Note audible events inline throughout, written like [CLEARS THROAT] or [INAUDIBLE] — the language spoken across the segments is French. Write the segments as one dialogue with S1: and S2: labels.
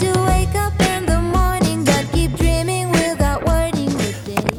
S1: to wake up in the morning, but keep dreaming without wording the day.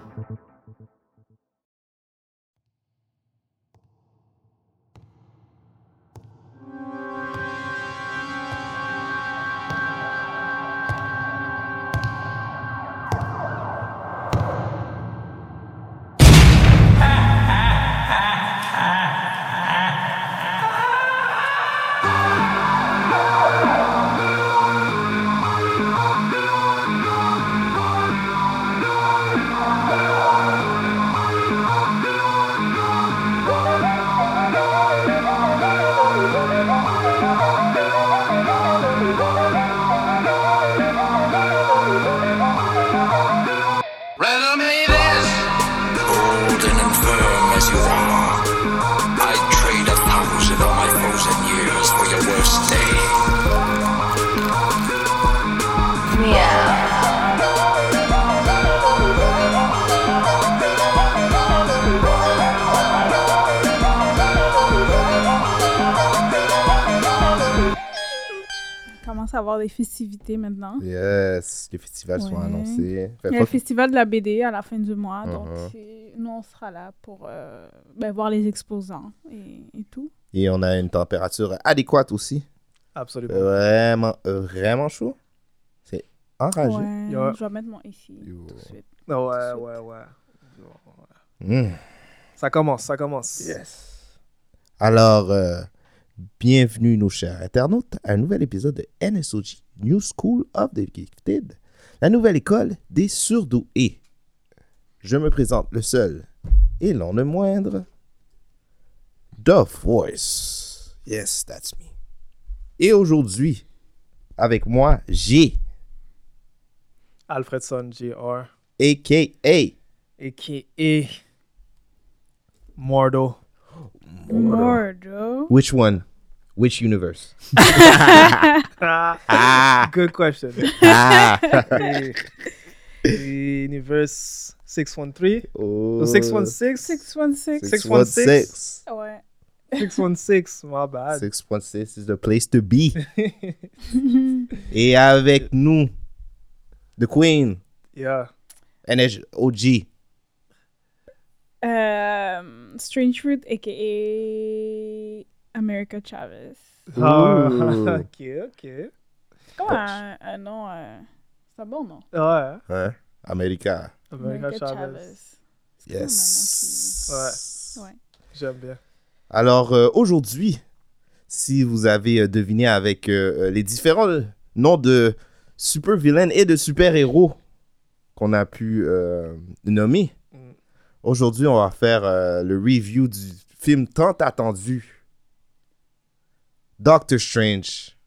S2: Riddle me this. Old and infirm as you are, I'd trade a thousand of my frozen years for your worst day.
S3: On commence à avoir des festivités maintenant.
S4: Yes, les festivals sont
S3: Ouais.
S4: annoncés. Fait
S3: Il y
S4: pas-
S3: a le festival de la BD à la fin du mois, donc
S4: Mhm.
S3: c'est- nous, on sera là pour euh, ben, voir les exposants et, et tout.
S4: Et on a une température adéquate aussi.
S5: Absolument.
S4: Vraiment, euh, vraiment chaud. C'est enragé.
S3: Ouais,
S5: Yeah.
S3: je vais mettre mon ici
S4: Yo.
S3: tout de suite.
S5: Ouais, ouais, ouais,
S4: Mm.
S5: Ça commence, ça commence.
S4: Yes. Alors, euh, bienvenue nos chers internautes à un nouvel épisode de NSOG, New School of the Gifted, la nouvelle école des surdoués. Je me présente le seul et non le moindre, The Voice. Yes, that's me. Et aujourd'hui, avec moi, j'ai,
S5: Alfredson Jr.
S4: a.k.a.
S5: Et qui est Mordo.
S3: Mordo.
S4: Which one? Which universe?
S5: Ah, Good question. The- the universe 613.
S4: Oh,
S5: Ou 616.
S3: 616.
S4: 616.
S3: Ouais.
S5: 616. My bad.
S4: 6.6 is the place to be. Et avec nous, The Queen,
S5: Yeah.
S4: NHOG.
S3: Euh, Strange Fruit, a.k.a. America Chavez.
S5: Ah, [LAUGHS]
S4: Ooh.
S5: ok, ok. Ouais.
S3: Comme un, un nom. euh, c'est un bon nom.
S4: Hein? America.
S5: America Chavez.
S3: C'est comme un nom qui-
S4: Yes.
S3: Ouais. Ouais.
S5: J'aime bien.
S4: Alors, euh, aujourd'hui, si vous avez euh, deviné avec euh, euh, les différents euh, noms de super-vilaines et de super-héros qu'on a pu euh, nommer,
S5: Mm.
S4: aujourd'hui, on va faire euh, le review du film tant attendu, Doctor Strange.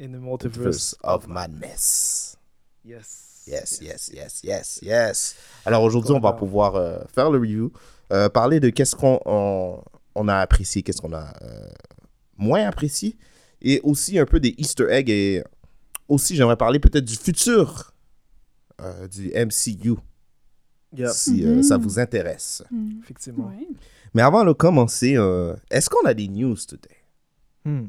S5: in the multiverse.
S4: Verse of Madness.
S5: Yes.
S4: Yes, yes, yes, yes, yes. Alors aujourd'hui, on va pouvoir euh, faire le review, euh, parler de qu'est-ce qu'on on, on a apprécié, qu'est-ce qu'on a euh, moins apprécié, et aussi un peu des Easter eggs. Et aussi, j'aimerais parler peut-être du futur euh, du MCU,
S5: Yep,
S4: si euh, ça vous intéresse.
S5: effectivement.
S3: Ouais.
S4: Mais avant de commencer, euh, est-ce qu'on a des news today?
S5: Hmm.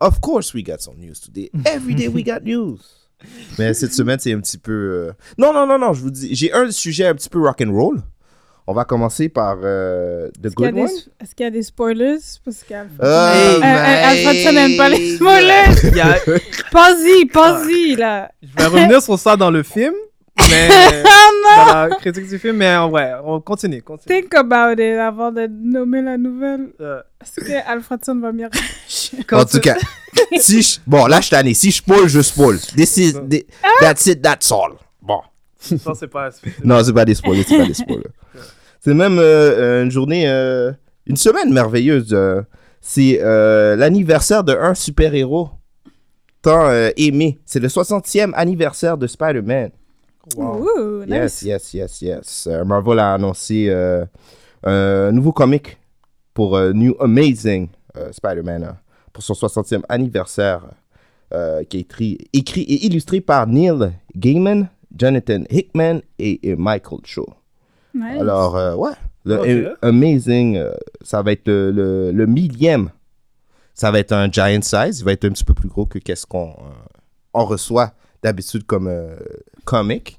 S4: Of course we got some news today. Every day we got news. [LAUGHS] Mais cette semaine, c'est un petit peu... euh, Non, non, non, non, je vous dis, j'ai un sujet un petit peu rock'n'roll. On va commencer par euh, The
S3: Est-ce qu'il y a
S4: Good
S3: des-
S4: One.
S3: Est-ce qu'il y a des spoilers? Parce qu'elle
S4: Oh,
S3: Euh, euh, Alfred, ça n'aime
S4: [LAUGHS]
S3: pas les
S4: my
S3: spoilers!
S5: Il y a-
S3: Pense-y, pense-y, là!
S5: Je vais revenir sur ça dans le film,
S3: [LAUGHS]
S5: mais
S3: Oh
S5: dans la critique du film, mais euh, ouais, on continue, continue.
S3: Think about it avant de nommer la nouvelle.
S5: Euh,
S3: Est-ce que Alfredson va bien
S4: En tout cas, si je... Bon, là, je t'en ai. Si je spoil, je spoil. This is... thi-
S3: Ah!
S4: That's it, that's all. Bon.
S5: ça c'est pas. c'est-
S4: [LAUGHS] Non, c'est pas des spoilers, c'est pas des spoilers. C'est même euh, euh, une journée... euh, une semaine merveilleuse. euh, c'est euh, l'anniversaire de un super-héros tant euh, aimé. C'est le 60e anniversaire de Spider-Man.
S5: Wow.
S3: Ouh, nice.
S4: Yes, yes, yes, yes. Euh, Marvel a annoncé euh, un nouveau comic pour euh, New Amazing euh, Spider-Man euh, pour son 60e anniversaire euh, qui est écrit, écrit et illustré par Neil Gaiman, Jonathan Hickman et, et Michael Cho.
S3: Nice.
S4: Alors, euh, ouais, le
S5: Ok.
S4: A- Amazing, euh, ça va être le, le- le millième. Ça va être un giant size, il va être un petit peu plus gros que qu'est-ce qu'on euh, on reçoit d'habitude comme euh, comic.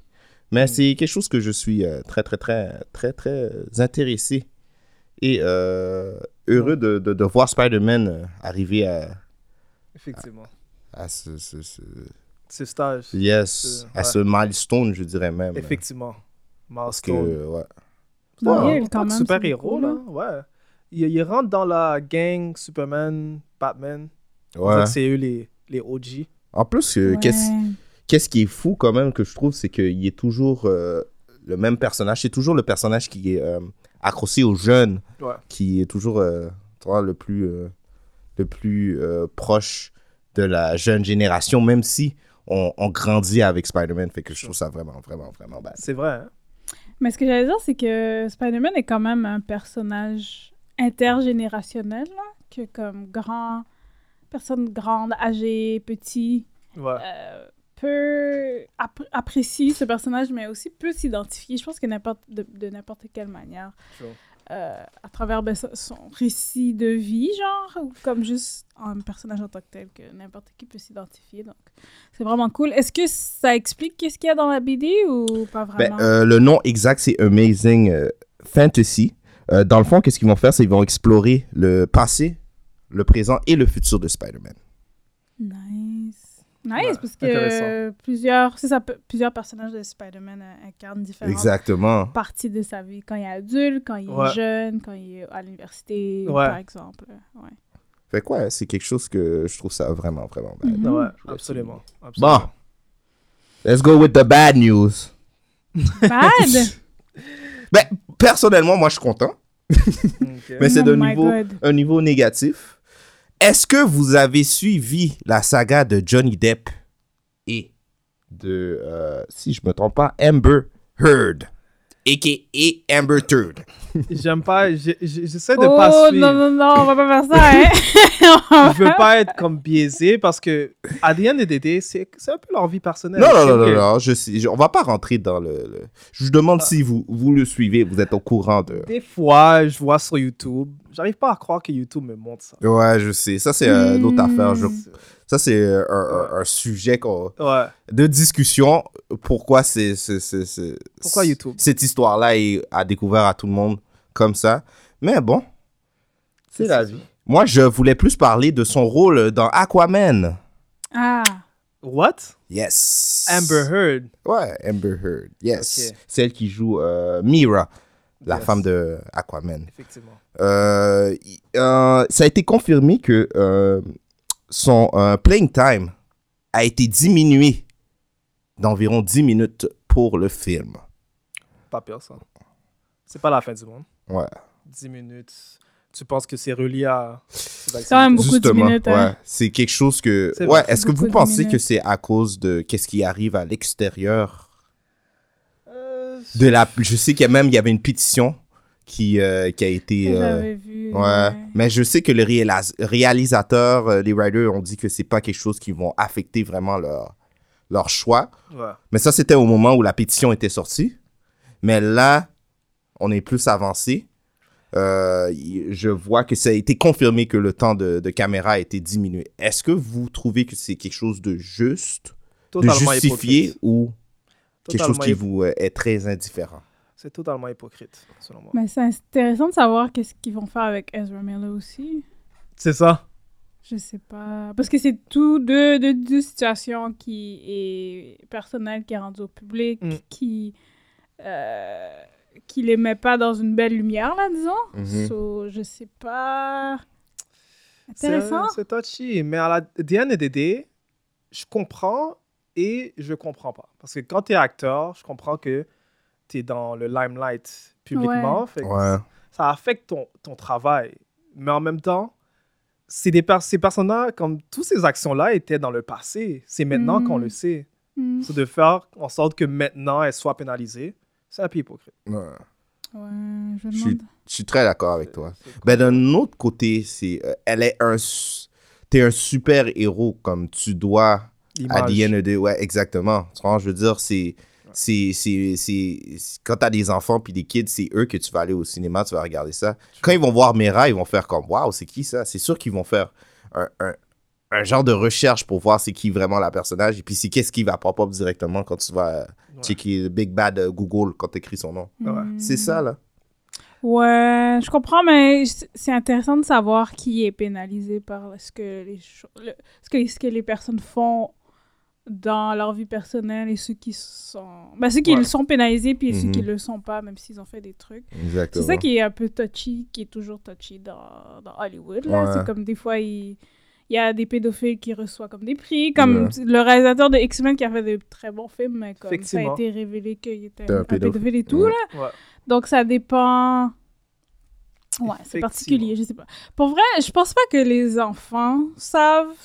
S4: Mais c'est quelque chose que je suis euh, très, très, très, très, très intéressé et euh, heureux de, de- de voir Spider-Man euh, arriver à,
S5: Effectivement.
S4: à ce, ce- ce-
S5: C'est stage.
S4: yes,
S5: Euh,
S4: à ce milestone, je dirais même.
S5: Effectivement.
S4: Parce que,
S5: Milestone.
S4: ouais.
S3: Non,
S4: Ouais.
S3: il est quand
S5: Pas de
S3: même
S5: super-héros,
S3: cool, hein.
S5: là. Ouais. Il, il rentre dans la gang Superman, Batman. On dirait
S4: ouais.
S5: que C'est eux les, les OG.
S4: En plus, euh,
S3: Ouais.
S4: qu'est-ce qu'est-ce qui est fou quand même que je trouve, c'est qu'il est toujours euh, le même personnage. C'est toujours le personnage qui est euh, accroché aux jeunes,
S5: Ouais.
S4: qui est toujours euh, tu vois, le plus, euh, le plus euh, proche de la jeune génération, même si on, on grandit avec Spider-Man. Fait que je trouve ça vraiment, vraiment, vraiment bad.
S5: C'est vrai, hein?
S3: Mais ce que j'allais dire, c'est que Spider-Man est quand même un personnage intergénérationnel, là, que comme grand, personne grande, âgée, petit,
S5: Ouais.
S3: euh, peut appré- apprécier ce personnage, mais aussi peut s'identifier, je pense que n'importe, de, de n'importe quelle manière,
S5: Sure.
S3: euh, à travers ben, son- son récit de vie, genre, ou comme juste un personnage en tant que tel, que n'importe qui peut s'identifier. Donc, c'est vraiment cool. Est-ce que ça explique qu'est-ce qu'il y a dans la BD ou pas
S4: Ben,
S3: vraiment?
S4: euh, le nom exact, c'est Amazing euh, Fantasy. Euh, dans le fond, qu'est-ce qu'ils vont faire? C'est qu'ils vont explorer le passé, le présent et le futur de Spider-Man.
S3: Nice. Nice,
S5: Ouais,
S3: parce que
S5: intéressant.
S3: euh, plusieurs, c'est ça, peut- plusieurs personnages de Spider-Man euh, incarnent différentes
S4: Exactement.
S3: parties de sa vie. Quand il est adulte, quand il est
S5: Ouais.
S3: jeune, quand il est à l'université,
S5: Ouais.
S3: par exemple. Ouais.
S4: Fait quoi, c'est quelque chose que je trouve ça vraiment, vraiment bad.
S3: Mhm.
S5: Ouais,
S4: voulais
S5: absolument. absolument.
S4: Bon. Let's go with the bad news.
S3: Bad!
S4: [LAUGHS] Ben, personnellement, moi, je suis content,
S5: Ok.
S4: mais c'est
S3: Oh
S4: d'un
S3: my
S4: niveau,
S3: God.
S4: un niveau négatif. Est-ce que vous avez suivi la saga de Johnny Depp et de, euh, si je me trompe pas, Amber Heard, a.k.a. Amber Turd?
S5: J'aime pas. j'ai- j'ai- J'essaie de pas
S3: oh,
S5: suivre.
S3: non, non, non, on va pas faire ça, hein!
S5: Je veux pas être comme biaisé parce que Adrien et Dédé, c'est c'est un peu leur vie personnelle.
S4: Non, non,
S5: C'est
S4: non, non,
S5: ok.
S4: non, je, sais- je- on va pas rentrer dans le... le- Je vous
S5: Ah.
S4: demande si vous, vous le suivez, vous êtes au courant de...
S5: Des fois, je vois sur YouTube. J'arrive pas à croire que YouTube me montre ça.
S4: Ouais, je sais. Ça, c'est euh, l'autre
S3: Mm.
S4: affaire. je-
S5: Hmm.
S4: Ça, c'est euh, un, un- un sujet qu'on-
S5: Ouais.
S4: de discussion. Pourquoi, c'est c'est- c'est- c'est-
S5: Pourquoi YouTube?
S4: Cette histoire-là est à découvert à tout le monde comme ça. Mais bon, c'est la vie. Moi, je voulais plus parler de son rôle dans Aquaman.
S3: Ah!
S5: What?
S4: Yes.
S5: Amber Heard.
S4: Ouais, Amber Heard. Yes.
S5: Ok.
S4: Celle qui joue euh, Mira, la
S5: Yes.
S4: femme de Aquaman.
S5: Effectivement.
S4: Euh, il- euh, ça a été confirmé que euh, son euh, playing time a été diminué d'environ 10 minutes pour le film.
S5: Pas pire, ça. C'est pas la fin du monde.
S4: Ouais.
S5: 10 minutes. tu penses que c'est relié à.
S3: quand même beaucoup de
S4: Justement,
S3: minutes. hein.
S4: ouais. C'est quelque chose que.
S5: C'est
S4: ouais,
S5: vrai.
S4: est-ce que
S3: Beaucoup
S4: vous
S3: de
S4: pensez
S3: minutes.
S4: que c'est à cause de qu'est-ce qui arrive à l'extérieur
S5: Euh,
S4: de la. Je sais qu'il y a même il y avait une pétition qui euh, qui a été. euh,
S3: J'avais vu.
S4: ouais. Mais je sais que le réalis- réalisateur, euh, les writers ont dit que c'est pas quelque chose qui vont affecter vraiment leur leur choix.
S5: Ouais.
S4: Mais ça c'était au moment où la pétition était sortie. Mais là, on est plus avancé. Euh, y- je vois que ça a été confirmé que le temps de, de caméra a été diminué. Est-ce que vous trouvez que c'est quelque chose de juste,
S5: Totalement
S4: de justifié
S5: hypocrite.
S4: ou quelque chose
S5: Totalement
S4: qui
S5: hypo-
S4: vous euh, est très indifférent?
S5: C'est totalement hypocrite, selon moi.
S3: Mais c'est intéressant de savoir qu'est-ce qu'ils vont faire avec Ezra Miller aussi.
S5: C'est ça.
S3: Je sais pas. Parce que c'est tout deux, deux, deux situations qui est personnelle, qui est rendue au public,
S5: Mm.
S3: qui, euh, qui les met pas dans une belle lumière, là, disons.
S4: Mhm.
S3: So, je sais pas.
S5: C'est- euh,
S3: Intéressant.
S5: C'est touchy. Mais à la DN et DD, je comprends et je comprends pas. Parce que quand t'es acteur, je comprends que t'es dans le limelight publiquement. Fait que
S4: Ouais.
S5: Ça affecte ton, ton travail. Mais en même temps, c'est des per- ces personnes-là, comme toutes ces actions-là, étaient dans le passé. C'est maintenant
S3: Mm.
S5: qu'on le sait.
S3: Mm.
S5: C'est de faire en sorte que maintenant, elles soient pénalisées. C'est un peu hypocrite.
S4: Ouais.
S3: Ouais, je me
S4: Je suis-
S3: demande.
S4: je suis très d'accord avec toi.
S5: C'est
S4: Ben, d'un autre côté, c'est, euh, elle est un, s- t'es un super héros comme tu dois à E.
S5: l'image.
S4: the end of the- ouais, exactement. Tu comprends? Je veux dire, c'est, c'est, c'est, c'est, c'est- quand t'as des enfants puis des kids, c'est eux que tu vas aller au cinéma, tu vas regarder ça. Quand ils vont voir Mera, ils vont faire comme, waouh, c'est qui ça? C'est sûr qu'ils vont faire un, un- un genre de recherche pour voir c'est qui vraiment la personnage et puis c'est qu'est-ce qui va pop-up directement quand tu vas euh,
S5: Ouais.
S4: checker Big Bad euh, Google quand t'écris son nom.
S5: Ouais.
S3: Mm.
S4: C'est ça, là.
S3: Ouais, je comprends, mais c- c'est intéressant de savoir qui est pénalisé par ce que les, cho- le- ce que, ce que les personnes font dans leur vie personnelle et ceux qui sont... Ben, ceux qui
S5: Ouais.
S3: le sont pénalisés puis ceux qui
S4: Mhm.
S3: le sont pas, même s'ils ont fait des trucs. C'est
S4: Exactement.
S3: ça qui est un peu touchy, qui est toujours touchy dans, dans Hollywood. là.
S4: Ouais.
S3: C'est comme des fois, il, il y a des pédophiles qui reçoivent comme des prix, comme
S4: Ouais.
S3: le réalisateur de X-Men qui a fait de très bons films, mais comme ça a
S5: Effectivement.
S3: été révélé qu'il était
S4: T'es un
S3: un, pédophile. et tout.
S4: Ouais.
S3: Là.
S5: Ouais.
S3: Donc ça dépend. Ouais, c'est
S5: Effectivement.
S3: particulier, je sais pas. Pour vrai, je pense pas que les enfants savent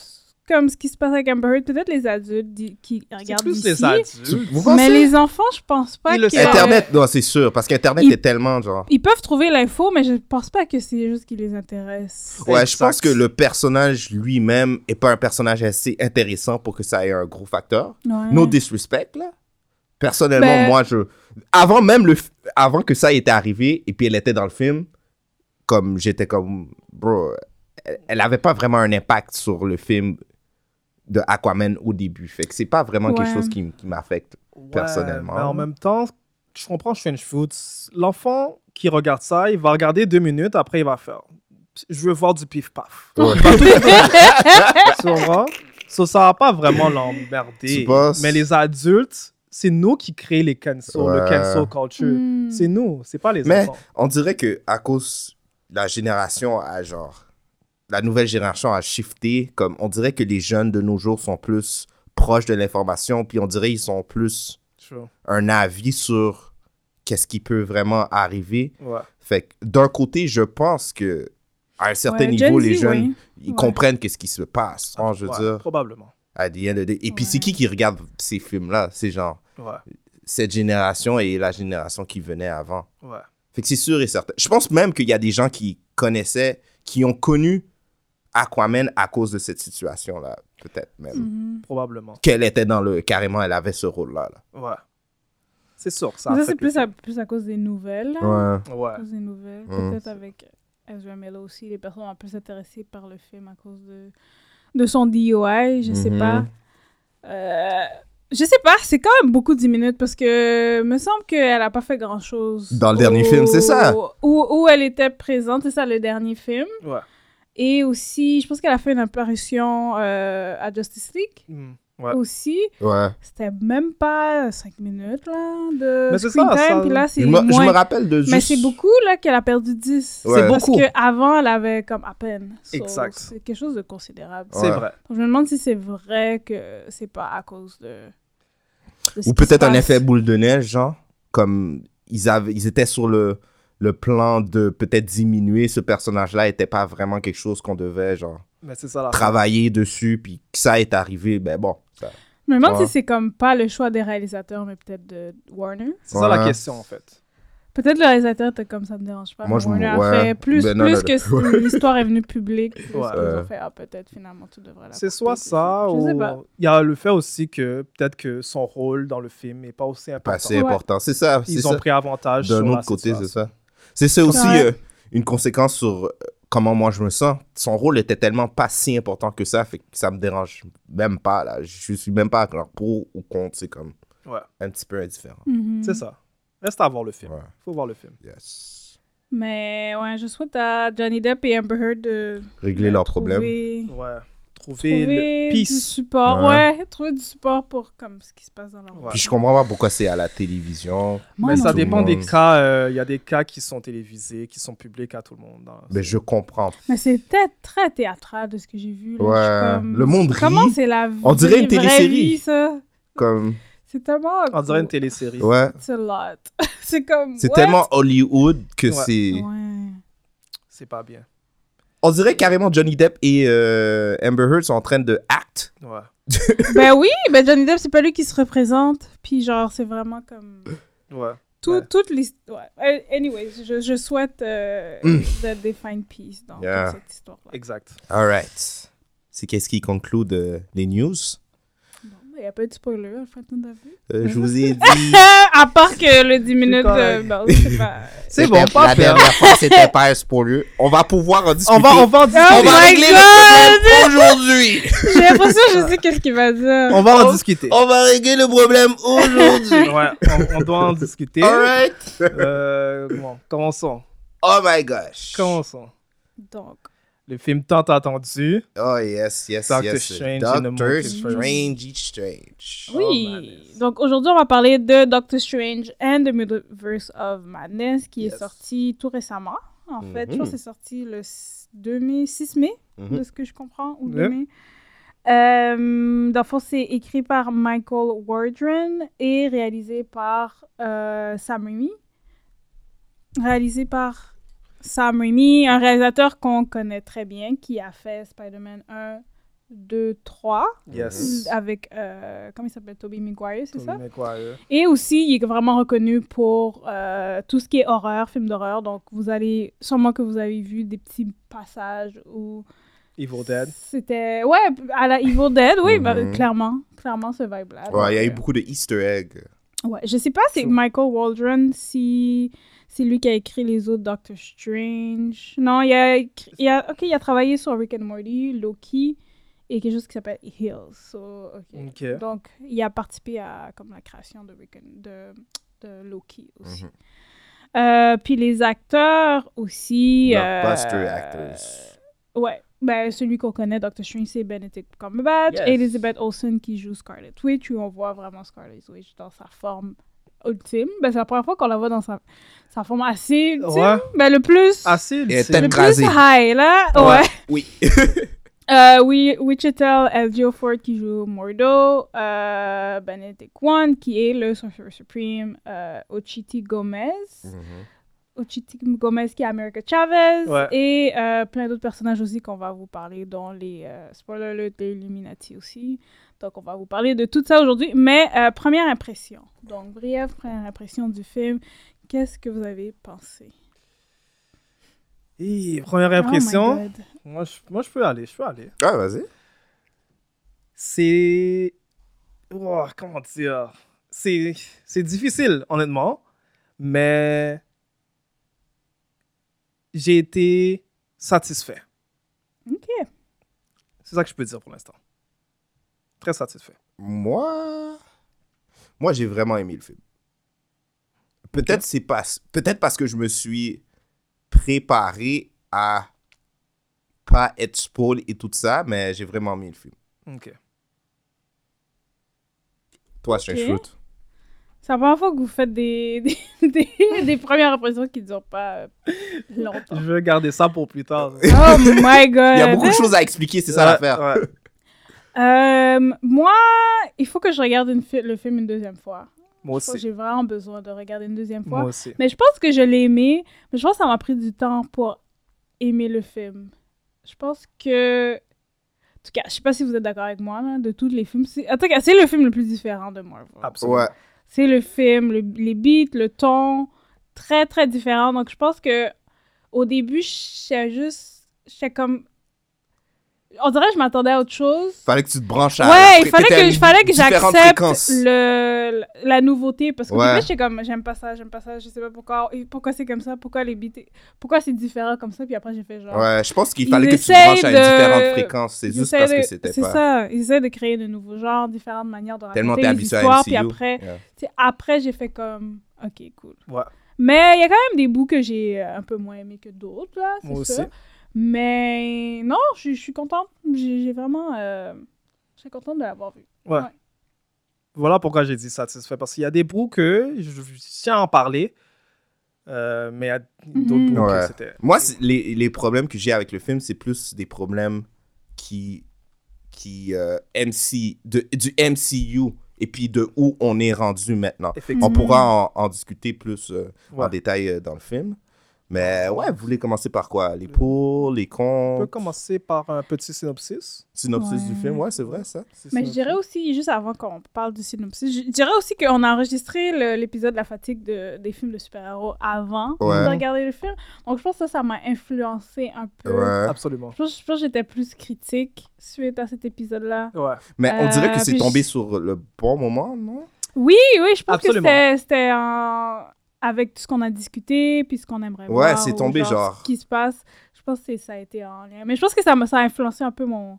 S3: comme ce qui se passe avec Amber Heard. Peut-être les adultes di- qui
S5: C'est
S3: regardent
S5: plus
S3: d'ici.
S5: les adultes.
S4: Vous
S3: Mais
S4: pensez?
S3: les enfants, je pense pas
S5: Ils le
S3: que...
S5: savent.
S4: Internet, non, c'est sûr, parce qu'Internet
S3: Il-
S4: est tellement genre.
S3: Ils peuvent trouver l'info, mais je pense pas que c'est juste qui les intéresse.
S4: Ouais, je
S5: Exact.
S4: pense que le personnage lui-même est pas un personnage assez intéressant pour que ça ait un gros facteur.
S3: Ouais.
S4: No disrespect, là. Personnellement,
S3: Mm. Ben-
S4: moi, je. Avant même le. f- Avant que ça était arrivé, et puis elle était dans le film, comme j'étais comme. Bro, elle- elle avait pas vraiment un impact sur le film de Aquaman au début. Fait que c'est pas vraiment
S3: Ouais.
S4: quelque chose qui, m- qui m'affecte.
S5: Ouais,
S4: personnellement.
S5: Mais en même temps, je comprends Strange Foods. L'enfant qui regarde ça, il va regarder deux minutes, après il va faire. Je veux voir du pif paf. Tu comprends? So, ça va pas vraiment l'emmerder.
S4: Tu penses?
S5: Mais les adultes, c'est nous qui créons les cancel, le
S4: Ouais.
S5: cancel culture.
S3: Hmm.
S5: C'est nous, c'est pas les
S4: Mais-
S5: enfants.
S4: On dirait que à cause de la génération à genre la nouvelle génération a shifté comme on dirait que les jeunes de nos jours sont plus proches de l'information puis on dirait ils sont plus
S5: True.
S4: un avis sur qu'est-ce qui peut vraiment arriver.
S5: Ouais.
S4: Fait que d'un côté, je pense que à un certain
S3: Ouais,
S4: niveau
S3: Gen
S4: les
S3: Z,
S4: jeunes
S3: oui.
S4: ils
S3: Ouais.
S4: comprennent qu'est-ce qui se passe. hein, je veux
S5: Ouais,
S4: dire
S5: Probablement.
S4: à the end of the day. Et puis c'est
S3: Ouais.
S4: qui qui regarde ces films là, c'est genre
S5: Ouais.
S4: cette génération et la génération qui venait avant.
S5: Ouais.
S4: Fait que c'est sûr et certain. Je pense même qu'il y a des gens qui connaissaient, qui ont connu Aquaman à cause de cette situation-là, peut-être même.
S3: Mhm.
S5: Probablement.
S4: Qu'elle était dans le... Carrément, elle avait ce rôle-là. là.
S5: Ouais. C'est sûr, que ça.
S3: Mais Ça,
S5: affecte
S3: c'est
S5: le
S3: plus à,
S5: film.
S3: plus à cause des nouvelles. là.
S5: Ouais.
S3: À cause des nouvelles.
S4: Mm.
S3: Peut-être avec Ezra Miller aussi, les personnes sont plus intéressées par le film à cause de, de son DUI, je sais
S4: Mhm.
S3: pas. Euh, je sais pas, c'est quand même beaucoup 10 minutes parce que me semble qu'elle a pas fait grand chose.
S4: Dans le dernier film, c'est ça.
S3: Où, où elle était présente, c'est ça le dernier film.
S5: Ouais.
S3: Et aussi, je pense qu'elle a fait une apparition euh, à Justice League
S5: Hmm. Ouais.
S3: aussi.
S4: Ouais.
S3: C'était même pas 5 minutes là, de
S5: Mais c'est
S3: screen
S5: ça,
S3: time,
S5: ça-
S3: puis là c'est
S4: Je me, je
S3: moins.
S4: me rappelle de juste...
S3: Mais c'est beaucoup là qu'elle a perdu 10.
S4: Ouais. C'est
S3: Parce
S5: beaucoup.
S3: qu'avant, elle avait comme à peine. So,
S5: Exact.
S3: C'est quelque chose de considérable.
S5: C'est
S4: Ouais.
S5: vrai.
S3: Donc, je me demande si c'est vrai que c'est pas à cause de.
S4: Ou
S3: de ce qui se
S4: peut-être un
S3: passe.
S4: effet boule de neige, genre. Comme ils, avaient, ils étaient sur le, le plan de peut-être diminuer ce personnage-là était pas vraiment quelque chose qu'on devait genre
S5: Mais c'est ça la
S4: travailler dessus, puis que ça est arrivé, ben bon. ça-
S3: Je me demande
S4: Ouais.
S3: si c'est comme pas le choix des réalisateurs, mais peut-être de Warner.
S5: C'est ça la
S4: Ouais.
S5: question en fait.
S3: Peut-être le réalisateur était comme ça, me dérange pas.
S4: Moi,
S3: mais
S4: je
S3: Warner
S4: me-
S3: a
S4: ouais.
S3: fait plus,
S4: Ben non,
S3: plus
S4: non,
S3: que
S4: non.
S3: si l'histoire est venue
S5: [LAUGHS]
S3: publique. Plus
S5: Ouais.
S3: qu'ils ont
S4: Euh.
S3: fait, ah, peut-être finalement tu devrais la
S5: C'est soit
S3: porter,
S5: ça
S3: Je sais pas.
S5: ou il y a le fait aussi que peut-être que son rôle dans le film n'est pas aussi
S4: Pas
S5: important.
S4: assez
S3: Ouais.
S4: important. C'est ça. c'est
S5: Ils
S4: ça.
S5: ont pris avantage.
S4: D'un
S5: sur la
S4: autre côté, hein, c'est
S5: situation.
S4: ça. C'est ça aussi
S3: Ouais.
S4: euh, une conséquence sur euh, comment moi je me sens. Son rôle était tellement pas si important que ça, fait que ça me dérange même pas. Là. Je suis même pas genre, pour ou contre. C'est comme
S5: Ouais.
S4: un petit peu indifférent.
S3: Mhm.
S5: Mm-hmm. C'est ça. Reste à voir le film.
S4: Ouais.
S5: Faut voir le film.
S4: Yes.
S3: Mais ouais, je souhaite à Johnny Depp et Amber Heard de
S4: Régler leurs problèmes.
S3: trouver,
S5: Ouais. Trouver,
S3: trouver
S5: le
S3: du
S5: peace.
S3: support. Ouais.
S4: Ouais.
S3: trouver du support pour comme ce qui se passe dans leur
S5: Ouais.
S4: Puis je comprends pas pourquoi c'est à la télévision.
S3: Moi,
S5: Mais
S3: non.
S5: ça
S4: Tout le
S5: dépend des
S4: monde.
S5: cas. euh, Il y a des cas qui sont télévisés, qui sont publics à tout le monde. hein. dans-
S4: Mais je comprends.
S3: Mais c'était très théâtral de ce que j'ai vu. là.
S4: Ouais.
S3: Je suis comme-
S4: Le monde rit.
S3: Comment c'est la vie
S4: On dirait une télésérie.
S3: Vie, ça?
S4: Comme,
S3: C'est tellement.
S5: On dirait une télésérie.
S4: ouais.
S3: It's a lot. [LAUGHS] c'est comme.
S4: C'est
S3: what?
S4: tellement Hollywood que
S5: Ouais.
S4: c'est.
S3: Ouais.
S5: C'est pas bien.
S4: On dirait carrément Johnny Depp et euh, Amber Heard sont en train de act.
S5: Ouais.
S3: ben oui, ben Johnny Depp, c'est pas lui qui se représente. Puis genre, c'est vraiment comme.
S5: Ouais.
S3: Tout,
S5: Ouais.
S3: Toute l'histoire. Ouais. Euh, Anyway, je, je souhaite euh,
S5: Mm.
S3: that they find peace dans, dans
S4: Yeah.
S3: cette histoire-là.
S5: Exact.
S4: All right. C'est qu'est-ce qui conclut de- les news?
S3: Bon, ben, Il y a pas de spoiler, en fait, on a vu. Ben,
S4: Euh, je [LAUGHS] vous ai dit.
S3: à part que le 10 minutes, euh,
S5: correct.
S3: bon, c'est pas. [LAUGHS]
S5: C'est bon,
S4: La
S5: parfait.
S4: dernière fois, c'était pas un spoiler. On va pouvoir en discuter.
S5: On va, on va en
S3: Oh
S4: hein. On
S5: discuter.
S4: va
S3: my
S4: régler
S3: God!
S4: le problème [LAUGHS] aujourd'hui.
S3: J'ai l'impression que je sais qu'est-ce qu'il va dire.
S5: On va en discuter.
S4: On va régler le problème [LAUGHS] aujourd'hui.
S5: Ouais, on, on doit en discuter.
S4: Oh. All right.
S5: Euh, bon, commençons.
S4: Oh my gosh.
S5: Commençons.
S3: Donc,
S5: Le film tant attendu.
S4: Oh yes, yes,
S5: Doctor
S4: yes.
S5: Strange in the
S4: Doctor
S5: Multiverse.
S4: Strange is Strange.
S3: oui.
S5: Madness.
S3: Donc aujourd'hui, on va parler de Doctor Strange and the Multiverse of Madness qui est
S4: Yes.
S3: sorti tout récemment. En fait, je
S4: Mhm.
S3: pense que c'est sorti le 2 mai, 6 mai,
S4: Mhm.
S3: de ce que je comprends, ou 2
S5: Yep.
S3: mai. Euh, dans le fond, c'est écrit par Michael Wardren et réalisé par euh, Sam Raimi. Réalisé par Sam Raimi, un réalisateur qu'on connaît très bien, qui a fait Spider-Man 1, 2, 3
S4: Mm.
S5: Yes.
S3: avec, euh, comment il s'appelle, Toby Maguire, c'est
S5: Tobey
S3: ça?
S5: Maguire.
S3: Et aussi, il est vraiment reconnu pour euh, tout ce qui est horreur, film d'horreur. Donc, vous allez, sûrement que vous avez vu des petits passages où
S5: Evil Dead.
S3: c'était, ouais, à la Evil Dead, oui, bah,
S4: Mhm.
S3: clairement, clairement ce vibe-là.
S4: Ouais, il y a eu
S3: Donc,
S4: beaucoup de Easter eggs.
S3: euh, ouais. Je sais pas si
S5: Sure.
S3: Michael Waldron, si c'est lui qui a écrit les autres Doctor Strange. Non, il a, écrit- il a, ok, il a travaillé sur Rick and Morty, Loki et quelque chose qui s'appelle Hills. So, ok.
S5: Ok.
S3: Donc, il a participé à comme, la création de, Rick and- de, de Loki aussi.
S4: Mm-hmm.
S3: Euh, puis les acteurs aussi.
S4: Blockbuster
S3: euh,
S4: actors.
S3: Ouais. Ben, celui qu'on connaît, Dr. Strange, c'est Benedict Cumberbatch.
S5: Yes.
S3: Et Elizabeth Olsen qui joue Scarlet Witch, où on voit vraiment Scarlet Witch dans sa forme ultime. Ben, c'est la première fois qu'on la voit dans sa, sa forme assez ultime.
S5: Ouais.
S3: Ben, le plus...
S5: Assez
S4: Et
S5: ultime.
S3: le
S4: t'aimes-
S3: plus
S4: écrasée.
S3: high, là.
S5: Ouais.
S3: ouais.
S4: Oui.
S3: [LAUGHS] Euh, oui, Wichita Elgio Ford qui joue Mordo, euh, Benedict One qui est le Sorcerer Supreme, euh, Ochiti Gomez, Ochiti Gomez qui est America Chavez,
S5: Mm-hmm. Ouais.
S3: et euh, plein d'autres personnages aussi qu'on va vous parler dans les euh, spoiler alert, les Illuminati aussi. Donc on va vous parler de tout ça aujourd'hui, mais euh, première impression. Donc bref, première impression du film. Qu'est-ce que vous avez pensé?
S5: Hi, première
S3: Oh my
S5: impression.
S3: God.
S5: moi, je, moi, je peux aller. Je peux aller.
S4: Ah, vas-y.
S5: c'est. Oh, comment dire C'est c'est difficile, honnêtement, mais j'ai été satisfait.
S3: Ok.
S5: C'est ça que je peux dire pour l'instant. Très satisfait.
S4: Moi, moi j'ai vraiment aimé le film. Peut-être c'est pas, peut-être parce que je me suis préparé à pas être spoil et tout ça, mais j'ai vraiment aimé le film.
S5: Ok.
S4: Toi, Strange
S3: Ok.
S4: Fruit.
S3: C'est la première fois que vous faites des, [LAUGHS] des, des- des premières impressions qui ne durent pas euh,
S5: Je
S3: longtemps.
S5: vais garder ça pour plus tard.
S3: Oh my god!
S4: Il y a beaucoup de choses à expliquer, [LAUGHS] c'est ça
S5: Ouais,
S4: l'affaire. [LAUGHS]
S5: ouais.
S3: Euh, moi, il faut que je regarde une fi- le film une deuxième fois.
S5: Moi
S3: Je pense que
S5: aussi.
S3: J'ai vraiment besoin de regarder une deuxième fois.
S5: Moi aussi.
S3: Mais je pense que je l'ai aimé, mais je pense que ça m'a pris du temps pour aimer le film. Je pense que. En tout cas, je sais pas si vous êtes d'accord avec moi, là, de tous les films. c'est- En tout cas, c'est le film le plus différent de Marvel.
S5: Absolument.
S4: Ouais.
S3: C'est le film, le- les beats, le ton, très très différent. Donc je pense que au début, j'étais juste. J'étais comme. On dirait que je m'attendais à autre chose.
S4: Fallait que tu te branches à
S3: Ouais,
S4: la-
S3: il fallait
S4: t'étais à
S3: que,
S4: une
S3: il fallait que
S4: différente
S3: j'accepte
S4: fréquence.
S3: le, la nouveauté. Parce que
S4: Ouais.
S3: début, j'étais comme, j'aime pas ça, j'aime pas ça, je sais pas pourquoi. et pourquoi c'est comme ça, pourquoi les beats, pourquoi c'est différent comme ça. Puis après, j'ai fait genre.
S4: Ouais, je pense qu'il
S3: Ils
S4: fallait que tu te
S3: essayent
S4: branches à une
S3: de-
S4: différente fréquence. C'est
S3: Ils
S4: juste
S3: essaient
S4: parce
S3: de-
S4: que c'était
S3: C'est
S4: pas
S3: ça, ils essaient de créer de nouveaux genres, différentes manières de raconter
S4: tellement t'es
S3: les
S4: habitué à
S3: histoires.
S4: MCU.
S3: Puis après,
S4: Yeah.
S3: tu sais, après j'ai fait comme, ok, cool.
S5: Ouais.
S3: Mais il y a quand même des bouts que j'ai euh, un peu moins aimé que d'autres, là,
S5: Moi
S3: c'est
S5: aussi.
S3: ça. Mais non, je je suis contente. J'ai j'ai vraiment... euh, Je suis contente de l'avoir vu.
S5: Ouais.
S3: Ouais.
S5: Voilà pourquoi j'ai dit satisfait. Parce qu'il y a des bouts que je, je tiens à en parler, euh, mais il y a d'autres
S3: Mhm.
S5: bouts
S4: Ouais.
S5: que c'était.
S4: Moi, c'est- les, les problèmes que j'ai avec le film, c'est plus des problèmes qui. qui euh, MC, de, du MCU et puis de où on est rendu maintenant.
S5: Effectivement.
S4: On pourra en, en discuter plus euh, en
S5: Mhm. Ouais.
S4: détail euh, dans le film. Mais ouais, vous voulez commencer par quoi Les pour, les
S5: On peut
S4: contre
S5: commencer par un petit synopsis.
S4: Synopsis
S3: Ouais.
S4: du film, ouais, c'est vrai ça.
S3: Mais je dirais aussi, juste avant qu'on parle du synopsis, je dirais aussi qu'on a enregistré le- l'épisode de La Fatigue de- des films de super-héros avant
S4: Ouais.
S3: de regarder le film. Donc je pense que ça, ça m'a influencé un peu.
S4: Ouais.
S5: Absolument.
S3: Je pense, je pense que j'étais plus critique suite à cet épisode-là.
S5: Ouais.
S4: Mais on dirait
S3: Euh,
S4: que c'est
S3: puis
S4: tombé
S3: je-
S4: sur le bon moment, non
S3: Oui, oui, je pense
S5: Absolument.
S3: que c'était- c'était en- avec tout ce qu'on a discuté, puis ce qu'on aimerait voir.
S4: Ouais, c'est
S3: ou
S4: tombé, genre.
S3: Ce qui se passe, je pense que c'est- ça a été en lien. Mais je pense que ça m'a ça a influencé un peu mon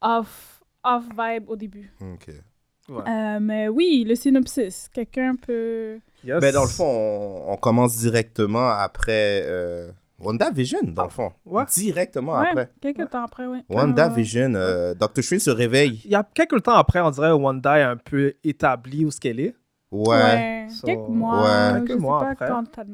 S3: off, off vibe au début.
S4: Ok.
S3: Euh, mais oui, le synopsis. Quelqu'un peut...
S5: Yes.
S4: Ben, dans le fond, on, on commence directement après euh, WandaVision, dans le fond.
S5: Ouais.
S4: Directement
S3: Ouais, Ah,
S4: après.
S3: Quelques temps après, oui.
S4: WandaVision, euh, Doctor Strange se réveille.
S5: il y a quelques temps après, on dirait Wanda est un peu établie où ce qu'elle est.
S4: Ouais.
S3: Ouais.
S5: So-
S3: Quelques mois.
S4: Ouais.
S3: je
S5: Quelques
S3: sais
S5: mois
S3: pas
S5: après.
S3: quand t'as-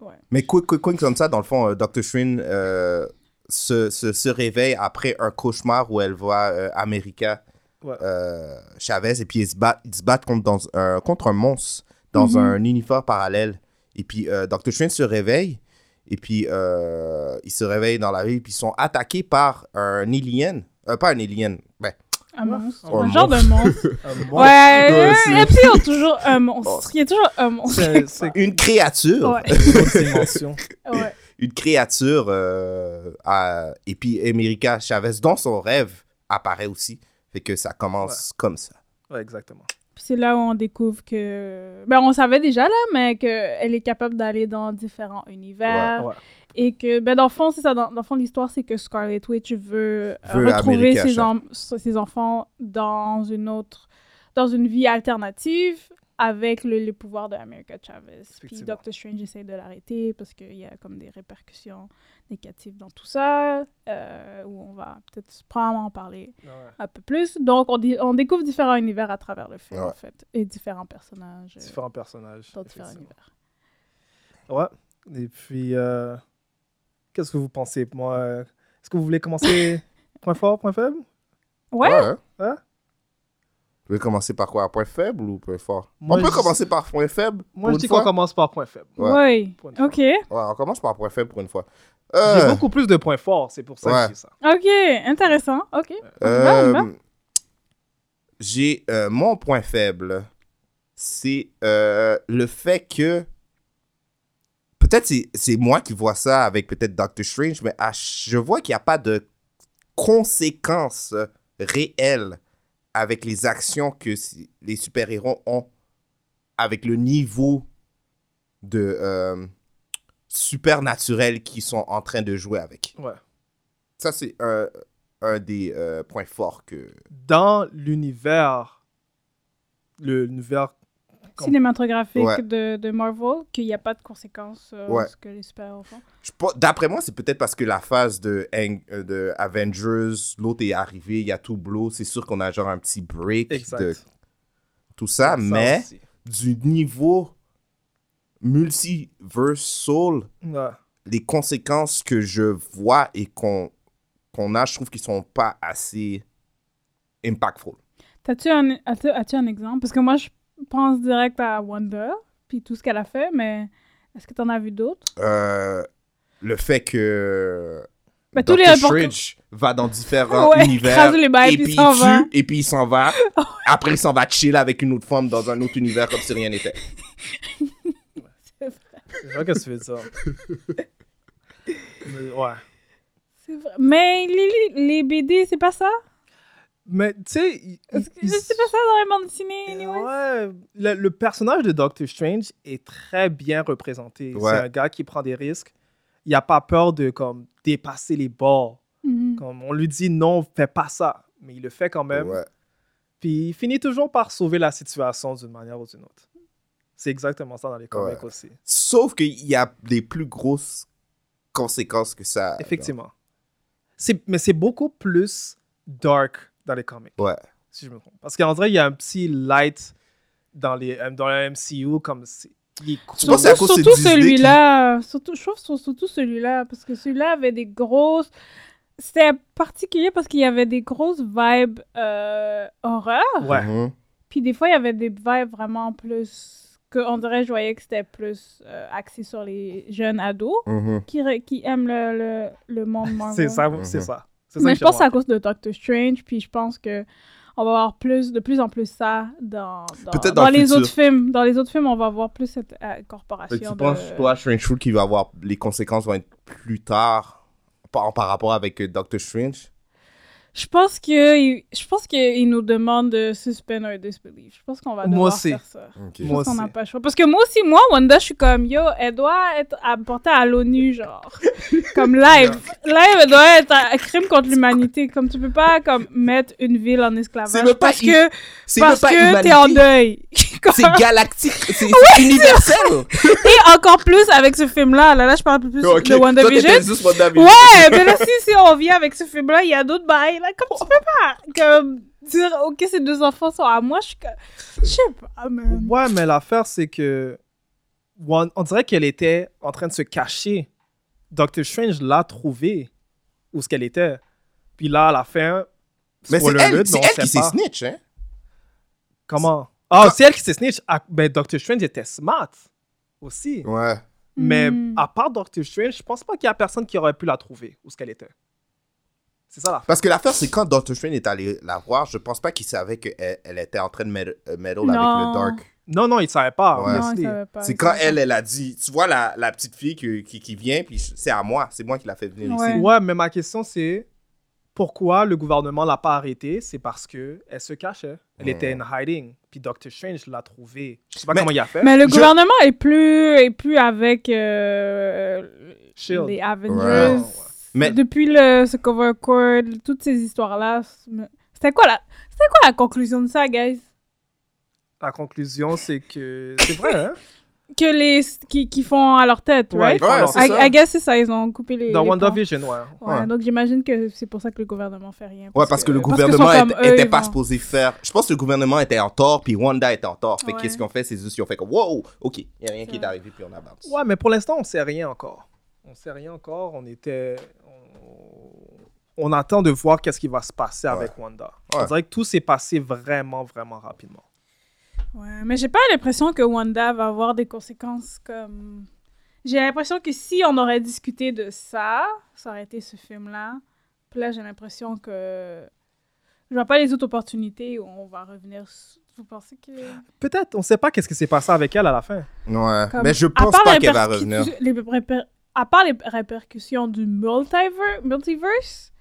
S3: Ouais.
S4: Mais quick, quick, quick, comme ça, dans le fond, euh, Doctor Strange euh, se, se, se réveille après un cauchemar où elle voit euh, America
S5: Ouais.
S4: euh, Chavez et puis ils se battent, ils se battent contre, dans, un- contre un monstre dans
S3: Mhm.
S4: un univers parallèle. Et puis euh, Doctor Strange se réveille et puis euh, ils se réveillent dans la rue et puis ils sont attaqués par un alien. Euh, pas un alien, ben,
S3: Un monstre.
S4: Ouais,
S3: un
S4: un
S3: genre de monstre.
S5: Un monstre.
S3: ouais.
S4: Ouais, c'est-
S3: Et puis, il y a toujours un monstre. Il y a toujours un monstre.
S5: C'est c'est
S4: une créature.
S3: Ouais.
S5: une autre dimension.
S3: [LAUGHS] ouais.
S4: une créature euh, à- et puis America Chavez dans son rêve apparaît aussi fait que ça commence comme ça
S5: Ouais, exactement.
S3: Puis c'est là où on découvre que. Ben, on savait déjà, là, mais qu'elle est capable d'aller dans différents univers.
S5: Ouais.
S3: Et que, ben, dans le fond, c'est ça. Dans, dans le fond, l'histoire, c'est que Scarlet Witch veut, euh,
S4: Veut
S3: retrouver
S4: America,
S3: ses,
S4: ça.
S3: en- ses enfants dans une autre. dans une vie alternative avec le, le pouvoir de America Chavez. Puis
S5: Effectivement.
S3: Doctor Strange essaie de l'arrêter parce qu'il y a comme des répercussions négatives dans tout ça, euh, où on va peut-être probablement en parler
S5: Ah Ouais.
S3: un peu plus. Donc, on, dé- on découvre différents univers à travers le film,
S4: Ouais.
S3: en fait, et différents personnages euh,
S5: Différents personnages.
S3: dans différents
S5: effectivement.
S3: univers.
S5: Ouais. Et puis, euh, qu'est-ce que vous pensez Moi, euh, est-ce que vous voulez commencer [LAUGHS] point fort, point faible
S3: Ouais,
S5: Ouais. Hein?
S4: vous voulez commencer par quoi point faible ou point fort
S5: Moi,
S4: on peut
S5: je-
S4: commencer par point faible pour
S5: Moi, je
S4: une
S5: dis
S4: fois?
S5: qu'on commence par point faible.
S4: Ouais.
S3: ouais.
S5: Pour une fois.
S3: Ok,
S4: Ouais, on commence par point faible pour une fois
S5: J'ai
S4: Euh,
S5: beaucoup plus de points forts, c'est pour ça que
S4: Ouais.
S5: je dis ça.
S3: ok, intéressant, ok.
S4: euh,
S3: On y va, on y
S4: j'ai euh, mon point faible c'est euh, le fait que peut-être c'est- c'est moi qui vois ça avec peut-être Doctor Strange mais à ch- je vois qu'il n'y a pas de conséquences réelles avec les actions que si- les super-héros ont, avec le niveau de euh, supernaturel qu'ils sont en train de jouer avec.
S5: Ouais.
S4: Ça, c'est un, un des euh, points forts que...
S5: Dans l'univers, le- l'univers Comme-
S3: Cinématographique
S4: Ouais.
S3: de, de Marvel, qu'il n'y a pas de conséquences euh, sur
S4: Ouais.
S3: ce que les super-héros font.
S4: Je sais pas, D'après moi, c'est peut-être parce que la phase de, Ang- euh, de Avengers, l'autre est arrivée, il y a tout blow, c'est sûr qu'on a genre un petit break
S5: exact.
S4: de tout ça,
S5: Ça
S4: Ah, mais
S5: aussi.
S4: du niveau multiversal,
S5: Ouais.
S4: les conséquences que je vois et qu'on qu'on a, je trouve qu'ils sont pas assez impactful.
S3: T'as-tu un, as-tu, as-tu un exemple? Parce que moi, je pense direct à Wanda, puis tout ce qu'elle a fait, mais est-ce que t'en as vu d'autres?
S4: Euh, le fait que
S3: Ben, tous
S4: Dr.
S3: les rapports-
S4: Strange va dans différents
S3: Ouais, [LAUGHS]
S4: univers
S3: écrase les bails,
S4: et
S3: puis
S4: puis
S3: il
S4: il
S3: s'en va.
S4: tue et puis il s'en
S3: [LAUGHS]
S4: va. Après, il s'en va chill avec une autre femme dans un autre univers comme si rien n'était.
S5: Je vois que tu veux dire. Mais, ouais.
S3: C'est vrai. Mais les, les BD, c'est pas ça?
S5: Mais tu sais, il-
S3: Est-ce que-
S5: il-
S3: C'est pas ça dans les bandes dessinées, anyway?
S5: Ouais, le, le personnage de Doctor Strange est très bien représenté.
S4: Ouais.
S5: C'est un gars qui prend des risques. Il n'a pas peur de comme, dépasser les bords.
S3: Mhm.
S5: Comme on lui dit non, fais pas ça. Mais il le fait quand même.
S4: Ouais.
S5: Puis il finit toujours par sauver la situation d'une manière ou d'une autre. C'est exactement ça dans les comics aussi.
S4: Sauf qu'il y a des plus grosses conséquences que ça.
S5: Effectivement. C'est- Mais c'est beaucoup plus dark dans les comics.
S4: Ouais.
S5: Si je me trompe. Parce qu'en vrai, il y a un petit light dans, les, euh, dans le MCU comme c'est. Il est cool.
S4: Je pense que c'est à cause de
S3: surtout
S4: Disney
S3: celui-là, surtout, je trouve sur- surtout celui-là, parce que celui-là avait des grosses... C'était particulier parce qu'il y avait des grosses vibes euh, horreur,
S5: Ouais.
S4: Mhm.
S3: puis des fois, il y avait des vibes vraiment plus... Que, on dirait, je voyais que c'était plus euh, axé sur les jeunes ados
S4: Mhm.
S3: qui, re- qui aiment le, le,
S4: [LAUGHS]
S3: le monde Marvel.
S5: C'est ça,
S4: Mhm.
S5: c'est ça. C'est ça
S3: Mais
S5: que
S3: je pense que c'est
S5: vois.
S3: à cause de Doctor Strange, puis je pense que on va avoir plus, de plus en plus ça dans, dans,
S4: Peut-être dans le
S3: les
S4: futur.
S3: autres films. Dans les autres films, on va voir plus cette euh,
S4: Mais
S3: corporation.
S4: tu
S3: de-
S4: penses, toi, Strange Fruit, qui va avoir les conséquences vont être plus tard par, par rapport avec euh, Doctor Strange
S3: Je pense que je pense qu'ils nous demandent de suspend our disbelief. Je pense qu'on va
S5: Moi
S3: devoir
S5: aussi.
S3: faire ça. Je
S5: Moi
S3: pense qu'on n'a
S5: aussi.
S3: pas le choix. Parce que moi aussi, moi, Wanda, je suis comme, yo, elle doit être apportée à l'ONU,
S4: [LAUGHS]
S3: genre. comme live. live, elle doit être un crime contre l'humanité. Comme tu peux pas, comme, mettre une ville en
S4: C'est
S3: esclavage.
S4: même pas
S3: parce
S4: une-
S3: que,
S4: C'est
S3: parce
S4: même pas
S3: que t'es
S4: humanité,
S3: en deuil. [LAUGHS] Comme-
S4: C'est galactique, c'est
S3: [LAUGHS]
S4: c'est universel.
S3: Et encore plus avec ce film-là. Ah Là, là, je parle plus
S4: Ok,
S3: de
S4: toi, t'étais
S3: WandaVision.
S4: juste WandaVision.
S3: Ouais, mais là, si, si on vient avec ce film-là, il y a d'autres bails. Là, comme tu
S4: Oh.
S3: peux pas comme, dire, OK, ces deux enfants sont à moi. Je suis comme, je sais pas, man.
S5: Ouais, mais l'affaire, c'est que. Wan- on dirait qu'elle était en train de se cacher. Doctor Strange l'a trouvé où ce qu'elle était. Puis là, à la fin.
S4: Mais c'est
S5: spoiler alert,
S4: elle, c'est
S5: mais on
S4: elle
S5: sait
S4: qui s'est
S5: pas.
S4: snitch, hein?
S5: Comment Ah, c'est elle qui s'est snitch. Ah, ben, Doctor Strange était smart aussi.
S4: Ouais.
S5: Mais
S3: Hmm.
S5: à part Doctor Strange, je pense pas qu'il y a personne qui aurait pu la trouver où ce qu'elle était. C'est ça l'affaire.
S4: Parce que l'affaire, c'est quand Doctor Strange est allé la voir, je pense pas qu'il savait qu'elle elle était en train de med- euh, meddle avec
S3: Non.
S4: le Dark.
S5: Non, non, il savait pas.
S4: Ouais.
S3: Non,
S5: honestly.
S3: ça va pas,
S4: C'est
S3: ça
S4: quand
S3: va
S4: elle,
S3: pas.
S4: elle a dit, tu vois la, la petite fille qui, qui, qui vient, puis je- c'est à moi, c'est moi qui l'a fait venir
S3: Ouais.
S4: ici.
S5: Ouais, mais ma question c'est pourquoi le gouvernement l'a pas arrêtée C'est parce que elle se cachait. Elle
S4: Hmm.
S5: était in hiding. Puis Doctor Strange l'a trouvée. Je sais pas
S4: Mais-
S5: comment il a fait.
S3: Mais le
S4: Je-
S3: gouvernement est plus, est plus avec euh,
S5: Shield.
S3: les
S4: Ouais.
S3: Avengers.
S5: Ouais.
S4: Mais-
S3: Depuis le, ce cover court, toutes ces histoires-là. c'est- C'était quoi, la... c'était quoi la conclusion de ça, guys?
S5: La conclusion c'est que c'est vrai. Hein?
S3: Que les... qui, qui font à leur tête,
S5: Ouais,
S3: right?
S5: ils font
S4: Ouais,
S5: leur-
S4: c'est
S3: I,
S4: ça.
S3: I guess c'est ça, ils ont coupé les.
S5: Dans
S3: les ponts.
S5: WandaVision, ouais.
S3: Ouais,
S4: Ouais.
S3: donc j'imagine que c'est pour ça que le gouvernement fait rien.
S4: Ouais, parce que le
S3: qu'ils
S4: gouvernement
S3: sont
S4: était,
S3: comme eux,
S4: était
S3: ils
S4: pas
S3: vont-
S4: supposé faire. Je pense que le gouvernement était en tort, puis Wanda était en tort. Fait
S3: Ouais.
S4: que qu'est-ce qu'ils ont fait C'est juste qu'ils ont fait comme, wow, ok, il n'y a rien qui est
S3: vrai.
S4: arrivé, puis on avance.
S5: Ouais, mais pour l'instant, on sait rien encore. On sait rien encore. On était. On, on attend de voir qu'est-ce qui va se passer avec Wanda. On
S4: Ouais.
S5: dirait que tout s'est passé vraiment, vraiment rapidement.
S3: Ouais, mais j'ai pas l'impression que Wanda va avoir des conséquences comme. J'ai l'impression que si on aurait discuté de ça, ça aurait été ce film-là. Puis là, j'ai l'impression que. Je vois pas les autres opportunités où on va revenir. s- Vous pensez que.
S5: Peut-être, on sait pas qu'est-ce qui s'est passé avec elle à la fin.
S4: Ouais.
S3: comme-
S4: Mais je
S3: à
S4: pense
S3: part
S4: pas
S3: les
S4: qu'elle va
S3: répercu-
S4: revenir.
S3: les réper- À part les répercussions du multiver- multiverse,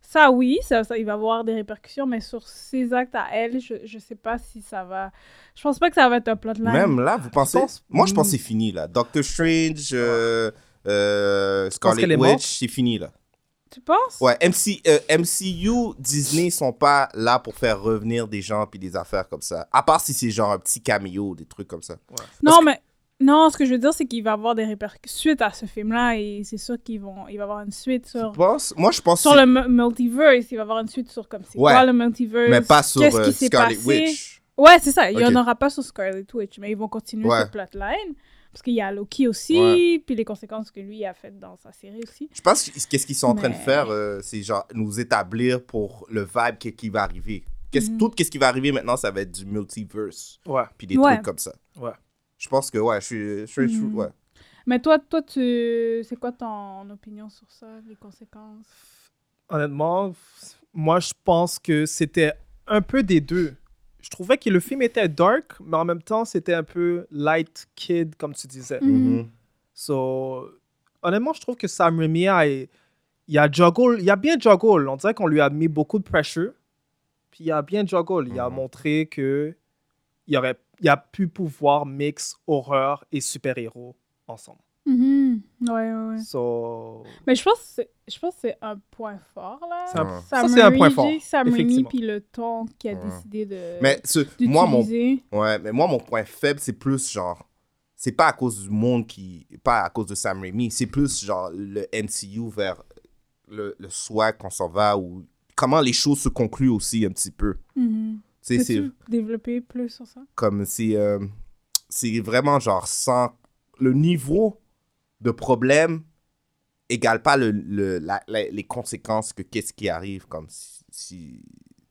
S3: ça oui, ça, ça- il va y avoir des répercussions, mais sur ses actes à elle, je, je sais pas si ça va. Je pense pas que ça va être un plotline.
S4: Même là, vous pensez
S5: pense-
S4: Moi, je pense que c'est fini, là. Doctor Strange, euh, euh,
S5: qu'elle est
S4: Scarlet
S5: morte.
S4: Witch, c'est fini, là.
S3: Tu penses?
S4: Ouais, MC, euh, MCU, Disney sont pas là pour faire revenir des gens puis des affaires comme ça. À part si c'est genre un petit cameo, des trucs comme ça.
S3: Non, mais. Non, ce que je veux dire, c'est qu'il va y avoir des répercussions suite à ce film-là et c'est sûr qu'il vont... il va y avoir une suite sur,
S4: Tu penses Moi, je pense.
S3: sur
S4: que-
S3: le mu- multiverse. Il va y avoir une suite sur comme c'est
S4: Ouais.
S3: quoi le multiverse.
S4: Mais pas sur
S3: qu'est-ce
S4: euh,
S3: qui s'est
S4: Scarlet
S3: passé.
S4: Witch.
S3: Ouais, c'est ça. Il n'y
S4: Ok.
S3: en aura pas sur Scarlet Witch, mais ils vont continuer
S4: Ouais.
S3: cette plotline. Parce qu'il y a Loki aussi,
S4: Ouais.
S3: puis les conséquences que lui a faites dans sa série aussi.
S4: Je pense que qu'est-ce qu'ils sont en train de
S3: Mais-
S4: faire, euh, c'est genre nous établir pour le vibe qui, qui va arriver. Qu'est-ce,
S3: Mhm.
S4: Tout ce qui va arriver maintenant, ça va être du multiverse.
S5: Ouais.
S4: Puis des
S3: Ouais.
S4: trucs comme ça.
S5: Ouais.
S4: Je pense que, ouais, je suis. Je, suis- je suis-
S3: Mhm.
S4: ouais.
S3: Mais toi, toi tu... c'est quoi ton opinion sur ça, les conséquences?
S5: honnêtement, f- moi, je pense que c'était un peu des deux. Je trouvais que le film était dark, mais en même temps, c'était un peu light kid, comme tu disais.
S4: Mhm.
S5: So, honnêtement, je trouve que Sam Raimi a, il a juggle, il a bien juggle. On dirait qu'on lui a mis beaucoup de pressure. Puis il a bien juggle. Il a
S4: Mhm.
S5: montré que il aurait, il a pu pouvoir mix horreur et super-héros ensemble.
S3: Mhm. Ouais, ouais, ouais.
S5: So,
S3: Mais je pense que c'est- je pense que c'est un point fort, là.
S5: c'est un-
S4: Ouais.
S5: ça, c'est un point fort.
S3: Sam Raimi,
S5: effectivement.
S3: puis le ton qu'il a
S4: Ouais.
S3: décidé de
S4: Mais, ce- moi, mon,
S3: d'utiliser.
S4: ouais, mais moi, mon point faible, c'est plus genre. C'est pas à cause du monde qui. Pas à cause de Sam Raimi. C'est plus genre le MCU vers le, le soi qu'on s'en va ou comment les choses se concluent aussi un petit peu.
S3: Mhm.
S4: Tu sais, c'est
S3: Peux-tu développer plus sur ça?
S4: comme c'est euh, c'est vraiment genre sans le niveau de problème égale pas le, le- la- la- les conséquences que qu'est-ce qui arrive comme si si,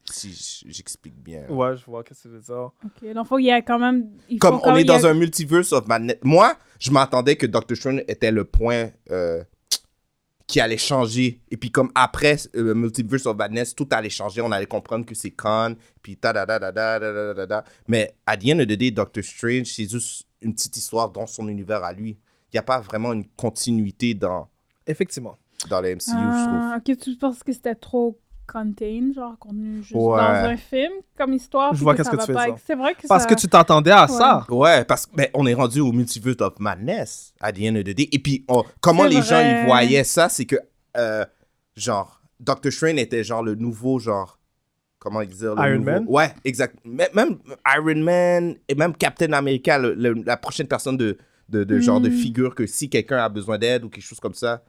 S4: si j'explique bien
S5: Ouais, je vois qu'est-ce que tu veux dire.
S3: OK. Dans le fond, il y a quand même... il faut
S4: comme
S3: quand
S4: on est
S3: même- il y a-
S4: dans un multiverse of madness moi je m'attendais que Doctor Strange était le point euh, qui allait changer et puis comme après euh, le multiverse of madness tout allait changer on allait comprendre que c'est con puis ta da da da da da da da da mais à the end of the day Doctor Strange c'est juste une petite histoire dans son univers à lui il n'y a pas vraiment une continuité dans
S5: Effectivement.
S4: dans le MCU je trouve
S3: Ah, ok, tu penses que c'était trop contained, genre contenu juste
S4: Ouais.
S3: dans un film comme histoire.
S5: Je
S3: puis
S5: vois
S3: que
S5: qu'est-ce
S3: ça
S5: que
S3: va
S5: tu veux
S3: pas
S5: dire.
S3: être- C'est vrai que
S5: Parce
S3: ça-
S5: que tu t'attendais à
S3: Ouais.
S5: ça.
S4: Ouais, parce qu'on est rendu au multiverse of madness à the end of the day. Et puis, on- comment
S3: C'est
S4: les gens
S3: vrai.
S4: ils voyaient ça, c'est que, euh, genre, Doctor Strange était genre le nouveau, genre, comment ils disent le
S5: Iron
S4: nouveau-
S5: Man?
S4: Ouais, exact. Mê- Même Iron Man et même Captain America, le- le- la prochaine personne de, de, de genre de
S5: Hmm.
S3: Mm.
S4: figure que si quelqu'un a besoin d'aide ou quelque chose comme ça.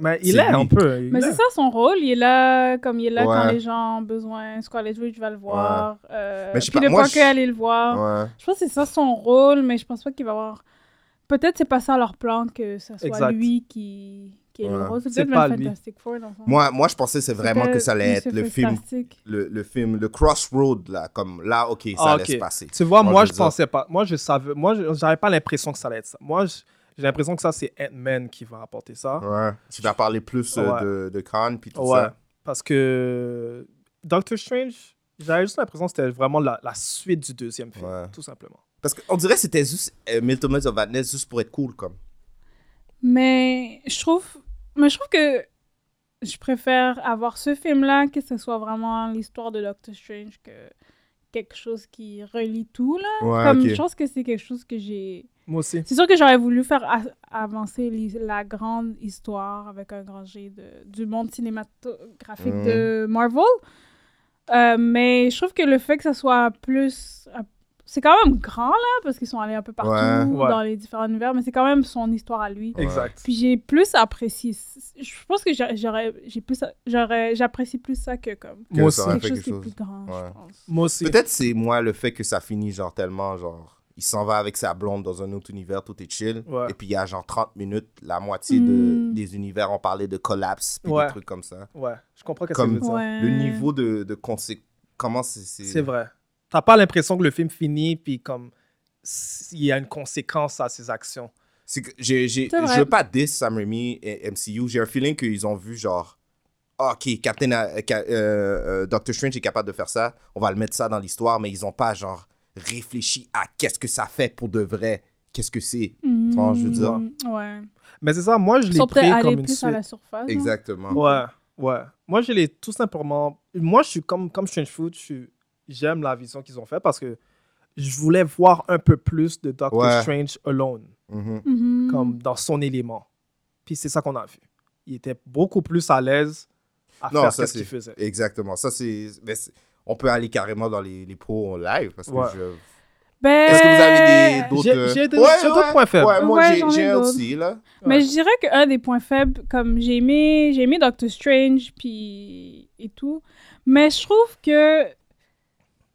S5: Mais
S4: C'est
S5: il est
S4: lui.
S5: un peu. il
S3: Mais
S5: est.
S3: c'est ça son rôle, il est là comme il est là quand
S4: Ouais.
S3: les gens ont besoin. Scarlett Witch va le voir. euh,
S4: Mais je sais
S3: puis
S4: pas,
S3: le
S4: moi,
S3: Parker
S4: je-
S3: allait le voir.
S4: Ouais.
S3: Je pense que c'est ça son rôle, mais je pense pas qu'il va avoir. Peut-être c'est pas ça leur plan que ça soit
S5: Exact.
S3: lui qui, qui est le
S4: Ouais.
S3: rôle. C'est
S5: C'est
S3: peut-être
S5: pas
S3: même
S5: lui.
S3: Fantastic Four dans le fond.
S4: Moi, moi, je pensais c'est vraiment
S3: C'était
S4: que ça allait être
S3: Mr.
S4: le film,
S3: Fantastic.
S4: le, le film, le crossroad, là, comme là, ok, ça
S5: Ah,
S4: allait
S5: ok.
S4: se passer.
S5: Tu vois, moi,
S4: Moi, je
S5: je
S4: veux dire-
S5: pensais pas. Moi, je savais. Moi, je- j'avais pas l'impression que ça allait être ça. Moi, je- j'ai l'impression que ça, c'est Ant-Man qui va apporter ça.
S4: Ouais. Tu vas parler plus euh,
S5: Ouais.
S4: de, de Khan puis tout
S5: Ouais.
S4: ça.
S5: Parce que Doctor Strange, j'avais juste l'impression que c'était vraiment la, la suite du deuxième film,
S4: Ouais.
S5: tout simplement.
S4: Parce qu'on dirait que c'était juste euh, Milton Mills of Madness juste pour être cool, comme.
S3: Mais je trouve, mais je trouve que je préfère avoir ce film-là que ce soit vraiment l'histoire de Doctor Strange que quelque chose qui relie tout là.
S4: Ouais,
S3: Comme je pense que c'est quelque chose que j'ai.
S5: Moi aussi.
S3: C'est sûr que j'aurais voulu faire a- avancer l'hi- la grande histoire avec un grand G de- du monde cinématographique
S4: Mhm.
S3: de Marvel. Euh, mais je trouve que le fait que ça soit plus. un- C'est quand même grand, là, parce qu'ils sont allés un peu partout
S4: Ouais.
S5: Ouais.
S3: dans les différents univers, mais c'est quand même son histoire à lui.
S5: Exact.
S3: Puis j'ai plus apprécié. Je pense que j'a- j'aurais, j'ai plus, j'aurais, j'apprécie plus ça que comme
S5: Moi aussi.
S4: ça aurait
S3: quelque
S4: fait quelque
S3: chose qui est
S4: chose.
S3: plus grand, je
S4: Ouais.
S3: pense.
S5: Moi aussi.
S4: Peut-être c'est moi le fait que ça finit genre tellement genre il s'en va avec sa blonde dans un autre univers, tout est chill.
S5: Ouais.
S4: Et puis il y a genre 30 minutes, la moitié de,
S3: Mm.
S4: des univers ont parlé de collapse, puis
S5: Ouais.
S4: des trucs comme ça.
S5: Ouais, je comprends qu'est-ce que
S4: Comme-
S5: tu veux dire.
S3: Ouais.
S4: Le niveau de, de consé- comment c'est c'est-
S5: C'est vrai. T'as pas l'impression que le film finit, puis comme s- il y a une conséquence à ses actions.
S4: C'est que j'ai, j'ai,
S3: C'est vrai.
S4: je veux pas diss Sam Raimi et MCU. J'ai un feeling qu'ils ont vu genre, Ah, ok, Captain, euh, Ca- euh, euh, Doctor Strange est capable de faire ça. On va le mettre ça dans l'histoire, mais ils ont pas genre réfléchi à qu'est-ce que ça fait pour de vrai. Qu'est-ce que c'est
S3: Mhm.
S4: Oh, je veux dire.
S3: Ouais.
S5: Mais c'est ça, moi, je
S3: Ils
S5: l'ai
S3: sont
S5: pris
S3: peut-être allés
S5: comme une
S3: plus
S5: suite.
S3: à la surface. hein. non?
S4: exactement?
S5: Ouais, ouais. Moi, je l'ai tout simplement. Moi, je suis comme, comme Strange Food, je suis... j'aime la vision qu'ils ont fait parce que je voulais voir un peu plus de Doctor
S4: Ouais.
S5: Strange alone,
S4: Mhm.
S3: Mhm.
S5: comme dans son élément. Puis c'est ça qu'on a vu. Il était beaucoup plus à l'aise à
S4: Non,
S5: faire
S4: ça,
S5: ce qu'il
S4: c'est-
S5: faisait.
S4: Exactement. Ça c'est, mais c'est- on peut aller carrément dans les, les pros en live parce que
S5: Ouais.
S4: je-
S3: Ben,
S4: Est-ce que vous avez des, d'autres euh,
S5: J'ai- j'ai des- j'ai d'autres
S4: ouais.
S5: points faibles.
S4: Ouais, moi
S3: Ouais,
S4: j'ai,
S3: j'en ai
S4: j'ai un
S3: d'autres.
S4: aussi là.
S3: Mais je dirais qu'un des points faibles, comme j'ai aimé, j'ai aimé Doctor Strange puis et tout, mais je trouve que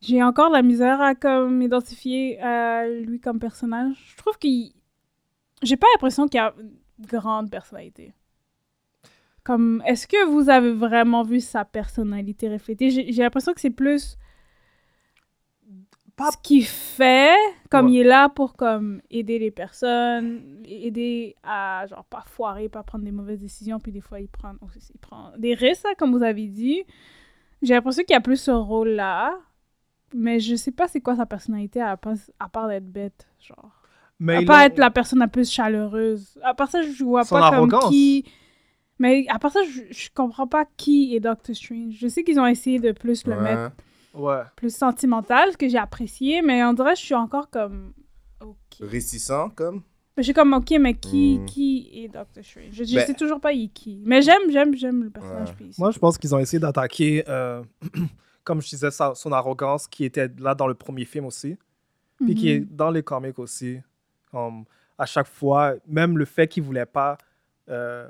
S3: j'ai encore de la misère à comme m'identifier à lui comme personnage. Je trouve qu'il, j'ai pas l'impression qu'il a une grande personnalité. Comme, est-ce que vous avez vraiment vu sa personnalité reflétée J'ai j'ai l'impression que c'est plus
S5: pas
S3: ce qu'il fait, comme
S5: Ouais.
S3: il est là pour comme aider les personnes, aider à genre pas foirer, pas prendre des mauvaises décisions, puis des fois il prend, aussi- il prend des risques, hein, comme vous avez dit. J'ai l'impression qu'il y a plus ce rôle-là, mais je sais pas c'est quoi sa personnalité à, pas- à part d'être bête, genre.
S5: mais
S3: à
S5: ils
S3: part
S5: l'ont-
S3: être la personne la plus chaleureuse. À part ça, je vois
S5: Ben, Son
S3: pas
S5: arrogance.
S3: comme qui. Mais à part ça, je, je comprends pas qui est Doctor Strange. Je sais qu'ils ont essayé de plus le mettre
S5: Ouais.
S3: plus sentimental, ce que j'ai apprécié, mais on dirait que je suis encore comme. Ok.
S4: Réticent, comme.
S3: Je suis comme, ok, mais qui,
S4: Mm.
S3: qui est Doctor Strange Je, je
S4: Ben-
S3: sais toujours pas il est qui. Mais j'aime, j'aime, j'aime le personnage.
S4: Ouais.
S3: puis c'est-
S5: Moi, je pense qu'ils ont essayé d'attaquer, euh, [CLEARS THROAT] comme je disais, sa- son arrogance qui était là dans le premier film aussi, puis qui est
S3: Mhm.
S5: dans les comics aussi. Comme à chaque fois, même le fait qu'ils voulaient pas euh,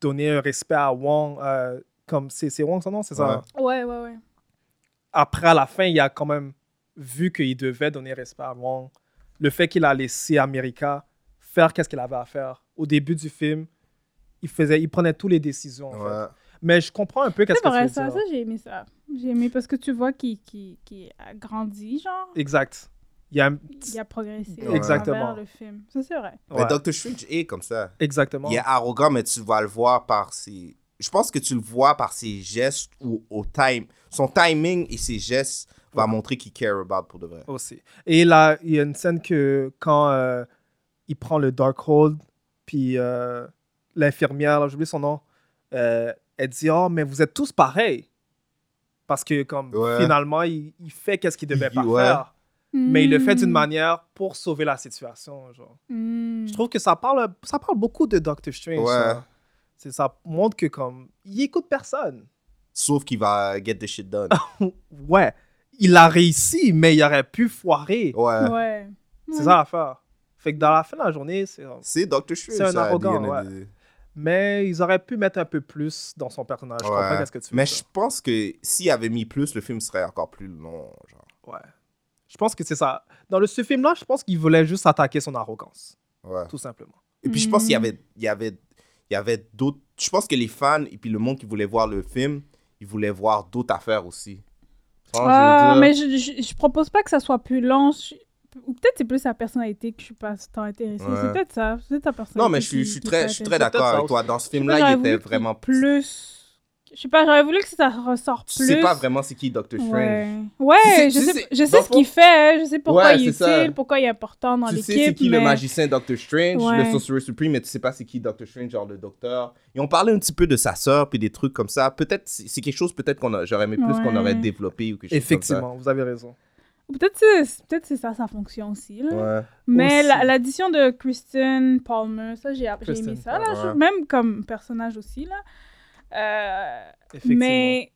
S5: donner un respect à Wong, euh, comme c'est c'est Wong son nom, c'est ça?
S4: Ouais.
S3: Mhm. Ouais, ouais, ouais.
S5: Après, à la fin, il a quand même vu qu'il devait donner respect à Wong. Le fait qu'il a laissé America faire qu'est-ce qu'il avait à faire. Au début du film, il, faisait, il prenait toutes les décisions. en fait.
S4: Ouais.
S5: Mais je comprends un peu qu'est-ce
S3: C'est
S5: que tu
S3: vrai,
S5: veux
S3: ça,
S5: dire.
S3: ça j'ai aimé ça. J'ai aimé parce que tu vois qu'il qui, qui a grandi, genre.
S5: Exact. Il y a...
S3: Il a progressé
S4: Ouais.
S5: Exactement.
S3: à travers le film. Ça, c'est vrai.
S4: Mais
S5: Ouais,
S4: Doctor Strange est comme ça.
S5: Exactement.
S4: Il est arrogant, mais tu vas le voir par ses. Je pense que tu le vois par ses gestes ou au time. Son timing et ses gestes va montrer qu'il care about pour de vrai.
S5: Aussi. Et là, il y a une scène que quand euh, il prend le Darkhold, puis euh, l'infirmière, là, j'ai oublié son nom, euh, elle dit « Oh, mais vous êtes tous pareils! » Parce que comme
S4: Ouais.
S5: finalement, il, il fait qu'est-ce qu'il devait
S4: Il-
S5: pas
S4: ouais.
S5: faire. Mais il le fait d'une
S3: Mm.
S5: manière pour sauver la situation. Genre.
S3: Mm.
S5: Je trouve que ça parle, ça parle beaucoup de Doctor Strange.
S4: Ouais.
S5: ça. C'est Ça montre que comme, il écoute personne. [LAUGHS]
S4: Sauf qu'il va get the shit done.
S5: ouais, il a réussi, mais il aurait pu foirer.
S4: Ouais.
S3: Ouais.
S5: C'est
S3: Ouais.
S5: ça l'affaire. Fait que dans la fin de la journée, c'est.
S4: C'est Doctor Strange.
S5: C'est un
S4: ça, à the
S5: arrogant,
S4: end of the-
S5: Mais ils auraient pu mettre un peu plus dans son personnage. Je comprends
S4: Ouais.
S5: qu'est-ce que tu veux
S4: Mais
S5: dire.
S4: je pense que s'il avait mis plus, le film serait encore plus long. Genre.
S5: Ouais. Je pense que c'est ça. Dans le, ce film-là, je pense qu'il voulait juste attaquer son arrogance,
S4: Ouais.
S5: tout simplement.
S4: Et puis je pense qu'il y
S5: Hmm.
S3: Mm.
S4: avait, il y avait, il y avait d'autres. Je pense que les fans et puis le monde qui voulait voir le film, ils voulaient voir d'autres affaires aussi. Tu vois, je veux
S3: Ah,
S4: dire-
S3: mais je, je, je propose pas que ça soit plus lent. je- Ou peut-être c'est plus sa personnalité que je suis pas tant intéressée.
S4: Ouais.
S3: C'est peut-être ça. C'est ta personnalité.
S4: Non, mais je suis, je suis
S3: qui- qui
S4: très,
S3: est
S4: je suis
S3: pas
S4: très
S5: peut-être
S4: d'accord
S5: ça
S4: avec
S5: aussi.
S4: toi. Dans ce
S3: intéressée.
S4: film-là,
S3: J'aurais
S4: il
S3: voulu
S4: était
S3: qu'il-
S4: vraiment plus.
S3: plus. Je sais pas, j'aurais voulu que ça ressorte
S4: Tu
S3: plus.
S4: sais pas vraiment c'est qui Doctor Strange.
S3: Ouais,
S4: Tu sais-
S3: ouais je,
S4: tu sais
S3: sais,
S4: c'est-
S3: je
S4: dans
S3: sais
S4: le
S3: ce
S4: fond-
S3: qu'il fait, je sais pourquoi
S4: Ouais,
S3: il est
S4: c'est ça.
S3: utile, pourquoi il est important dans
S4: Tu
S3: l'équipe.
S4: sais c'est qui
S3: mais...
S4: le magicien Doctor Strange, le
S3: Ouais.
S4: sorcerer supreme, mais tu sais pas c'est qui Doctor Strange, genre le docteur. Ils ont parlé un petit peu de sa sœur puis des trucs comme ça. Peut-être c'est c'est quelque chose peut-être qu'on a- j'aurais aimé plus qu'on
S3: Ouais.
S4: aurait développé ou quelque chose
S5: Effectivement, vous avez raison.
S3: Ou Peut-être c'est peut-être c'est ça sa fonction aussi. Là.
S4: comme ça. Ouais.
S3: Mais
S5: Aussi.
S3: la- l'addition de Kristen Palmer, ça j'ai j'ai
S5: Kristen
S3: aimé ça, là,
S4: Palmer,
S3: je-
S4: ouais.
S3: même comme personnage aussi. Là. Euh,
S5: Effectivement.
S3: mais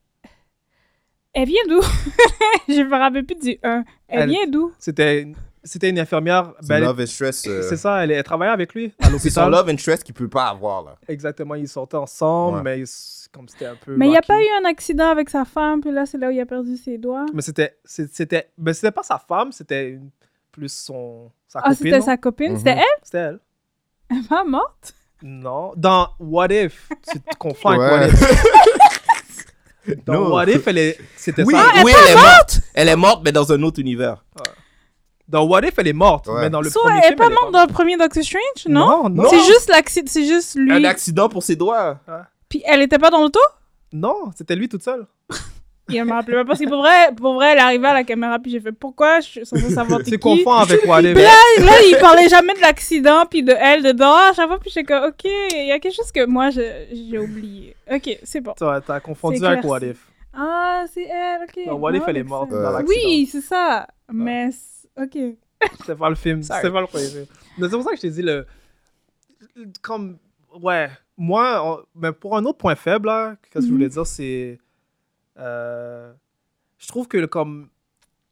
S3: elle vient d'où [LAUGHS] Je me rappelle plus du 1. Elle,
S5: Elle-
S3: vient d'où
S5: C'était une- c'était une infirmière.
S4: C'est
S5: ben, elle-
S4: Love and Stress. euh,
S5: c'est ça, elle, elle travaillait avec lui à
S4: C'est son
S5: l'hôpital.
S4: Love and Stress qu'il peut pas avoir là.
S5: Exactement, ils sortaient ensemble,
S4: Ouais.
S5: mais ils- comme c'était un peu.
S3: Mais il n'y a
S5: rocky.
S3: pas eu un accident avec sa femme, puis là c'est là où il a perdu ses doigts.
S5: Mais c'était, c'est- c'était, mais c'était pas sa femme, c'était une- plus son, sa
S3: Ah,
S5: copine.
S3: c'était
S5: non?
S3: sa copine,
S4: Mhm.
S3: c'était elle,
S5: C'était elle.
S3: elle est pas morte.
S5: Non. Dans What If, tu te confonds
S4: Ouais.
S5: avec What
S4: [LAUGHS]
S5: If. Dans
S4: Non.
S5: What If, elle est- c'était
S4: Oui,
S3: Ah,
S5: ça.
S4: oui, elle est morte. Elle est morte, mais dans un autre univers.
S5: Dans What If, elle est morte.
S4: Ouais.
S5: Mais dans le
S3: Soit
S5: premier
S3: elle
S5: film,
S3: est pas morte dans le premier Doctor Strange, non,
S5: Non, non.
S3: C'est juste l'accident, c'est juste lui.
S4: Un accident pour ses doigts.
S3: Puis elle était pas dans l'auto
S5: Non, c'était lui toute seule.
S3: Il me rappelait pas parce que pour vrai, pour vrai, elle arrivait à la caméra puis j'ai fait pourquoi je suis censée
S5: [LAUGHS]
S3: savoir
S5: Tu te
S3: t'es qui. [LAUGHS]
S5: confonds avec What If.
S3: Puis là, là, il parlait jamais de l'accident puis de elle dedans à chaque fois puis j'étais comme ok il y a quelque chose que moi je- j'ai oublié. Ok c'est bon.
S5: T'as t'as confondu
S3: C'est
S5: avec
S3: clair,
S5: What
S3: c'est-
S5: If.
S3: Ah c'est elle ok.
S5: Dans What If, elle est
S3: Alexa.
S5: morte
S4: Ouais.
S5: dans l'accident.
S3: Oui c'est ça mais c'est- ok.
S5: C'était pas le film.
S3: Sorry.
S5: C'était pas le premier film. Mais c'est pour ça que je t'ai dit, le... le- comme, ouais, moi, on- mais pour un autre point faible, là, qu'est-ce que je
S3: Mhm.
S5: voulais dire, c'est, euh, je trouve que comme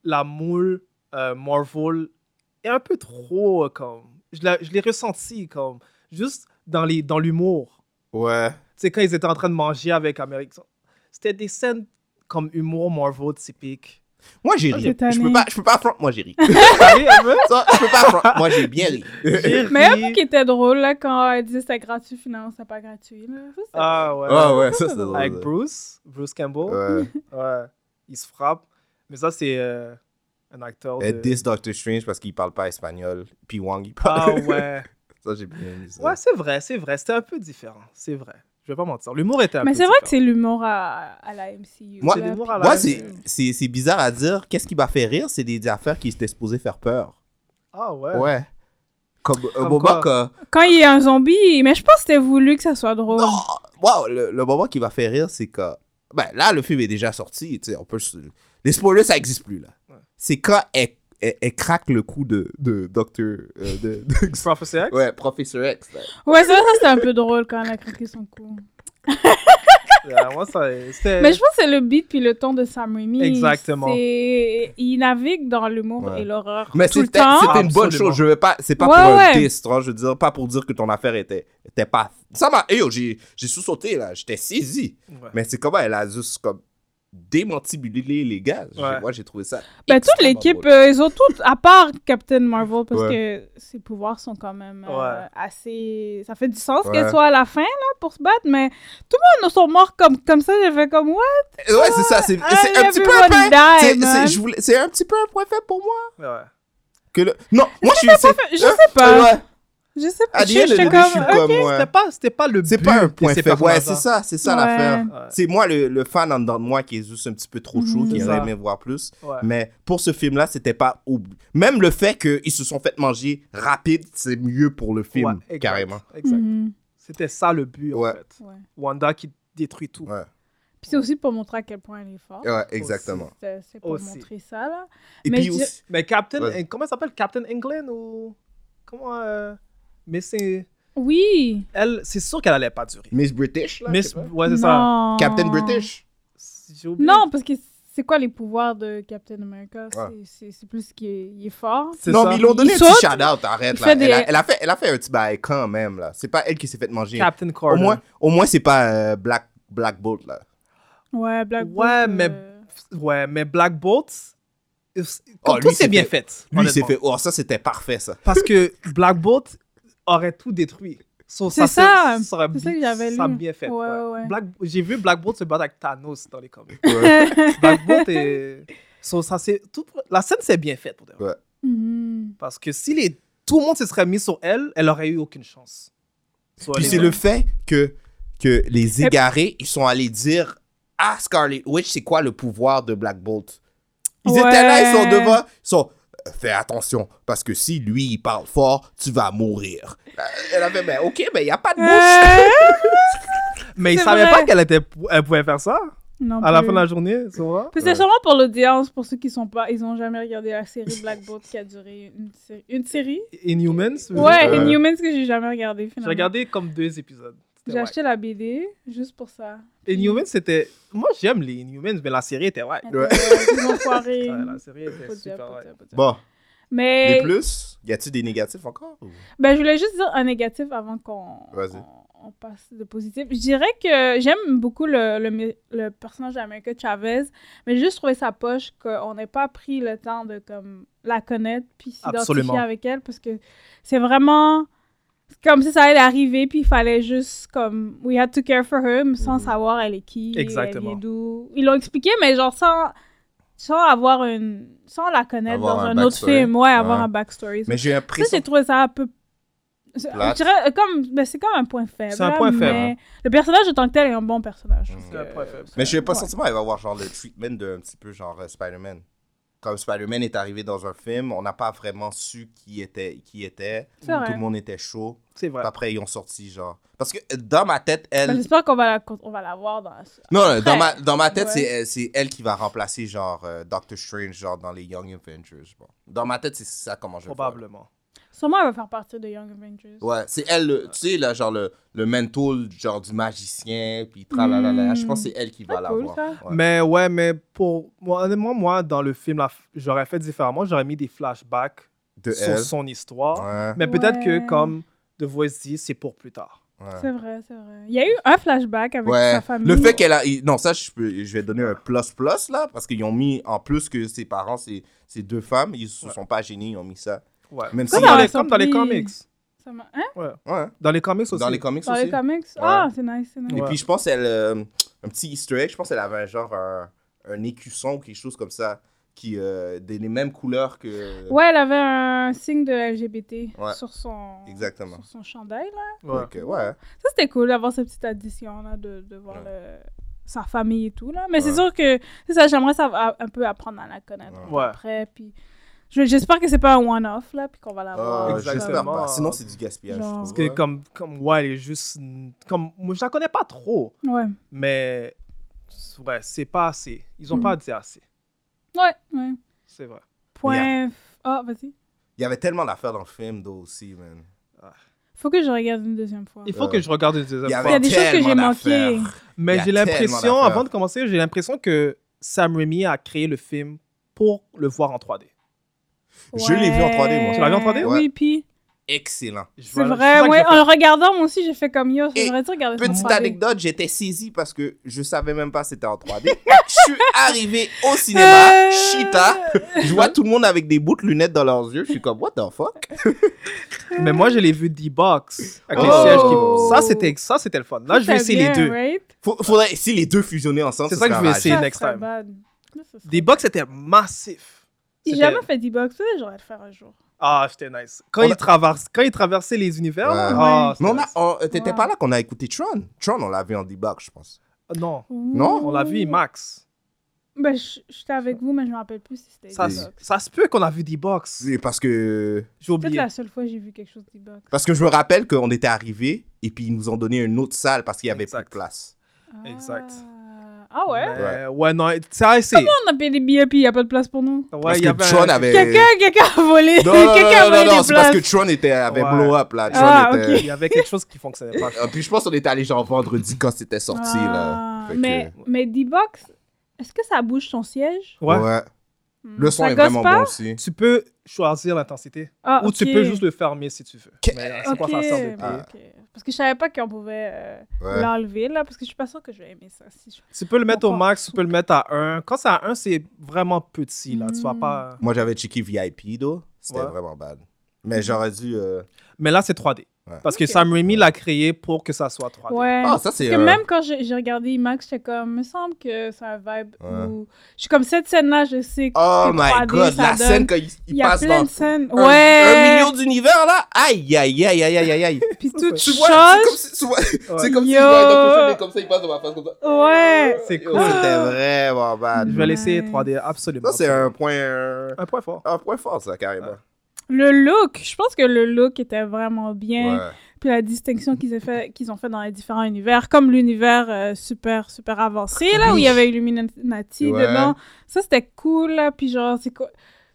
S5: la moule euh, Marvel est un peu trop, euh, comme, je la- je l'ai ressenti, comme, juste dans les dans l'humour.
S4: Ouais.
S5: Tu sais, quand ils étaient en train de manger avec Américain, c'était des scènes comme humour Marvel
S3: [LAUGHS]
S5: typique.
S4: Moi,
S5: Ah,
S4: j'ai ri.
S3: j'ai tanné.
S4: Je peux pas, je peux pas affronter. Moi, j'ai ri.
S5: Allez, un peu?
S4: Ça, je peux pas affronter. Moi, j'ai bien ri.
S5: [LAUGHS] J'ai ri.
S3: Mais un bout qui était drôle là quand elle disait c'était gratuit finalement c'est pas gratuit là. Ça, c'est-
S5: Ah ouais.
S4: Ah ouais, ça, c'est drôle.
S5: avec
S4: ça.
S5: Bruce, Bruce Campbell.
S4: Ouais.
S5: Ouais. Il se frappe. Mais ça, c'est. euh, un acteur.
S4: Elle
S5: de-
S4: diss Doctor Strange parce qu'il parle pas espagnol. Puis Wang, il
S5: Ah
S4: parle.
S5: ouais.
S4: [LAUGHS] ça, j'ai bien aimé ça.
S5: Ouais, c'est vrai, c'est vrai. C'était un peu différent. C'est vrai. Je vais pas mentir. L'humour était un
S3: Mais
S5: peu
S3: c'est vrai que
S5: différent.
S3: c'est l'humour à, à la MCU.
S4: Moi-
S3: là,
S5: C'est l'humour à
S3: puis-
S5: la
S4: Moi,
S5: Ouais,
S4: c'est-
S5: mais-
S4: c'est c'est bizarre à dire. Qu'est-ce qui m'a fait rire? C'est des affaires qui étaient supposées faire peur.
S5: Ah ouais.
S4: Ouais. Comme, euh, un
S5: Comme
S4: moment
S5: quoi?
S4: que...
S3: Quand il est un zombie, mais je pense que c'était voulu que ça soit drôle.
S4: Non! Wow, le, le moment qui m'a fait rire, c'est que... Ben, là, le film est déjà sorti. tu sais, On peut... se- Les spoilers, ça n'existe plus, là. C'est quand elle, elle- elle craque le coup de, de Docteur... euh, de- [LAUGHS] de-
S5: Prophecy X?
S4: Ouais, Professeur X. là.
S3: Ouais, ça, ça c'était un peu drôle quand elle a craqué son cou.
S5: Ah, moi, ça, c'était-
S3: Mais je pense que c'est le beat puis le ton de Sam Raimi.
S5: Exactement.
S3: C'est- Il navigue dans l'humour
S4: Ouais.
S3: et l'horreur
S4: Mais
S3: tout le
S4: c'était
S3: temps.
S4: c'était une bonne
S5: Absolument.
S4: chose. Je veux pas, c'est pas
S3: Ouais,
S4: pour un
S3: ouais.
S4: diss, tu vois, je veux dire, pas pour dire que ton affaire était, était pas. Ça m'a. eh, yo, j'ai j'ai sous-sauté là, j'étais saisi.
S5: Ouais.
S4: Mais c'est comment elle a juste comme démentibilé les gars. J'ai-
S5: Ouais.
S4: Moi, j'ai trouvé ça.
S3: Ben, toute
S4: extrêmement
S3: l'équipe,
S4: drôle.
S3: euh, ils ont toutes, à part Captain Marvel, parce que ses pouvoirs sont quand même euh,
S5: Ouais.
S3: assez. Ça fait du sens
S4: Ouais.
S3: qu'elle soit à la fin, là, pour se battre, mais tout le monde sont morts comme, comme ça. J'ai fait comme, ouais,
S4: Ouais, c'est ça, c'est
S3: ah,
S4: c'est un petit peu un
S3: everyone
S4: point.
S3: died,
S4: c'est-
S3: man.
S4: c'est- je voulais- C'est un petit peu un point faible pour moi.
S5: Ouais.
S4: Que le... Non, moi, je suis.
S3: je sais pas.
S4: Hein? Ouais,
S3: Je sais pas.
S4: à
S3: je-
S4: the end of the
S3: j'étais
S4: day,
S3: comme,
S4: je suis
S3: euh,
S4: comme. ouais.
S5: C'était pas, c'était pas le but.
S4: C'est pas un
S5: de
S4: point
S5: ces
S4: faible. Ouais, c'est ça,
S5: personnages-là.
S4: c'est ça
S3: Ouais.
S4: l'affaire.
S5: Ouais.
S4: C'est moi le, le fan en dedans de moi qui est juste un petit peu trop chaud,
S3: Mhm.
S4: qui
S5: C'est
S4: aurait
S5: ça.
S4: aimé voir plus.
S5: Ouais.
S4: Mais pour ce film-là, c'était pas. ob- Même le fait qu'ils se sont fait manger rapide, c'est mieux pour le film,
S5: Ouais, exact,
S4: carrément.
S5: exact.
S3: Mhm.
S5: C'était ça le but,
S4: Ouais.
S5: en fait.
S3: Ouais.
S5: Wanda qui détruit tout.
S4: Ouais.
S3: Puis c'est aussi pour montrer à quel point elle est forte.
S4: Ouais, exactement.
S3: C'est c'est pour
S5: Aussi.
S3: montrer ça, là.
S4: Et
S3: Mais
S4: puis
S3: je-
S4: aussi.
S5: Mais Captain,
S4: Vas-y.
S5: euh, comment ça s'appelle Captain England ou. Comment. euh, Mais c'est.
S3: Oui.
S5: Elle, c'est sûr qu'elle allait pas durer.
S4: Miss British, là. je
S5: Miss.
S4: sais pas.
S5: Ouais, c'est ça.
S3: Non.
S4: Captain British.
S5: J'ai oublié.
S3: Non, parce que c'est quoi les pouvoirs de Captain America C'est-
S4: Ouais.
S3: c'est- C'est plus qu'il est, il est fort.
S5: C'est
S4: Non,
S5: ça.
S4: mais ils l'ont donné
S3: Il
S4: un
S3: saute.
S4: petit shout-out, arrête.
S3: Il
S4: Là.
S3: fait
S4: Elle,
S3: des-
S4: a, elle a fait, elle a fait un petit bail quand même, là. C'est pas elle qui s'est fait manger.
S5: Captain
S4: Au
S5: Carter.
S4: moins, au moins c'est pas euh, Black, Black Bolt, là.
S3: Ouais, Black Bolt,
S5: Ouais, mais-
S3: euh,
S5: Ouais, mais Black Bolt. euh,
S4: Oh,
S5: Comme
S4: lui,
S5: tout c'est
S4: c'est
S5: bien
S4: fait.
S5: fait.
S4: Lui, il s'est
S5: honnêtement.
S4: fait. Oh, ça, c'était parfait, [LAUGHS] ça.
S5: Parce que Black Bolt aurait tout détruit. So,
S3: C'est ça.
S5: c'est- aurait
S3: C'est ça
S5: bi-
S3: que j'avais
S5: Ça
S3: lu.
S5: bien fait.
S3: Ouais, ouais, ouais.
S5: Black- J'ai vu Black Bolt se battre avec Thanos dans les comics.
S4: Ouais.
S5: Black Bolt est. so, ça, c'est tout... La scène, c'est bien faite pour de vrai.
S4: Ouais.
S3: mhm.
S5: Parce que si les... tout le monde se serait mis sur elle, elle aurait eu aucune chance. So,
S4: Puis
S5: elle
S4: c'est
S5: est-
S4: le fait que, que les égarés, ils sont allés dire à Scarlet Witch, c'est quoi le pouvoir de Black Bolt. Ils
S3: Ouais.
S4: étaient là, ils sont devant, ils sont... euh, Fais attention, parce que si lui, il parle fort, tu vas mourir. Euh, Elle avait, mais ok, mais il n'y a pas de bouche.
S3: Euh,
S5: Mais ils
S3: c'est
S5: savaient
S3: vrai.
S5: pas qu'elle était... elle pouvait faire ça
S3: [LAUGHS] non
S5: à la
S3: plus.
S5: fin de la journée, tu vois.
S3: Puis C'est sûrement pour l'audience, pour ceux qui sont pas, ils ont jamais regardé la série [LAUGHS] Black Bolt qui a duré une, série- une série.
S5: Inhumans. je veux
S3: Ouais,
S5: dire.
S4: Ouais.
S3: Inhumans que j'ai jamais regardé
S5: J'ai
S3: finalement.
S5: regardé comme deux épisodes. C'était
S3: J'ai
S5: wack.
S3: acheté la BD juste pour ça.
S5: Inhumans, c'était. Moi, j'aime les Inhumans, mais la série était wack.
S3: Attends, Ils
S5: [LAUGHS]
S3: ont euh, foiré.
S5: Ouais, la série était
S3: Pas de
S5: super
S3: job, pas de
S5: wack.
S3: job, pas de job.
S4: Bon, des
S3: Mais
S4: plus Y a-t-il des négatifs encore ou-
S3: ben, je voulais juste dire un négatif avant qu'on
S4: Vas-y.
S3: on, on passe de positif. Je dirais que j'aime beaucoup le, le, mi- le personnage d'America Chavez, mais j'ai juste trouvé sa poche qu'on n'ait pas pris le temps de comme, la connaître puis s'identifier
S5: Absolument.
S3: avec elle parce que c'est vraiment c'est comme si ça allait arriver puis il fallait juste comme we had to care for her mais sans savoir elle est qui,
S5: Mhm. Exactement.
S3: elle vient d'où. Ils l'ont expliqué mais genre sans sans avoir une sans la connaître
S4: Avoir
S3: dans
S4: un
S3: un, autre
S4: backstory.
S3: film, ouais, avoir
S4: Ouais.
S3: un backstory.
S4: Mais j'ai
S3: Ça,
S4: l'impression.
S3: j'ai trouvé ça un peu. C'est-
S4: Plate.
S3: je dirais, euh, comme, ben, c'est comme un point faible.
S5: C'est un
S3: là,
S5: point faible, hein.
S3: mais Le personnage, en tant que tel, est un bon personnage. je trouve
S5: C'est un
S3: que-
S5: point faible.
S4: Mais j'ai pas le
S3: Ouais.
S4: sentiment qu'elle va avoir genre le treatment d'un petit peu genre euh, Spider-Man. Comme Spider-Man est arrivé dans un film, on n'a pas vraiment su qui était. Qui était.
S3: C'est
S4: Tout
S3: vrai.
S4: le monde était chaud.
S5: C'est vrai.
S4: Puis Après, ils ont sorti, genre. Parce que euh, dans ma tête, elle.
S3: Ben, J'espère qu'on va la, qu'on- on va la voir dans la.
S4: Non, non, dans ma, dans ma tête,
S3: Ouais.
S4: c'est, euh, c'est elle qui va remplacer, genre, euh, Doctor Strange, genre, dans les Young Avengers. je pense. Dans ma tête, c'est ça comment je le vois.
S5: Probablement.
S3: Sûrement, elle va faire partie de Young Avengers.
S4: Ouais, c'est elle, le- tu sais, là, genre, le, le mental, genre, du magicien, puis tralalala.
S3: Mm.
S4: Je pense que c'est elle qui va
S3: Ah, cool,
S4: l'avoir.
S3: ça.
S4: Ouais.
S5: Mais ouais, mais pour. Moi, honnêtement, moi, dans le film, la f- j'aurais fait différemment. J'aurais mis des flashbacks
S4: De
S5: sur
S4: elle.
S5: son histoire.
S4: Ouais,
S5: Mais peut-être
S3: Ouais.
S5: que, comme The Voice dit, c'est pour plus tard.
S4: ouais.
S3: C'est vrai, c'est vrai. Il y a eu un flashback avec
S4: Ouais.
S3: sa famille.
S4: Le fait qu'elle a. il- Non, ça, je, peux- je vais donner un plus-plus, là, parce qu'ils ont mis, en plus que ses parents, c'est, c'est deux femmes, ils se
S5: Ouais.
S4: sont pas gênés, ils ont mis ça.
S5: Ouais.
S4: Même
S5: Comme,
S4: si-
S5: dans
S3: Ouais,
S5: les, comme dans les
S3: surprise.
S5: comics.
S3: Ça m'a- hein?
S4: Ouais.
S5: Dans les comics aussi.
S4: Dans les comics
S3: Dans
S4: aussi.
S3: les comics. Ah, c'est nice, c'est nice.
S4: Et
S5: Ouais.
S4: puis je pense elle euh, un petit Easter egg, je pense elle avait un genre un, un écusson ou quelque chose comme ça qui euh, des les mêmes couleurs que.
S3: Ouais, elle avait un signe de LGBT
S4: Ouais.
S3: sur son
S4: Exactement.
S3: sur son chandail là.
S4: Ouais. Donc, euh, ouais.
S3: Ça c'était cool d'avoir cette petite addition là de, de voir le- sa famille et tout là. Mais c'est
S4: Ouais.
S3: sûr que c'est ça j'aimerais ça a- un peu apprendre à la connaître
S4: Ouais.
S3: après puis je- j'espère que c'est pas un one off là puis qu'on va la voir.
S4: Ah, j'espère pas. Sinon, c'est du gaspillage.
S3: Genre.
S4: je
S3: Parce
S4: trouve,
S5: que
S4: ouais.
S5: comme, comme, ouais, elle est juste. Comme, moi, je la connais pas trop.
S3: Ouais.
S5: Mais, ouais, c'est pas assez. Ils ont
S3: Mm.
S5: pas dit assez.
S3: Ouais, ouais.
S5: C'est vrai.
S3: Point. f- Ah, vas-y.
S4: Il y avait tellement d'affaires dans le film, though, aussi, man.
S3: Faut que je regarde une deuxième fois.
S5: Il faut que je regarde les deuxième
S4: Il y
S5: fois.
S4: avait
S3: Il y a des choses que j'ai
S4: tellement
S3: manquées.
S4: d'affaires. Il y
S5: Mais
S4: a
S5: j'ai l'impression,
S4: tellement
S5: avant de
S4: d'affaires.
S5: commencer, j'ai l'impression que Sam Raimi a créé le film pour le voir en 3D.
S4: Je l'ai vu en 3D, moi.
S5: Tu l'as vu en 3D?
S4: Ouais.
S3: Oui, puis
S4: Excellent.
S3: c'est vrai. Ouais, en le regardant, moi aussi, j'ai fait comme yo, c'est
S4: Et
S3: vrai, tu regardes
S4: Petite anecdote, j'étais saisi parce que je savais même pas c'était en 3D. [LAUGHS] je suis arrivé au cinéma,
S3: Euh.
S4: chita. Je vois tout le monde avec des bouts de lunettes dans leurs yeux. Je suis comme, what the fuck?
S5: Mais moi, je l'ai vu D-Box. Avec les
S4: Oh.
S5: sièges qui... Ça, c'était, ça, c'était le fun. Là, je vais essayer les deux.
S4: Faut- Faudrait, si les deux fusionnaient ensemble,
S5: C'est ça que je vais
S4: serait
S5: essayer.
S4: rare.
S5: next time.
S3: J'ai
S5: D-Box, c'était massif. C'était-
S3: jamais fait D-Box, ça, j'aurais le faire un jour.
S5: Ah, c'était nice. Quand,
S4: On
S5: il
S4: a-
S5: traverse... Quand il traversait les univers, là,
S4: Ouais.
S5: ah, c'était
S4: Mais on a,
S5: nice.
S4: on- euh, t'étais
S3: Ouais.
S4: pas là qu'on a écouté Tron. Tron, on l'a vu en D-Box, je pense.
S5: Ah, Non,
S4: Non?
S5: on l'a vu, Max.
S3: Ben, je- j'étais avec vous, mais je me rappelle plus si c'était
S5: Ça,
S3: D-Box.
S5: ça se peut qu'on a vu D-Box.
S4: C'est parce que,
S3: C'est
S5: J'ai
S3: peut-être
S5: oublié.
S3: la seule fois que j'ai vu quelque chose D-Box.
S4: parce que je me rappelle qu'on était arrivé et puis ils nous ont donné une autre salle parce qu'il y avait
S5: Exact.
S4: plus de place.
S3: Ah.
S5: Exact.
S3: Ah ouais?
S5: Mais- ouais, non, ça a essayé.
S3: On a payé des billets, puis il n'y a pas de place pour nous.
S5: Ouais,
S4: Parce
S5: il y
S4: que
S5: avait un-
S4: Tron avait.
S3: Quelqu'un quelqu'un a volé.
S4: Non, non, non,
S3: Quelqu'un a
S4: non, non,
S3: volé
S4: non,
S3: des
S4: c'est parce
S3: places.
S4: que Tron était, avait
S5: Ouais.
S4: blow up là. Tron
S3: Ah,
S4: était-
S5: Il y avait quelque chose qui fonctionnait pas.
S4: Ah, puis je pense qu'on était allé genre vendredi quand c'était sorti là.
S3: Ah,
S4: Fait que-
S3: mais, mais D-Box, est-ce que ça bouge ton siège?
S4: [LAUGHS]
S5: Ouais.
S4: ouais. Le son
S3: Ça
S4: est
S3: gosse
S4: vraiment
S3: pas
S4: bon aussi.
S5: Tu peux choisir l'intensité.
S3: Ah,
S5: Ou tu
S3: ok.
S5: peux juste le fermer si tu veux.
S4: Que-
S5: Mais euh, c'est
S3: Ok,
S5: pas facile de
S4: Ah.
S5: payer.
S3: ok. Parce que je savais pas qu'on pouvait euh,
S4: Ouais.
S3: l'enlever, là, parce que je suis pas sûre que je vais aimer ça. Si je-
S5: Tu peux le mettre au
S3: Encore.
S5: max, tu peux le mettre à 1. Quand c'est à 1, c'est vraiment petit, là. Tu vas
S3: Mm.
S5: pas...
S4: Moi j'avais checké VIP, do. C'était
S5: Ouais.
S4: vraiment bad. Mais j'aurais dû. euh,
S5: Mais là, c'est 3D.
S4: Ouais.
S5: Parce que Sam Raimi l'a créé pour que ça soit 3D.
S3: Ouais.
S4: Ah, ça c'est.
S3: Parce que
S4: euh,
S3: même quand j'ai j'ai regardé IMAX, j'étais comme, me semble que c'est un vibe
S4: Ouais.
S3: où... Je suis comme, cette scène-là, je sais que
S4: Oh
S3: c'est
S4: my
S3: 3D,
S4: god,
S3: ça
S4: la
S3: donne-
S4: scène quand il, il
S3: Il y a
S4: passe
S3: plein
S4: dans
S3: de scènes.
S4: un, un
S3: ouais!
S4: million d'univers là. Aïe aïe aïe aïe aïe aïe aïe.
S3: Puis
S4: [LAUGHS]
S3: toute
S4: Tu vois, c'est
S3: chose...
S4: comme si, tu vois-
S5: Ouais.
S4: c'est comme si
S3: Yo.
S4: je voyais Dr. Seuss, mais comme ça il passe dans ma face comme ça.
S3: Ouais!
S5: C'est
S4: Yo,
S5: cool.
S4: C'était vraiment bad.
S5: Je vais laisser
S3: Nice.
S5: 3D, absolument.
S4: Ça c'est un point, euh,
S5: Un point fort.
S4: un point fort ça carrément.
S3: Le look, je pense que le look était vraiment bien.
S4: Ouais.
S3: Puis la distinction qu'ils ont fait, qu'ils ont fait dans les différents univers, comme l'univers euh, super, super avancé, là, où il y avait Illuminati
S4: Ouais.
S3: dedans. Ça, c'était cool, là. Puis genre, c'est quoi...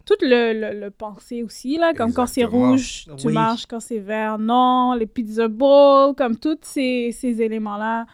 S3: Tout le, le, le pensée aussi, là, comme quand c'est
S4: Exactement.
S3: rouge, tu
S5: Oui.
S3: marches, quand c'est vert, non, les pizza bowls, comme tous ces, ces éléments-là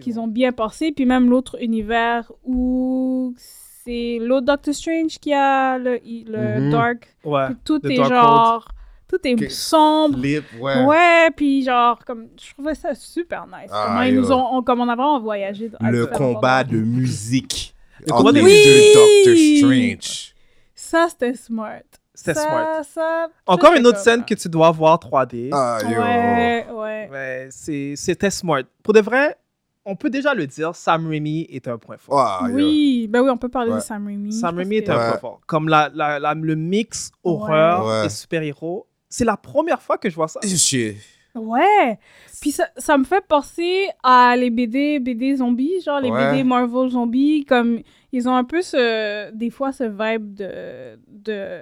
S3: qu'ils ont bien pensé. Puis même l'autre univers où c'est l'autre Doctor Strange qui a le, le
S4: Mhm.
S3: dark
S5: Ouais.
S3: puis tout
S5: The
S3: est
S5: Dark
S3: genre. Tout est
S4: Que-
S3: sombre.
S4: Lip, ouais.
S3: Ouais, puis genre, comme, je trouvais ça super nice.
S4: Ah,
S3: Comment ils
S4: yo.
S3: nous ont, on- comme on a vraiment voyagé. dans- à
S4: le
S3: différents
S4: combat de
S3: endroits.
S4: musique
S5: Le
S4: entre
S5: combat de
S4: les
S3: musique.
S4: deux
S3: Oui.
S4: Doctor Strange.
S3: Ça, c'était smart.
S5: C'était
S3: Ça,
S5: smart.
S3: ça-
S5: Encore
S3: ça,
S5: une
S3: c'est
S5: autre
S3: comme-
S5: scène que tu dois voir 3D.
S4: Ah, yo.
S3: Ouais, ouais.
S5: Ouais, c'est- c'était smart. Pour de vrai, on peut déjà le dire, Sam Raimi est un point fort.
S4: Ah, yo.
S3: oui, ben oui, on peut parler
S4: Ouais.
S3: de Sam Raimi.
S5: Sam
S3: je pense
S5: Raimi est
S3: que-
S5: un
S4: Ouais.
S5: point fort. Comme la, la- la- le mix horreur
S4: Ouais.
S5: et super-héros, c'est la première fois que je vois ça.
S4: Shit.
S3: Ouais. Puis ça, ça me fait penser à les BD, BD zombies, genre les
S4: Ouais.
S3: BD Marvel zombies, comme ils ont un peu ce, des fois ce vibe de, de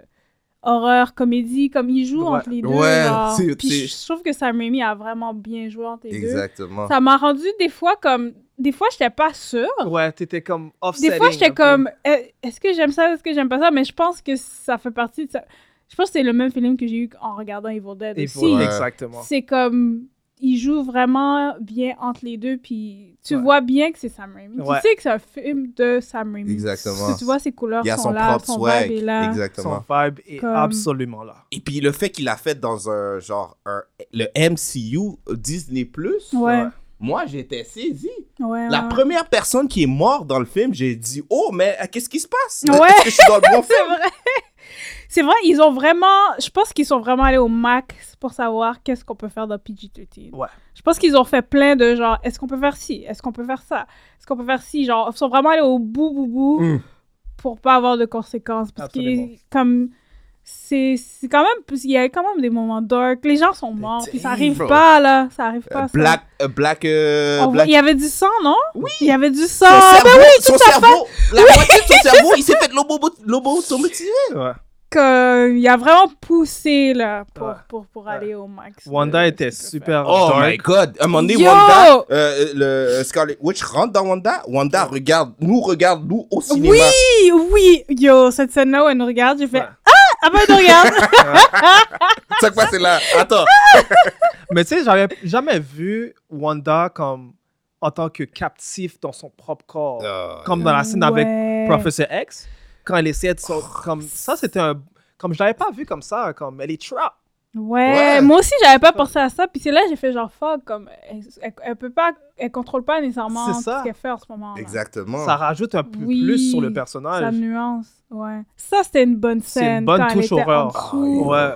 S3: horreur, comédie, comme ils jouent
S5: Ouais.
S3: entre les deux.
S4: Ouais,
S3: genre.
S4: c'est-
S3: Puis
S4: c'est-
S3: je, je trouve que Sam Raimi a vraiment bien joué entre les
S4: Exactement.
S3: deux. Ça m'a rendu des fois comme, des fois j'étais pas sûre.
S5: Ouais, t'étais comme offsetting.
S3: Des fois
S5: un
S3: j'étais
S5: peu.
S3: comme, Eh, est-ce que j'aime ça, est-ce que j'aime pas ça, mais je pense que ça fait partie de ça. Je pense que c'est le même film que j'ai eu en regardant Evil Dead
S5: Et euh,
S3: aussi
S5: voilà,
S4: Ouais.
S5: Exactement.
S3: c'est comme il joue vraiment bien entre les deux puis tu
S5: Ouais.
S3: vois bien que c'est Sam Raimi
S5: Ouais.
S3: tu sais que c'est un film de Sam Raimi
S4: Exactement.
S3: Parce que tu vois ses couleurs
S4: Il a
S3: sont
S4: son
S3: là
S4: propre
S3: son
S4: swag.
S3: vibe est là
S5: Son
S4: Exactement.
S5: vibe est
S3: Comme-
S5: absolument là.
S4: Et puis le fait qu'il l'a fait dans un genre un- le MCU Disney Plus,
S3: ouais
S4: moi j'étais saisi.
S3: ouais, ouais,
S4: La
S3: ouais.
S4: première personne qui est morte dans le film, j'ai dit oh mais euh, qu'est-ce qui se passe
S3: Ouais.
S4: Est-ce que je suis dans
S3: [LAUGHS]
S4: le bon
S3: c'est
S4: film
S3: vrai c'est vrai ils ont vraiment je pense qu'ils sont vraiment allés au max pour savoir qu'est-ce qu'on peut faire dans PG-13
S5: Ouais.
S3: je pense qu'ils ont fait plein de genre est-ce qu'on peut faire ci est-ce qu'on peut faire ça est-ce qu'on peut faire ci genre ils sont vraiment allés au bout bout bout
S4: Mm.
S3: pour pas avoir de conséquences. Parce
S5: Absolument.
S3: que, comme, c'est c'est quand même, il y a quand même des moments dark. Les gens sont morts, puis ça arrive
S4: Bro.
S3: pas, là. Ça arrive pas. ça.
S4: Black, euh, black, euh,
S3: On voit-
S4: black.
S3: Il y avait du sang, non? Oui. Il y avait du sang.
S4: Son
S3: Ah,
S4: cerveau,
S3: ben oui,
S4: son
S3: tout à fait.
S4: cerveau, la
S3: Oui,
S4: moitié
S3: [LAUGHS]
S4: de son
S3: c'est
S4: cerveau,
S3: ça.
S4: il s'est fait lobo- lobotomisé.
S5: Ouais.
S3: Que- euh, il a vraiment poussé, là, pour, pour, pour aller au max.
S5: Wanda était super
S4: Oh
S5: dark.
S4: my god, un moment donné,
S3: Yo!
S4: Wanda, euh, euh, le euh, Scarlet Witch rentre dans Wanda, Wanda regarde, nous regarde, nous au cinéma.
S3: Oui, oui. Yo, cette scène-là où elle nous regarde, j'ai fait Ah! Ah ben, elle nous regarde.
S4: Chaque fois c'est là,
S3: [LAUGHS]
S4: attends.
S5: Mais tu sais, j'avais jamais vu Wanda comme en tant que captif dans son propre corps.
S4: Ah, Oh.
S5: comme [LAUGHS] dans la scène
S3: Ouais.
S5: avec Professor X, quand elle essayait de
S4: Oh,
S5: sortir. Comme, ça, c'était un. Comme je l'avais pas vu comme ça, comme elle est trap.
S3: Ouais,
S5: Ouais.
S3: moi aussi j'avais pas pensé à ça, puis c'est là j'ai fait genre fuck, comme elle, elle- elle peut pas, elle contrôle pas nécessairement
S5: C'est ça.
S3: ce qu'elle fait en ce moment.
S4: Oh, Exactement.
S5: Ça rajoute un peu
S3: Oui,
S5: plus sur le
S3: Sa
S5: personnage.
S3: nuance, ouais. Ça c'était une bonne
S5: C'est
S3: scène.
S5: une bonne
S3: quand elle
S5: touche
S3: était en
S5: horreur. Ah,
S3: dessous,
S5: Ouais.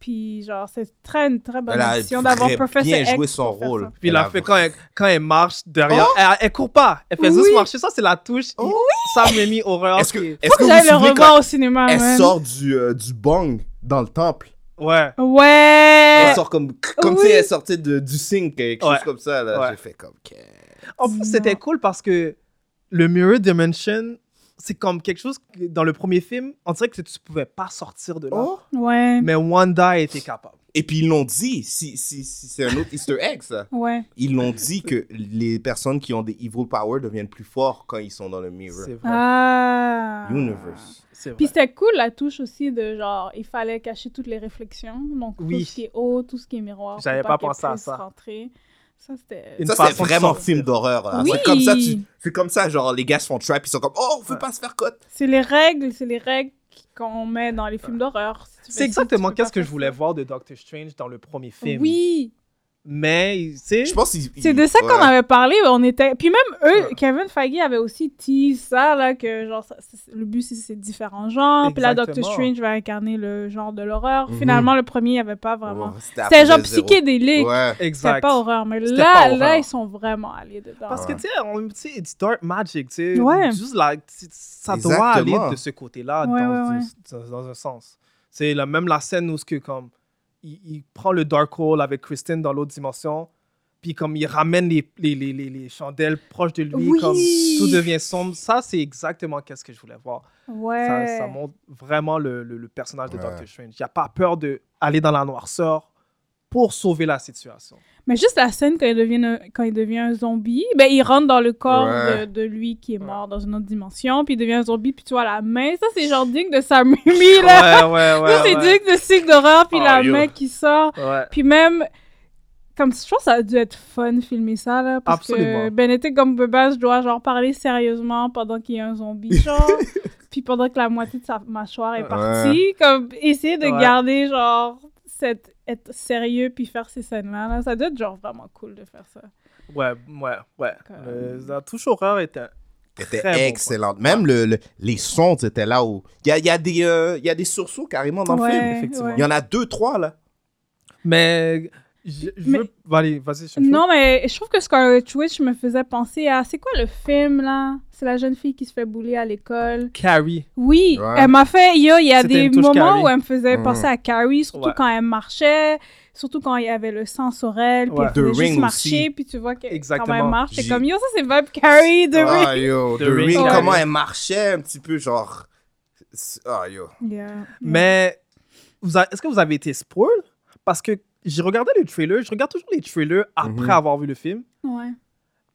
S3: Puis genre c'est très une très bonne
S4: Elle a
S3: option d'avoir
S4: très
S3: Professor
S4: bien
S3: X
S4: joué
S3: pour
S4: son
S3: faire
S4: rôle.
S5: Puis
S4: Elle
S5: la
S4: a-
S5: fait quand elle, quand elle marche derrière, elle, elle court pas, elle fait
S3: Oh! Oui.
S5: juste marcher. Ça, c'est la touche. Ça m'a mis horreur.
S4: Est-ce que,
S5: qui-
S4: est-ce que
S3: que
S4: vous
S3: j'aille
S4: vous
S3: le
S4: souvenez
S3: revoir
S4: quand
S3: au cinéma,
S4: elle
S3: man.
S4: sort du, euh, du bang dans le temple?
S5: Ouais.
S3: ça.
S4: Elle
S3: Ouais.
S4: sort comme, comme
S3: Euh, Oui.
S4: si elle sortait de- du sink, quelque
S5: Ouais.
S4: chose comme ça, là.
S5: Ouais.
S4: J'ai fait comme, ok.
S5: En plus, c'était cool parce que le Mirror Dimension, c'est comme quelque chose que dans le premier film, on dirait que tu pouvais pas sortir de là.
S4: Oh.
S3: Ouais.
S5: Mais Wanda était capable.
S4: Et puis ils l'ont dit, si, si, si c'est un autre Easter egg, ça.
S3: Ouais.
S4: Ils l'ont dit que les personnes qui ont des evil power deviennent plus forts quand ils sont dans le mirror.
S5: C'est vrai.
S3: Ah.
S4: Universe.
S5: C'est vrai.
S3: Puis c'était cool la touche aussi de genre, il fallait cacher toutes les réflexions. Donc tout
S5: Oui.
S3: ce qui est haut, tout ce qui est miroir. pour
S5: J'avais pas
S3: qu'elle
S5: pensé à
S3: puisse
S5: ça.
S3: rentrer. Ça c'était.
S5: Une
S4: ça, c'est
S5: façon de
S4: vraiment
S5: sortir.
S4: film d'horreur. là.
S3: Oui.
S4: C'est comme ça, tu- c'est comme ça, genre, les gars se font trap, ils sont comme, oh, on veut
S5: Ouais.
S4: pas se faire cote.
S3: C'est les règles, c'est les règles qu'on met dans les films d'horreur. Si tu fais
S5: C'est
S3: ça,
S5: exactement
S3: tu peux pas
S5: qu'est-ce que
S3: faire
S5: je voulais
S3: ça.
S5: voir de Doctor Strange dans le premier film.
S3: Oui,
S5: Mais, tu sais,
S4: Je pense qu'ils-
S3: c'est
S4: ils-
S3: de ça qu'on
S4: ouais.
S3: avait parlé. On était... Puis même eux, Kevin Feige avait aussi tease ça, là, que genre, ça- c'est- le but, c'est c'est différents genres. Puis là, Doctor
S5: Exactement.
S3: Strange va incarner le genre de l'horreur.
S4: Mhm.
S3: Finalement, le premier, il n'y avait pas vraiment.
S4: Ouais,
S3: C'était
S4: après
S3: genre
S4: le zéro.
S3: psychédélique.
S4: Ouais.
S3: C'était
S5: exact.
S3: pas horreur. Mais
S5: C'était
S3: là,
S5: pas
S3: là,
S5: horreur.
S3: ils sont vraiment allés dedans.
S5: Parce que,
S4: Ah.
S5: tu sais, on- tu sais, it's dark magic, tu sais.
S3: Ouais.
S5: Juste là, tu- ça
S4: Exactement.
S5: doit aller de ce côté-là,
S3: Ouais,
S5: dans,
S3: ouais,
S5: du- dans- dans un sens. C'est la, même la scène où, ce que, comme, il, il prend le dark hole avec Kristen dans l'autre dimension, puis comme il ramène les, les, les, les, les chandelles proches de lui,
S3: Oui.
S5: comme tout devient sombre. Ça, c'est exactement qu'est-ce que je voulais voir.
S3: Ouais.
S5: Ça, ça montre vraiment le, le- le personnage de
S4: Ouais.
S5: Doctor Strange. Il n'a pas peur d'aller dans la noirceur pour sauver
S3: [LAUGHS]
S5: la situation.
S3: Mais juste la scène quand il devient un, quand il devient un zombie, ben il rentre dans le corps
S4: Ouais.
S3: de, de lui qui est mort dans une autre dimension, puis il devient un zombie, puis tu vois la main, ça c'est genre digne de Sam Raimi là.
S5: Ouais, ouais, ouais.
S3: ça c'est
S5: ouais.
S3: digne de cycle d'horreur, puis
S5: Oh,
S3: la
S5: yo.
S3: main qui sort,
S5: Ouais.
S3: puis même comme je pense que ça a dû être fun filmer ça là parce que
S5: Absolument.
S3: Benedict Cumberbatch doit genre parler sérieusement pendant qu'il y a un zombie
S5: [LAUGHS]
S3: genre puis pendant que la moitié de sa mâchoire est partie comme essayer de
S5: Ouais.
S3: garder genre cette être sérieux puis faire ces scènes là, là ça doit être genre vraiment cool de faire ça
S5: Ouais, ouais, ouais.
S3: Comme-
S5: Le- la touche horreur était.
S4: C'était
S5: Très bon
S4: excellente. Même le, le- les sons étaient là où. Il y a, il y, a des, euh, il y a des sursauts carrément dans
S3: Ouais,
S4: le film.
S5: effectivement.
S3: ouais.
S4: Il y en a deux, trois, là.
S5: Mais. Je, je
S3: Mais-
S5: veux. Allez, vas-y, je
S3: non mais je trouve que Scarlet Witch me faisait penser à c'est quoi le film là c'est la jeune fille qui se fait bouler à l'école
S5: Carrie.
S3: Oui,
S4: Ouais. Mm.
S3: elle m'a fait. Yo, il y a
S5: C'était
S3: des
S5: une touche
S3: moments
S5: Carrie.
S3: où elle me faisait penser à Carrie, surtout
S5: Ouais.
S3: quand elle marchait, surtout quand il y avait le sang sur elle, puis
S5: Ouais.
S3: elle faisait
S4: The
S3: juste
S4: Ring
S3: marcher,
S4: aussi.
S3: puis tu vois que quand elle
S5: Exactement.
S3: marche, c'est
S4: J'ai-
S3: comme yo, ça c'est vibe Carrie, The Ring.
S4: Ah, yo, The,
S5: The
S4: Ring,
S5: Ring,
S3: ouais.
S4: comment elle marchait un petit peu, genre. C'est- Ah, yo.
S3: Yeah, yeah.
S5: Mais. vous a- Est-ce que vous avez été spoil Parce que j'ai regardé le trailer. Je regarde toujours les trailers après
S4: Mhm.
S5: avoir vu le film.
S3: Ouais.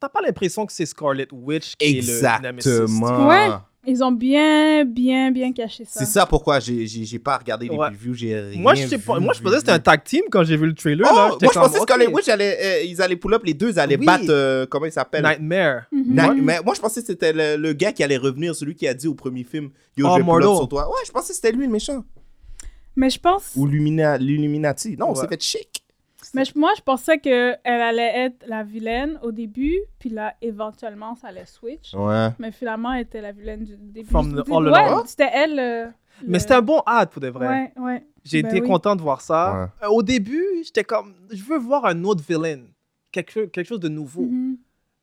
S5: T'as pas l'impression que c'est Scarlet Witch qui est le Nemesis.
S4: Exactement.
S3: Ouais. Ils ont bien, bien, bien caché ça.
S4: C'est ça pourquoi j'ai- j'ai j'ai pas regardé les
S5: Ouais.
S4: previews, j'ai rien
S5: Moi, je sais
S4: vu,
S5: pas. Moi, je
S4: vu,
S5: pensais que c'était un
S4: vu.
S5: tag team quand j'ai vu le trailer.
S4: Oh,
S5: là.
S4: moi,
S5: J'étais
S4: je
S5: comme,
S4: pensais que Scarlet
S5: ok,
S4: Witch, allait, euh, ils allaient pull up, les deux allaient
S5: Oui.
S4: battre, euh, comment il s'appelle
S5: Nightmare.
S3: Mhm.
S4: Na- Mais moi, je pensais que c'était le, le gars qui allait revenir, celui qui a dit au premier film Yo,
S5: Oh,
S4: je vais pull up
S5: Mordo.
S4: sur toi. Ouais, je pensais que c'était lui le méchant.
S3: Mais je pense.
S4: Ou Lumina- l'Illuminati. Non, on
S5: Ouais.
S4: s'est fait chic.
S3: Mais je- moi, je pensais qu'elle allait être la vilaine au début, puis là, éventuellement, ça allait switch.
S4: Ouais.
S3: Mais finalement, elle était la vilaine du début.
S5: From the-
S3: Dis-
S5: all
S3: ouais,
S5: along.
S3: c'était elle. euh, le-
S5: Mais c'était un bon hâte pour de vrai.
S3: Ouais, ouais.
S5: J'ai
S3: Ben
S5: été
S3: oui.
S5: content de voir ça. Euh, Au début, j'étais comme, je veux voir un autre villain, quelque, quelque chose de nouveau.
S3: Mhm.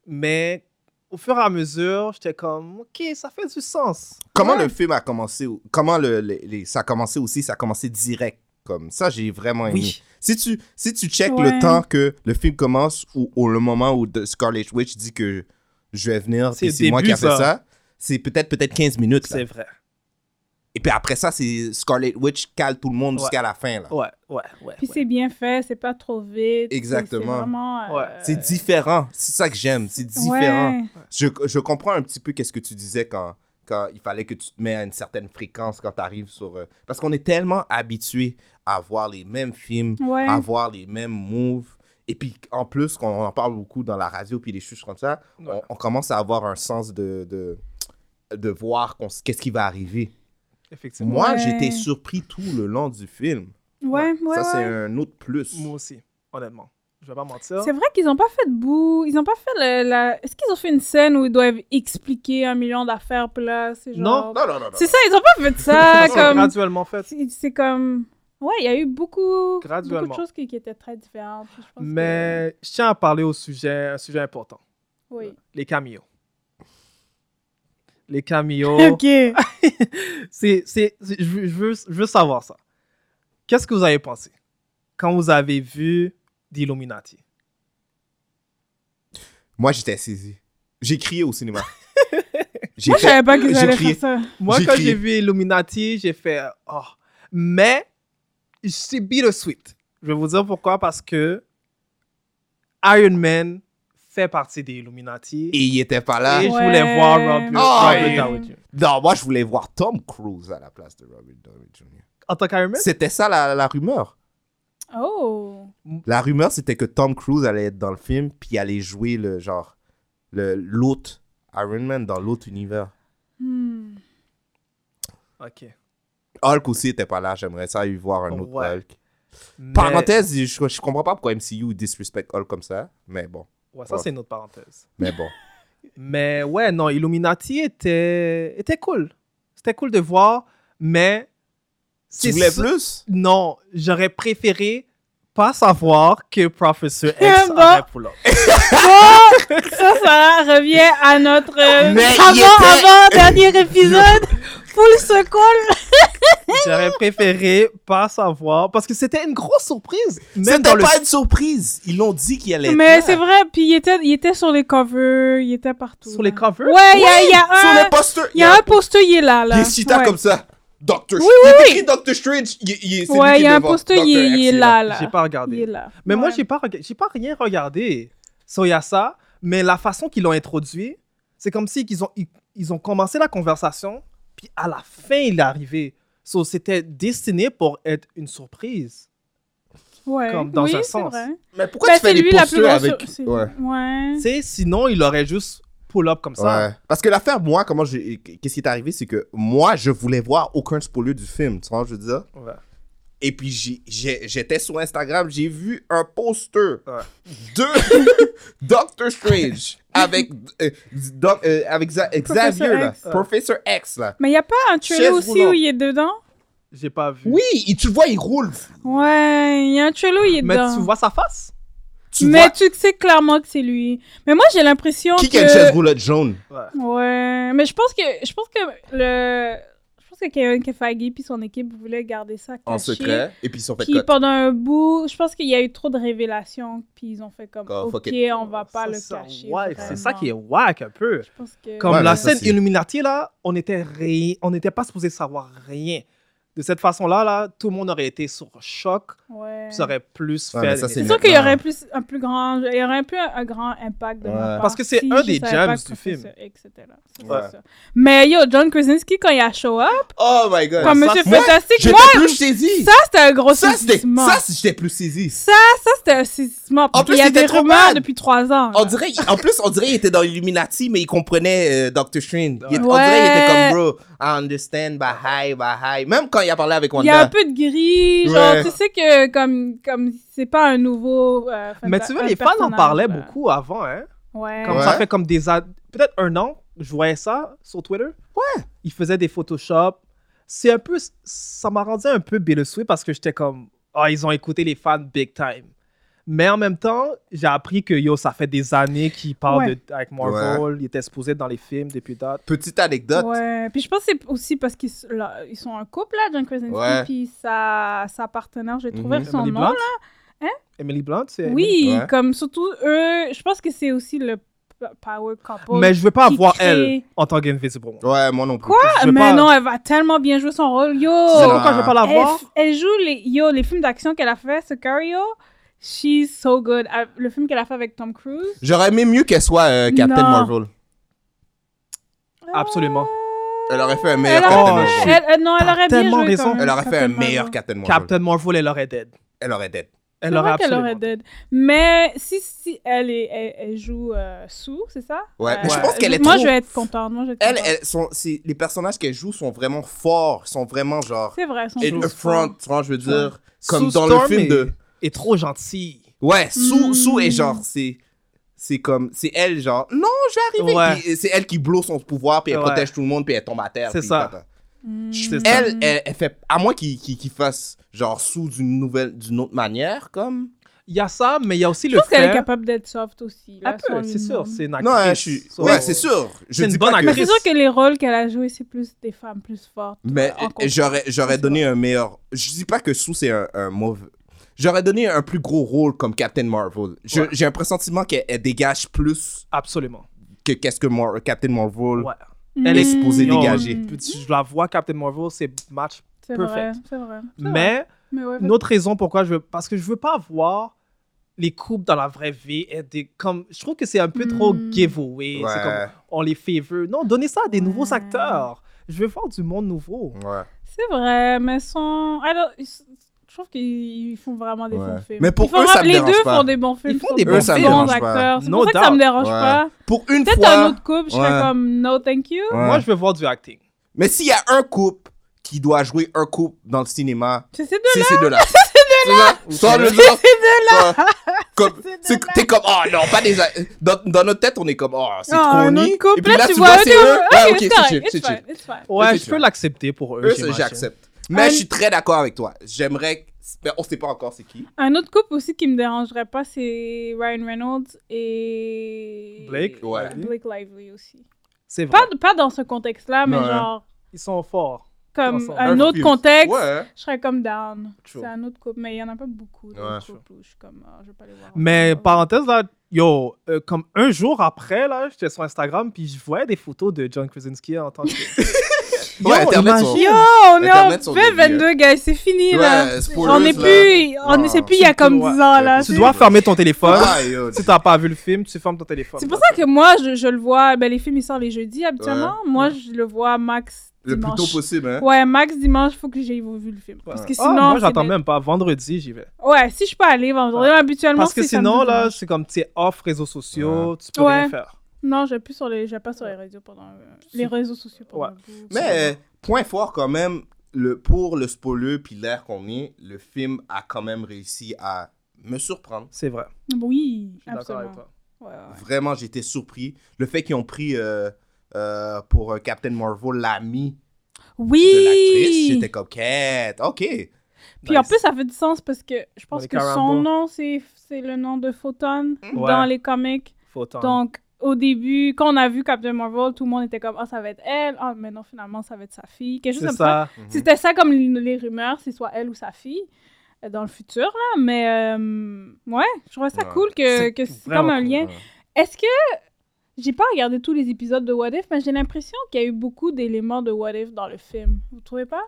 S5: Mais au fur et à mesure, j'étais comme, OK, ça fait du sens.
S4: Comment le film a commencé ou- Comment le, le- les- ça a commencé aussi Ça a commencé direct. Comme ça, j'ai vraiment aimé.
S5: Oui.
S4: Si tu, si tu checkes
S5: Ouais.
S4: le temps que le film commence ou, ou le moment où The Scarlet Witch dit que je vais venir,
S5: C'est
S4: puis
S5: le
S4: c'est moi qui
S5: début,
S4: a fait
S5: ça.
S4: ça, c'est peut-être peut-être 15 minutes. là.
S5: C'est vrai.
S4: Et puis après ça, c'est Scarlet Witch cale tout le monde
S5: Ouais.
S4: jusqu'à la fin. Là.
S5: Ouais, ouais, ouais.
S3: Puis c'est bien fait, c'est pas trop vite. c'est-
S4: Euh, Exactement.
S3: C'est vraiment. euh,
S4: C'est différent. C'est ça que j'aime. C'est différent.
S3: Ouais.
S4: Je, je comprends un petit peu qu'est-ce que tu disais quand, quand il fallait que tu te mettes à une certaine fréquence quand tu arrives sur... euh, parce qu'on est tellement habitué à voir les mêmes films,
S3: Ouais.
S4: à voir les mêmes moves. Et puis, en plus, qu'on en parle beaucoup dans la radio, puis les choses comme ça, on, on commence à avoir un sens de, de, de voir qu'on s- qu'est-ce qui va arriver.
S5: Effectivement.
S4: Moi,
S5: Ouais.
S4: j'étais surpris tout le long du film.
S3: Ouais, ouais,
S4: ça, c'est
S3: ouais.
S4: un autre plus.
S5: Moi aussi, honnêtement. Je vais pas mentir. [LAUGHS]
S3: C'est vrai qu'ils n'ont pas fait de bout. Ils n'ont pas fait le- la. Est-ce qu'ils ont fait une scène où ils doivent expliquer un million d'affaires, puis là, c'est genre.
S5: Non. Non, non, non, non,
S3: C'est
S5: non.
S3: ça, ils n'ont pas fait
S4: [LAUGHS]
S3: ça.
S5: C'est
S3: comme...
S5: graduellement fait.
S3: C'est- C'est comme. Ouais, il y a eu beaucoup, beaucoup de
S5: Graduellement.
S3: choses qui, qui étaient très différentes. puis je pense que-
S5: Mais je tiens à parler au sujet, un sujet important.
S3: Oui.
S5: Les cameos. Les cameos.
S3: [LAUGHS]
S4: Oh.
S3: Ok.
S5: c'est, c'est, c'est- je, veux- je veux, je veux savoir ça. Qu'est-ce que vous avez pensé quand vous avez vu The Illuminati?
S4: Moi, j'étais saisi. J'ai crié au cinéma. J'ai
S5: Moi,
S4: fait-
S5: je savais pas qu'ils
S4: j'ai
S5: allaient
S4: crié.
S5: faire ça. Moi, quand
S4: crié.
S5: j'ai vu Illuminati, j'ai fait oh. Mais c'est bittersweet. Je vais vous dire pourquoi. Parce que Iron Man fait partie des Illuminati.
S4: Et il était pas là.
S5: Et je voulais Ouais. voir Robert-
S4: Ah,
S5: Robert
S4: il-
S5: Downey Jr.
S4: Non, moi, je voulais voir Tom Cruise à la place de Robert Downey Jr.
S5: En tant qu'Iron Man?
S4: C'était ça la, la rumeur.
S3: Oh.
S4: La rumeur, c'était que Tom Cruise allait être dans le film, puis il allait jouer le genre, le- l'autre Iron Man dans l'autre univers.
S3: Hmm.
S5: Ok.
S4: Hulk aussi était pas là, j'aimerais ça y voir un autre
S5: Ouais.
S4: Hulk.
S5: Mais-
S4: Parenthèse, je, je comprends pas pourquoi MCU disrespect Hulk comme ça, mais bon.
S5: Ouais, ça, c'est une autre parenthèse.
S4: Mais
S3: [LAUGHS]
S4: bon.
S5: Mais ouais, non, Illuminati était, était cool. C'était cool de voir, mais. c'est
S4: voulais
S5: ça-
S4: plus?
S5: Non, j'aurais préféré pas savoir que Professor
S3: Eh
S5: X
S3: ben.
S5: avait pull up.
S3: Bon, ça, ça revient à notre euh,
S5: Mais il
S3: avant,
S5: était-
S3: avant dernier
S4: [LAUGHS]
S3: épisode. Full secole.
S5: J'aurais préféré pas savoir parce que c'était une grosse surprise. Même
S4: C'était
S5: dans le-
S4: pas une surprise. Ils l'ont dit qu'il allait
S3: Mais
S4: être
S3: c'est
S4: là.
S3: vrai, puis il était, il était sur les covers, il était partout. Sur les
S5: covers?
S3: Ouais, il y a, il y a
S4: Oui,
S3: un.
S4: sur les posters,
S3: Il y a un poster, il est là. là.
S4: Il est cita
S3: Ouais.
S4: comme ça. Doctor
S3: Oui,
S4: Strange.
S3: oui,
S4: Il est écrit Doctor Strange. Il, il, c'est lui
S3: Ouais,
S4: qui
S3: il y a un
S4: devant
S3: poster, il,
S4: Dr.
S3: est- il est
S4: Axe,
S3: là. là.
S5: J'ai pas regardé.
S3: Il est là.
S5: Mais moi, j'ai pas, rega- j'ai pas rien regardé. So, il y a ça. Mais la façon qu'ils l'ont introduit, c'est comme si ils ont, ils, ils ont commencé la conversation, puis à la fin, il est arrivé. So, c'était destiné pour être une surprise.
S3: Ouais.
S5: comme dans
S3: oui,
S5: un
S3: c'est
S5: sens.
S3: vrai.
S4: Mais pourquoi
S3: Ben,
S4: tu fais
S3: c'est
S4: les
S3: lui la plus
S4: posters
S3: grosse-
S4: avec-
S3: c'est-
S4: Ouais.
S3: Ouais.
S5: Tu sais, sinon, il aurait juste pull-up comme ça.
S4: Ouais. Parce que l'affaire, moi, comment j'ai- qu'est-ce qui est arrivé, c'est que moi, je voulais voir aucun spoiler du film, tu vois, ce que je veux dire.
S5: Ouais.
S4: Et puis j'ai- j'ai- j'étais sur Instagram, j'ai vu un poster de [LAUGHS] Doctor Strange avec euh, doc- euh, avec Xa-
S3: Professor
S4: Xavier là,
S3: X.
S4: Professor X là.
S3: Mais il n'y a pas un trailer
S4: Chaise
S3: aussi
S4: roulante.
S3: où il est dedans
S5: J'ai pas vu.
S4: Oui, et tu le vois, il roule.
S3: Ouais, il y a un trailer où il est
S5: Mais
S3: dedans.
S5: tu vois sa face?
S4: Tu
S3: Mais
S4: vois-
S3: tu sais clairement que c'est lui. Mais moi, j'ai l'impression
S4: Qui
S3: que...
S4: a une chaise roulette jaune
S3: Ouais, mais je pense que je pense que le je pense que Kevin Feige puis son équipe voulaient garder ça caché.
S4: en secret et puis ils sont fait
S3: Puis
S4: cut.
S3: pendant un bout, je pense qu'il y a eu trop de révélations puis ils ont fait comme
S4: Oh,
S3: OK,
S4: fuck it.
S3: on va pas
S5: Ça,
S3: le
S5: ça,
S3: cacher.
S5: ouais,
S3: vraiment.
S5: c'est ça qui est whack un peu.
S3: pense que-
S5: Comme
S3: Ouais,
S5: la
S3: mais ça,
S5: scène
S3: c'est-
S5: Illuminati, là, on était rien, on n'était pas supposé savoir rien. De cette façon-là, là, tout le monde aurait été sur choc.
S3: Ouais.
S5: puis Ça aurait plus
S4: Ouais, mais
S5: fait.
S4: ça,
S3: C'est sûr qu'il y aurait plus un plus grand il y aurait un peu un, un grand impact de
S5: Ouais.
S3: ma part
S5: Parce que c'est
S3: si
S5: un
S3: je
S5: des
S3: savais
S5: gems
S3: pas
S5: du
S3: que
S5: film.
S3: ça, etc. Ça,
S5: Ouais.
S3: c'est ça. Mais yo, John Krasinski, quand il a show up,
S4: Oh my god.
S3: comme
S4: Ça,
S3: Monsieur
S4: c'est- Moi,
S3: Fantastique,
S4: j'étais
S3: moi,
S4: plus saisi.
S3: ça c'était un gros
S4: Ça, c'était-
S3: saisissement.
S4: ça, j'étais plus saisi.
S3: Ça, ça, c'était un saisissement.
S4: En
S3: Puis
S4: plus,
S3: il y a
S4: c'était
S3: des
S4: trop
S3: rumeurs
S4: bad.
S3: depuis trois ans.
S5: Oh,
S4: On dirait, en plus, on dirait qu'il était dans Illuminati, mais il comprenait euh, Dr. Strange. Il- On
S3: Ouais.
S4: dirait qu'il était comme, bro, I understand, bah hi, bah hi. Même quand il a parlé avec
S3: Il
S4: Wanda.
S3: y a un peu de gris, genre,
S4: Ouais.
S3: tu sais que comme, comme c'est pas un nouveau. euh,
S5: Mais
S3: fanta-
S5: tu vois,
S3: un
S5: les fans en
S3: personnage,
S5: parlaient
S3: là.
S5: beaucoup avant, hein?
S3: Ouais.
S5: Comme ça fait comme des... ad- Peut-être un an, je voyais ça sur Twitter.
S4: Ouais.
S5: Ils faisaient des Photoshop. C'est un peu... Ça m'a rendu un peu bittersweet parce que j'étais comme... Ah, ils ont écouté les fans big time. Mais en même temps, j'ai appris que yo, ça fait des années qu'il parle
S3: Ouais.
S5: de- avec Marvel. Il était exposé dans les films depuis date.
S4: Petite anecdote.
S3: Ouais, puis je pense que c'est aussi parce qu'ils s- là, ils sont un couple, là, John Krasinski,
S5: Ouais.
S3: puis sa, sa partenaire, j'ai trouvé
S5: Mhm.
S3: son
S5: Emily
S3: nom,
S5: Blunt?
S3: là.
S5: Emily Blunt, c'est.
S3: Oui,
S5: Emily-
S3: comme surtout eux, je pense que c'est aussi le p- power couple.
S5: Mais je veux pas
S3: qui
S5: avoir
S3: crée-
S5: elle en tant qu'invisible.
S4: Ouais, moi non plus.
S3: Quoi?
S5: Je veux
S3: Mais
S5: pas-
S3: non, elle va tellement bien jouer son rôle. Yo!
S5: Tu sais pourquoi je veux pas la
S3: Elle
S5: voir?
S3: f- Elle, joue les, yo, les films d'action qu'elle a fait, Sicario. She's so good. Euh, Le film qu'elle a fait avec Tom Cruise.
S4: J'aurais aimé mieux qu'elle soit euh, Captain
S3: Non.
S4: Marvel.
S5: Absolument.
S4: Elle aurait fait un meilleur
S5: Elle
S4: Captain
S5: aurait-
S4: Marvel.
S5: elle-
S3: euh, non, Ah. elle
S5: T'as
S3: aurait bien
S5: tellement
S3: joué
S5: raison.
S3: comme
S4: Elle aurait fait un
S3: Captain
S4: meilleur
S3: Marvel.
S4: Captain Marvel.
S5: Captain Marvel, elle aurait dead.
S4: Elle aurait dead.
S5: Elle
S3: C'est
S5: aurait
S3: vrai qu'elle
S5: absolument.
S3: aurait dead. Mais si, si elle, est, elle, elle joue euh, sous, c'est ça?
S4: Ouais, mais je
S3: Euh,
S4: pense qu'elle est
S3: Moi,
S4: trop-
S3: je vais être contente. Moi, je vais être
S4: Elle,
S3: contente.
S4: elle- son- c'est- les personnages qu'elle joue sont vraiment forts, sont vraiment genre.
S3: C'est vrai, sont
S4: In
S3: forts.
S4: front, tu vois, je veux dire, comme
S5: Sue
S4: dans
S5: Storm
S4: le film
S5: est-
S4: de.
S5: Est trop gentille.
S4: Ouais, Sue,
S5: Mm.
S4: Sue est genre, c'est. C'est comme. C'est elle, genre. Non, j'ai arrivé.
S5: Ouais.
S4: Puis C'est elle qui blow son pouvoir, puis elle
S5: Ouais.
S4: protège tout le monde, puis elle tombe à terre.
S5: C'est
S4: puis
S5: ça.
S4: tata.
S3: Hmm.
S5: C'est ça.
S4: Elle, elle, elle fait. À moins qu'il qu'il- qu'il fasse, genre, Sue d'une nouvelle. D'une autre manière, comme.
S5: Il y a ça, mais il y a aussi
S3: Je
S5: le
S3: pense qu'elle est
S5: fait.
S3: capable d'être soft aussi. là,
S5: Un peu,
S3: sur lui-même.
S5: c'est sûr, c'est une
S4: Non,
S5: actrice.
S4: hein, je suis.
S5: So-
S4: Ouais, c'est sûr. Je
S5: C'est une
S4: dis
S5: bonne
S4: pas que-
S3: Mais c'est sûr que les rôles qu'elle a joués, c'est plus des femmes plus fortes.
S4: Mais j'aurais, j'aurais donné un meilleur. Je dis pas que Sue, c'est un, un mauvais. J'aurais donné un plus gros rôle comme Captain Marvel. Je- J'ai un pressentiment qu'elle elle dégage plus.
S5: Absolument.
S4: Que qu'est-ce que Mar- Captain Marvel
S5: Ouais.
S4: est supposée
S5: Yo,
S4: dégager.
S5: Je la vois, Captain Marvel, c'est match
S3: C'est vrai,
S5: perfect.
S3: c'est vrai. c'est
S5: Mais,
S3: vrai. Mais ouais,
S5: une autre raison pourquoi je veux. Parce que je veux pas voir les couples dans la vraie vie. et des- comme, je trouve que c'est un peu trop
S3: Hmm.
S5: giveaway. C'est
S4: Ouais.
S5: comme on les favor. Non, donnez ça à des nouveaux acteurs. Je veux voir du monde nouveau.
S4: Ouais.
S3: C'est vrai, mais sont. Alors, ils- je trouve qu'ils font vraiment des
S4: Ouais.
S3: bons films.
S4: Mais pour
S3: Ils font
S4: eux, ça
S3: vraiment-
S4: me
S3: Les
S4: dérange
S3: deux
S4: pas.
S3: font des bons films.
S4: Ils font
S3: sont
S4: des bons films.
S3: bons
S4: Ça me dérange
S3: acteurs.
S4: pas.
S3: C'est
S5: No
S3: pour ça que ça me
S5: doubt.
S3: dérange
S4: Ouais.
S3: pas.
S4: Pour une
S3: Peut-être
S4: fois-
S3: un autre couple, je serais
S4: Ouais.
S3: comme no thank you.
S4: Ouais.
S5: Moi, je veux voir du acting.
S4: Mais s'il y a un couple qui doit jouer un couple dans le cinéma,
S3: C'est ces
S4: c'est
S3: deux-là.
S4: ces deux-là.
S3: [LAUGHS] C'est
S4: C'est ça. Sans le
S3: ces
S4: dire.
S3: deux-là. [LAUGHS]
S4: Ouais. Comme- c'est- T'es comme, oh non, pas des. Dans, dans notre tête, on est comme, oh, c'est
S3: Oh,
S4: trop
S3: un
S4: nid.
S3: autre couple,
S4: Et puis
S3: là,
S4: là,
S3: tu
S4: tu
S3: vois,
S4: vois, c'est
S3: tu
S4: eux.
S3: vois,
S4: Ah,
S3: ok,
S4: ok,
S3: it's
S4: c'est
S3: fine,
S4: chill,
S3: it's
S4: c'est
S3: fine,
S4: chill.
S3: it's fine.
S5: Ouais,
S4: Ok,
S5: je
S4: tu
S5: peux
S4: vois.
S5: l'accepter pour eux.
S4: Eux, ça,
S5: j'imagine.
S4: j'accepte. Mais
S3: Un-
S4: je suis très d'accord avec toi. J'aimerais. ben, On sait pas encore c'est qui.
S3: Un autre couple aussi qui me dérangerait pas, c'est Ryan Reynolds et
S5: Blake,
S4: Ouais.
S3: Blake Lively aussi.
S5: c'est vrai.
S3: Pas, pas dans ce contexte-là, mais
S5: Ouais.
S3: genre
S5: Ils sont forts.
S3: comme
S5: Ensemble.
S3: un
S5: Un
S3: autre
S5: film.
S3: contexte,
S4: hein.
S5: Ouais.
S3: je serais comme down.
S5: True.
S3: C'est un autre couple, mais il y en a pas beaucoup. d'autres
S5: Ouais,
S3: couples où je suis comme, ah, je vais pas les voir.
S5: Mais parenthèse là, yo, euh, comme un jour après là, j'étais sur Instagram puis je voyais des photos de John Krasinski en tant que.
S4: [LAUGHS]
S5: Yo,
S4: Ouais, Internet sont-
S5: imagine.
S3: Yo, on est en
S4: Internet sont
S3: fait
S4: des vieux.
S3: 22, guys, c'est fini
S4: Ouais,
S3: là.
S4: spoilers,
S3: On n'est
S4: là.
S3: plus, on ne sait plus il y a comme 10
S5: Ouais.
S3: ans là.
S5: Tu
S3: c'est-
S5: dois fermer ton téléphone.
S4: Ah, yo,
S5: si t'as pas vu le film, tu fermes ton téléphone.
S3: C'est pour ça que moi, je, je le vois, ben, les films, ils sortent les jeudis habituellement. Moi, je le vois max
S5: Le plus
S3: dimanche.
S5: tôt possible, hein.
S3: Ouais, max dimanche, faut que j'aie vu le film. Parce que sinon...
S5: ah, moi
S3: c'est
S5: j'attends
S3: des-
S5: même pas vendredi, j'y vais.
S3: Ouais, si je peux aller vendredi, habituellement,
S5: Parce que
S3: c'est
S5: sinon
S3: samedi,
S5: là,
S3: dimanche.
S5: c'est comme tu es off réseaux sociaux, tu peux
S3: Ouais.
S5: rien faire.
S3: Non, j'ai plus sur les... j'ai pas sur les réseaux pendant... euh, Les réseaux sociaux pendant... un bout.
S4: Mais euh, point fort quand même, le, pour le spoiler puis l'air qu'on est, le film a quand même réussi à me surprendre.
S5: C'est vrai.
S3: Oui,
S5: suis d'accord avec
S3: absolument. Ouais, ouais.
S4: Vraiment, j'étais surpris. Le fait qu'ils ont pris euh, euh, pour euh, Captain Marvel l'ami de l'actrice,
S3: Oui!
S4: j'étais comme, quête, ok.
S3: Puis en plus, ça fait du sens parce que je pense
S4: Monica
S3: que son
S4: Rambeau.
S3: nom, c'est c'est le nom de Photon dans
S5: Ouais.
S3: les comics.
S5: Photon.
S3: Donc, au début, quand on a vu Captain Marvel, tout le monde était comme Ah, ça va être elle. Ah, mais non, finalement, ça va être sa fille. Quelque chose
S5: C'est
S3: comme ça.
S5: ça. Mhm.
S3: C'était ça comme les les rumeurs, c'est soit elle ou sa fille euh, dans le futur, là. Mais euh, ouais, je trouvais ça
S5: Ouais.
S3: cool que
S5: C'est
S3: que c'est
S5: vraiment
S3: comme un
S5: cool,
S3: lien.
S5: ouais.
S3: Est-ce que. J'ai pas regardé tous les épisodes de What If, mais j'ai l'impression qu'il y a eu beaucoup d'éléments de What If dans le film. Vous trouvez pas?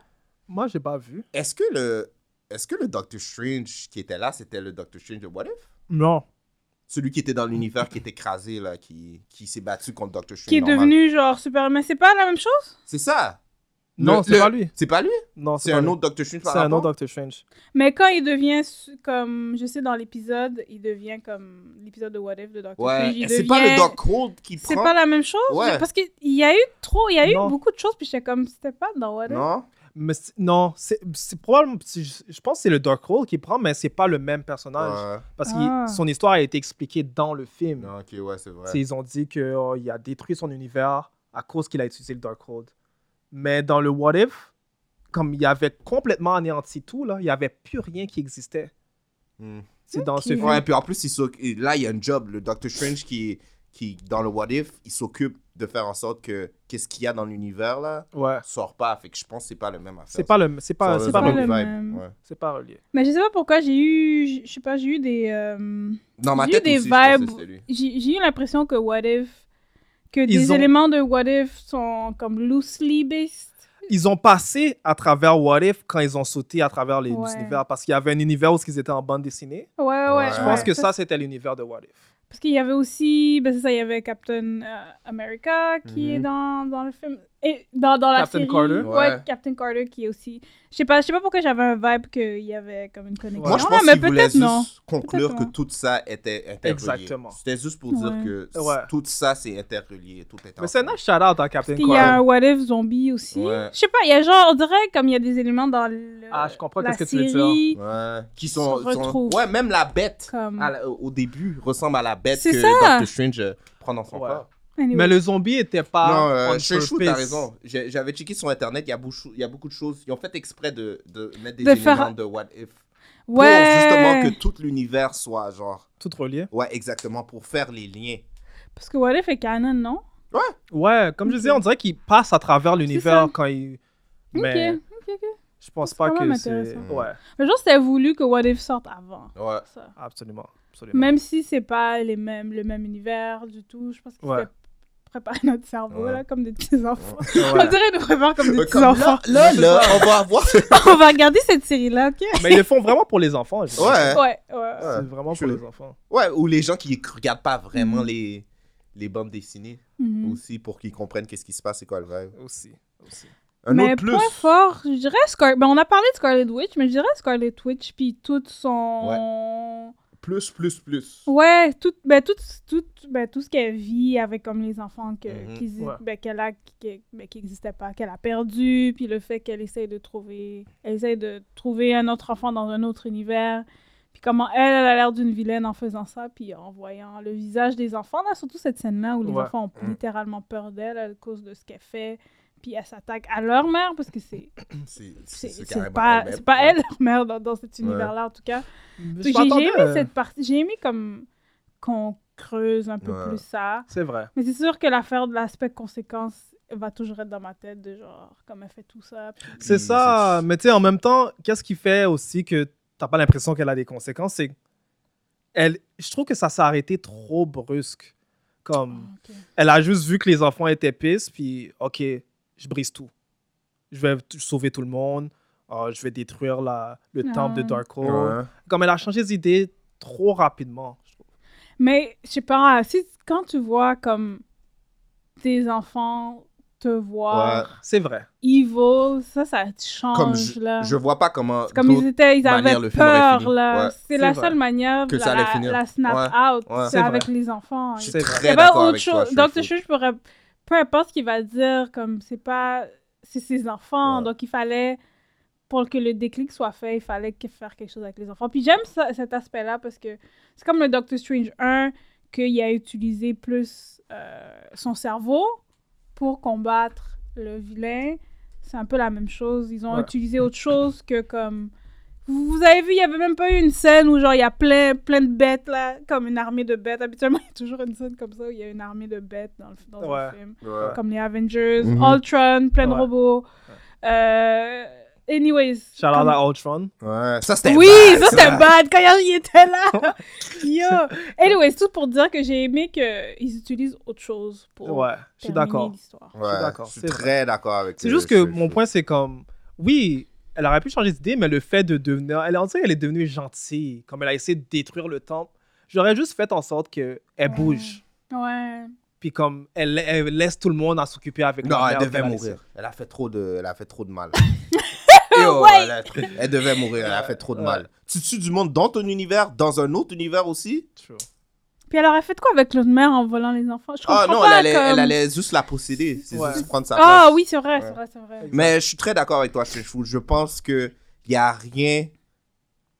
S5: Moi, j'ai pas vu.
S4: Est-ce que le est-ce que le Doctor Strange qui était là, c'était le Doctor Strange de What If
S5: Non.
S4: Celui qui était dans l'univers qui est écrasé là, qui, qui s'est battu contre Doctor Strange.
S3: Qui est
S4: normal.
S3: devenu genre Superman. Mais c'est pas la même chose?
S4: C'est ça.
S5: Non,
S4: Le-
S5: c'est
S4: le-
S5: pas lui.
S4: C'est pas lui
S5: Non,
S4: c'est
S5: pas
S4: un
S5: lui.
S4: autre Doctor Strange par
S5: C'est un
S4: rapport?
S5: autre Doctor Strange.
S3: Mais quand il devient su- comme, je sais, dans l'épisode, il devient comme l'épisode de What If de Doctor
S4: Ouais,
S3: Strange. il
S4: et c'est pas
S3: devient-
S4: le Doc Cold qui
S3: C'est
S4: prend?
S3: pas la même chose.
S4: Ouais.
S3: Parce qu'il y a eu trop, il y a eu
S5: Non.
S3: beaucoup de choses, puis j'étais comme, c'était pas dans What If.
S5: Mais c'est- non, c'est c'est probablement. c'est- Je, je pense que c'est le Dark Hole qui prend, mais c'est pas le même personnage.
S4: Ouais.
S5: Parce que
S4: Ah.
S5: son histoire a été expliquée dans le film.
S4: Ok, ouais, c'est vrai.
S5: C'est- Ils ont dit qu'il a détruit son univers à cause qu'il a utilisé le Dark Hole. Mais dans le What If,
S4: Hmm.
S5: comme il avait complètement anéanti tout, là, il n'y avait plus rien qui existait. C'est dans ce film.
S4: Ouais, puis en plus, il s'oc- et là, il y a un job. Le Doctor Strange qui, est- qui dans le What If, il s'occupe de faire en sorte que qu'est-ce qu'il y a dans l'univers là
S5: ouais.
S4: sort pas. Fait que je pense que c'est pas le même affaire.
S5: C'est pas le, c'est pas,
S4: Ça
S5: c'est
S4: va
S5: pas
S4: dans
S5: relié.
S4: vibe,
S3: même.
S4: ouais.
S5: C'est pas relié.
S3: Mais je sais pas pourquoi, j'ai eu, je- je sais pas, j'ai eu des... euh,
S4: Dans ma
S3: j'ai eu
S4: tête
S3: des
S4: aussi, je pensais que
S3: vibes-
S4: c'était lui.
S3: J'ai j'ai eu l'impression que What If, que des
S5: ont-
S3: éléments de What If sont comme loosely based.
S5: Ils ont passé à travers What If quand ils ont sauté à travers les
S3: Ouais.
S5: univers parce qu'il y avait un univers où ils étaient en bande dessinée.
S3: Ouais, ouais, ouais.
S5: Je pense que ça, c'était l'univers de What If.
S3: Parce qu'il y avait aussi, ben c'est ça, il y avait Captain euh, America qui
S5: Mhm.
S3: est dans, dans le film. Et dans, dans la
S5: Captain
S3: série.
S5: Carter.
S3: Ouais.
S4: Ouais.
S3: Captain Carter qui est aussi. Je sais pas, je sais pas pourquoi j'avais un vibe qu'il y avait comme une connexion.
S4: Moi, je
S3: Ah,
S4: pense
S3: mais
S4: qu'il voulait
S3: peut-être
S4: juste
S3: non.
S4: conclure que
S3: Peut-être
S4: tout ça était interrelié.
S5: Exactement.
S4: C'était juste pour dire
S3: Ouais.
S4: que c-
S5: Ouais.
S4: tout ça, c'est interrelié. Tout est
S5: Mais c'est un shout-out à Captain
S3: Il y a un
S5: Carter.
S3: What If zombie aussi.
S4: Ouais.
S3: Je sais pas, il y a genre, on dirait comme il y a des éléments dans le,
S5: Ah, je comprends
S3: la
S5: qu'est-ce que tu veux
S3: série.
S5: dire.
S4: Ouais. Qui
S3: se
S4: sont, sont-
S3: retrouvent.
S4: Ouais, même la bête
S3: Comme-
S4: à la- au début ressemble à la bête
S3: C'est
S4: que
S3: ça.
S4: Doctor Strange euh, prend dans son
S5: Ouais.
S4: corps.
S3: Anyway.
S5: Mais le zombie était pas.
S4: non, euh,
S5: on
S4: chez Chou,
S5: purpose.
S4: t'as raison. J'ai- J'avais checké sur Internet, il y, a beaucoup- il y a beaucoup de choses. Ils ont fait exprès de, de mettre des
S3: De
S4: éléments
S3: faire-
S4: de What If.
S3: Ouais.
S4: Pour justement que tout l'univers soit genre.
S5: Tout relié.
S4: Ouais, exactement, pour faire les liens.
S3: Parce que What If est canon, non?
S5: Ouais, comme je disais, on dirait qu'il passe à travers l'univers quand il. Mais
S3: Ok, ok, ok.
S5: je pense
S3: C'est
S5: pas
S3: quand
S5: que
S3: même
S5: c'est.
S3: intéressant.
S5: Ouais,
S3: Mais genre, c'était voulu que What If sorte avant.
S4: Ouais.
S3: Ça.
S5: absolument. absolument.
S3: Même si c'est pas les mêmes, le même univers du tout, je pense qu'il
S5: Ouais.
S3: fait préparer notre cerveau
S4: Ouais.
S3: là, comme des petits enfants. [LAUGHS]
S5: Ouais.
S3: On dirait qu'ils nous prépare comme des petits
S4: Comme
S3: enfants.
S4: là,
S3: [LAUGHS]
S4: là, là, on va
S5: [LAUGHS]
S4: avoir.
S3: On va regarder cette série là, ok
S5: Mais ils le font vraiment pour les enfants. je pense.
S4: Ouais.
S3: Ouais, ouais. ouais.
S5: C'est vraiment pour
S4: True.
S5: les enfants.
S4: Ouais, ou les gens qui regardent pas
S3: Mm.
S4: vraiment les, les bandes dessinées
S3: Mhm.
S4: aussi pour qu'ils comprennent qu'est-ce qui se passe, c'est quoi le rêve.
S5: Aussi. aussi.
S4: Un
S3: mais
S4: autre plus.
S3: point fort, je dirais Scar... ben, on a parlé de Scarlet Witch, mais je dirais Scarlet Witch puis tout son
S4: Plus, plus, plus.
S3: Ouais, tout ben tout tout ben tout ce qu'elle vit avec comme les enfants que
S4: Mhm.
S3: qu'ils-
S5: Ouais.
S3: ben, qu'elle a qui ben, qui existait pas, qu'elle a perdu, puis le fait qu'elle essaye de trouver elle essaye de trouver un autre enfant dans un autre univers. Puis comment elle, elle a l'air d'une vilaine en faisant ça, puis en voyant le visage des enfants, là, surtout cette scène-là où les
S5: Ouais.
S3: enfants
S4: Mhm.
S3: ont littéralement peur d'elle à cause de ce qu'elle fait, puis elle s'attaque à leur mère parce que c'est
S4: C'est- C'est
S3: c'est c'est
S4: carrément
S3: pas,
S4: elle-même.
S3: c'est pas elle leur mère dans, dans cet univers-là, en tout cas.
S5: Je
S3: J'ai j'ai
S5: m'attendais,
S3: aimé
S5: euh,
S3: cette partie. J'ai aimé comme qu'on creuse un peu
S4: Ouais.
S3: plus ça.
S5: C'est vrai.
S3: Mais c'est sûr que l'affaire de l'aspect conséquence va toujours être dans ma tête de genre comme elle fait tout ça. puis-
S5: C'est
S4: Puis
S5: ça,
S4: c'est-
S5: mais tu sais, en même temps, qu'est-ce qui fait aussi que t'as pas l'impression qu'elle a des conséquences, c'est elle, je trouve que ça s'est arrêté trop brusque. Comme,
S3: Ok.
S5: elle a juste vu que les enfants étaient pisses, puis ok, je brise tout. Je vais t- sauver tout le monde, euh, je vais détruire la, le
S3: Ah.
S5: temple de Darkhold.
S4: Ouais.
S5: Comme elle a changé d'idée trop rapidement. je trouve.
S3: Mais je sais pas, si, quand tu vois comme tes enfants te voir
S5: C'est vrai.
S3: evil, ça, ça te change
S4: Comme je,
S3: là.
S4: je vois pas comment.
S3: C'est comme ils
S4: d'autres-
S3: étaient, ils
S4: manière,
S3: avaient
S4: le film aurait
S3: peur
S4: fini.
S3: là.
S4: Ouais.
S3: C'est
S5: C'est
S3: la
S5: vrai.
S3: seule manière
S4: Que
S3: la,
S4: ça allait finir.
S3: la snap out,
S4: Ouais.
S3: c'est
S5: C'est
S3: avec
S5: vrai.
S3: les enfants. hein.
S4: Je suis
S5: C'est vrai.
S3: Il y
S4: très
S3: a pas
S4: d'accord
S3: autre
S4: avec toi.
S3: chose.
S4: Shrek
S3: Dr.
S4: Foot.
S3: Shush pourrait. Peu importe ce qu'il va dire, comme c'est pas. C'est ses enfants.
S4: Ouais.
S3: Donc il fallait. Pour que le déclic soit fait, il fallait que- faire quelque chose avec les enfants. Puis j'aime ça- cet aspect-là parce que c'est comme le Doctor Strange 1 qu'il a utilisé plus euh, son cerveau pour combattre le vilain. C'est un peu la même chose. Ils ont
S5: Ouais.
S3: utilisé autre chose que comme. Vous vous avez vu, il y avait même pas eu une scène où genre il y a plein, plein de bêtes là, comme une armée de bêtes. Habituellement, [LAUGHS] il y a toujours une scène comme ça où il y a une armée de bêtes dans le, dans
S5: Ouais.
S3: le film.
S4: Ouais.
S3: Comme les Avengers,
S4: Mhm.
S3: Ultron, plein de
S5: Ouais.
S3: robots. Euh, anyways.
S5: Shout out
S3: comme-
S5: à Ultron.
S4: Ouais. Ça, c'était.
S3: oui,
S4: bad,
S3: ça c'était bad quand il y
S4: [LAUGHS]
S3: était là. Yo. Anyways, tout pour dire que j'ai aimé qu'ils utilisent autre chose pour
S5: Ouais, je suis
S3: terminer
S5: d'accord.
S3: l'histoire.
S4: Ouais,
S5: d'accord,
S4: Je suis
S5: c'est vrai.
S4: très d'accord avec
S5: C'est
S4: euh,
S5: juste que
S4: Shrek
S5: mon
S4: Foot.
S5: point, c'est comme, oui, elle aurait pu changer d'idée, mais le fait de devenir, elle, on dirait qu'elle est devenue gentille, comme elle a essayé de détruire le temple. J'aurais juste fait en sorte que elle bouge,
S3: Ouais.
S5: puis comme elle, elle laisse tout le monde à s'occuper avec
S4: Non,
S5: la
S4: elle
S5: merde
S4: devait
S5: qu'elle a
S4: mourir. Elle a fait trop de, elle a fait trop de [LAUGHS] mal.
S3: Ouais.
S4: elle, a- elle devait mourir. Elle a fait trop de
S5: Ouais.
S4: mal. Tu tues du monde dans ton univers, dans un autre univers aussi.
S5: laissée. True.
S3: Puis elle aurait fait quoi avec l'autre mère en volant les enfants Je comprends
S4: Ah non,
S3: pas
S4: elle allait,
S3: comme-
S4: elle allait juste la posséder. C'est
S5: Ouais.
S4: juste prendre sa place.
S3: Ah oui, c'est vrai, c'est vrai, c'est vrai.
S4: Mais je suis très d'accord avec toi, Strange Fruit. Je pense que il y a rien.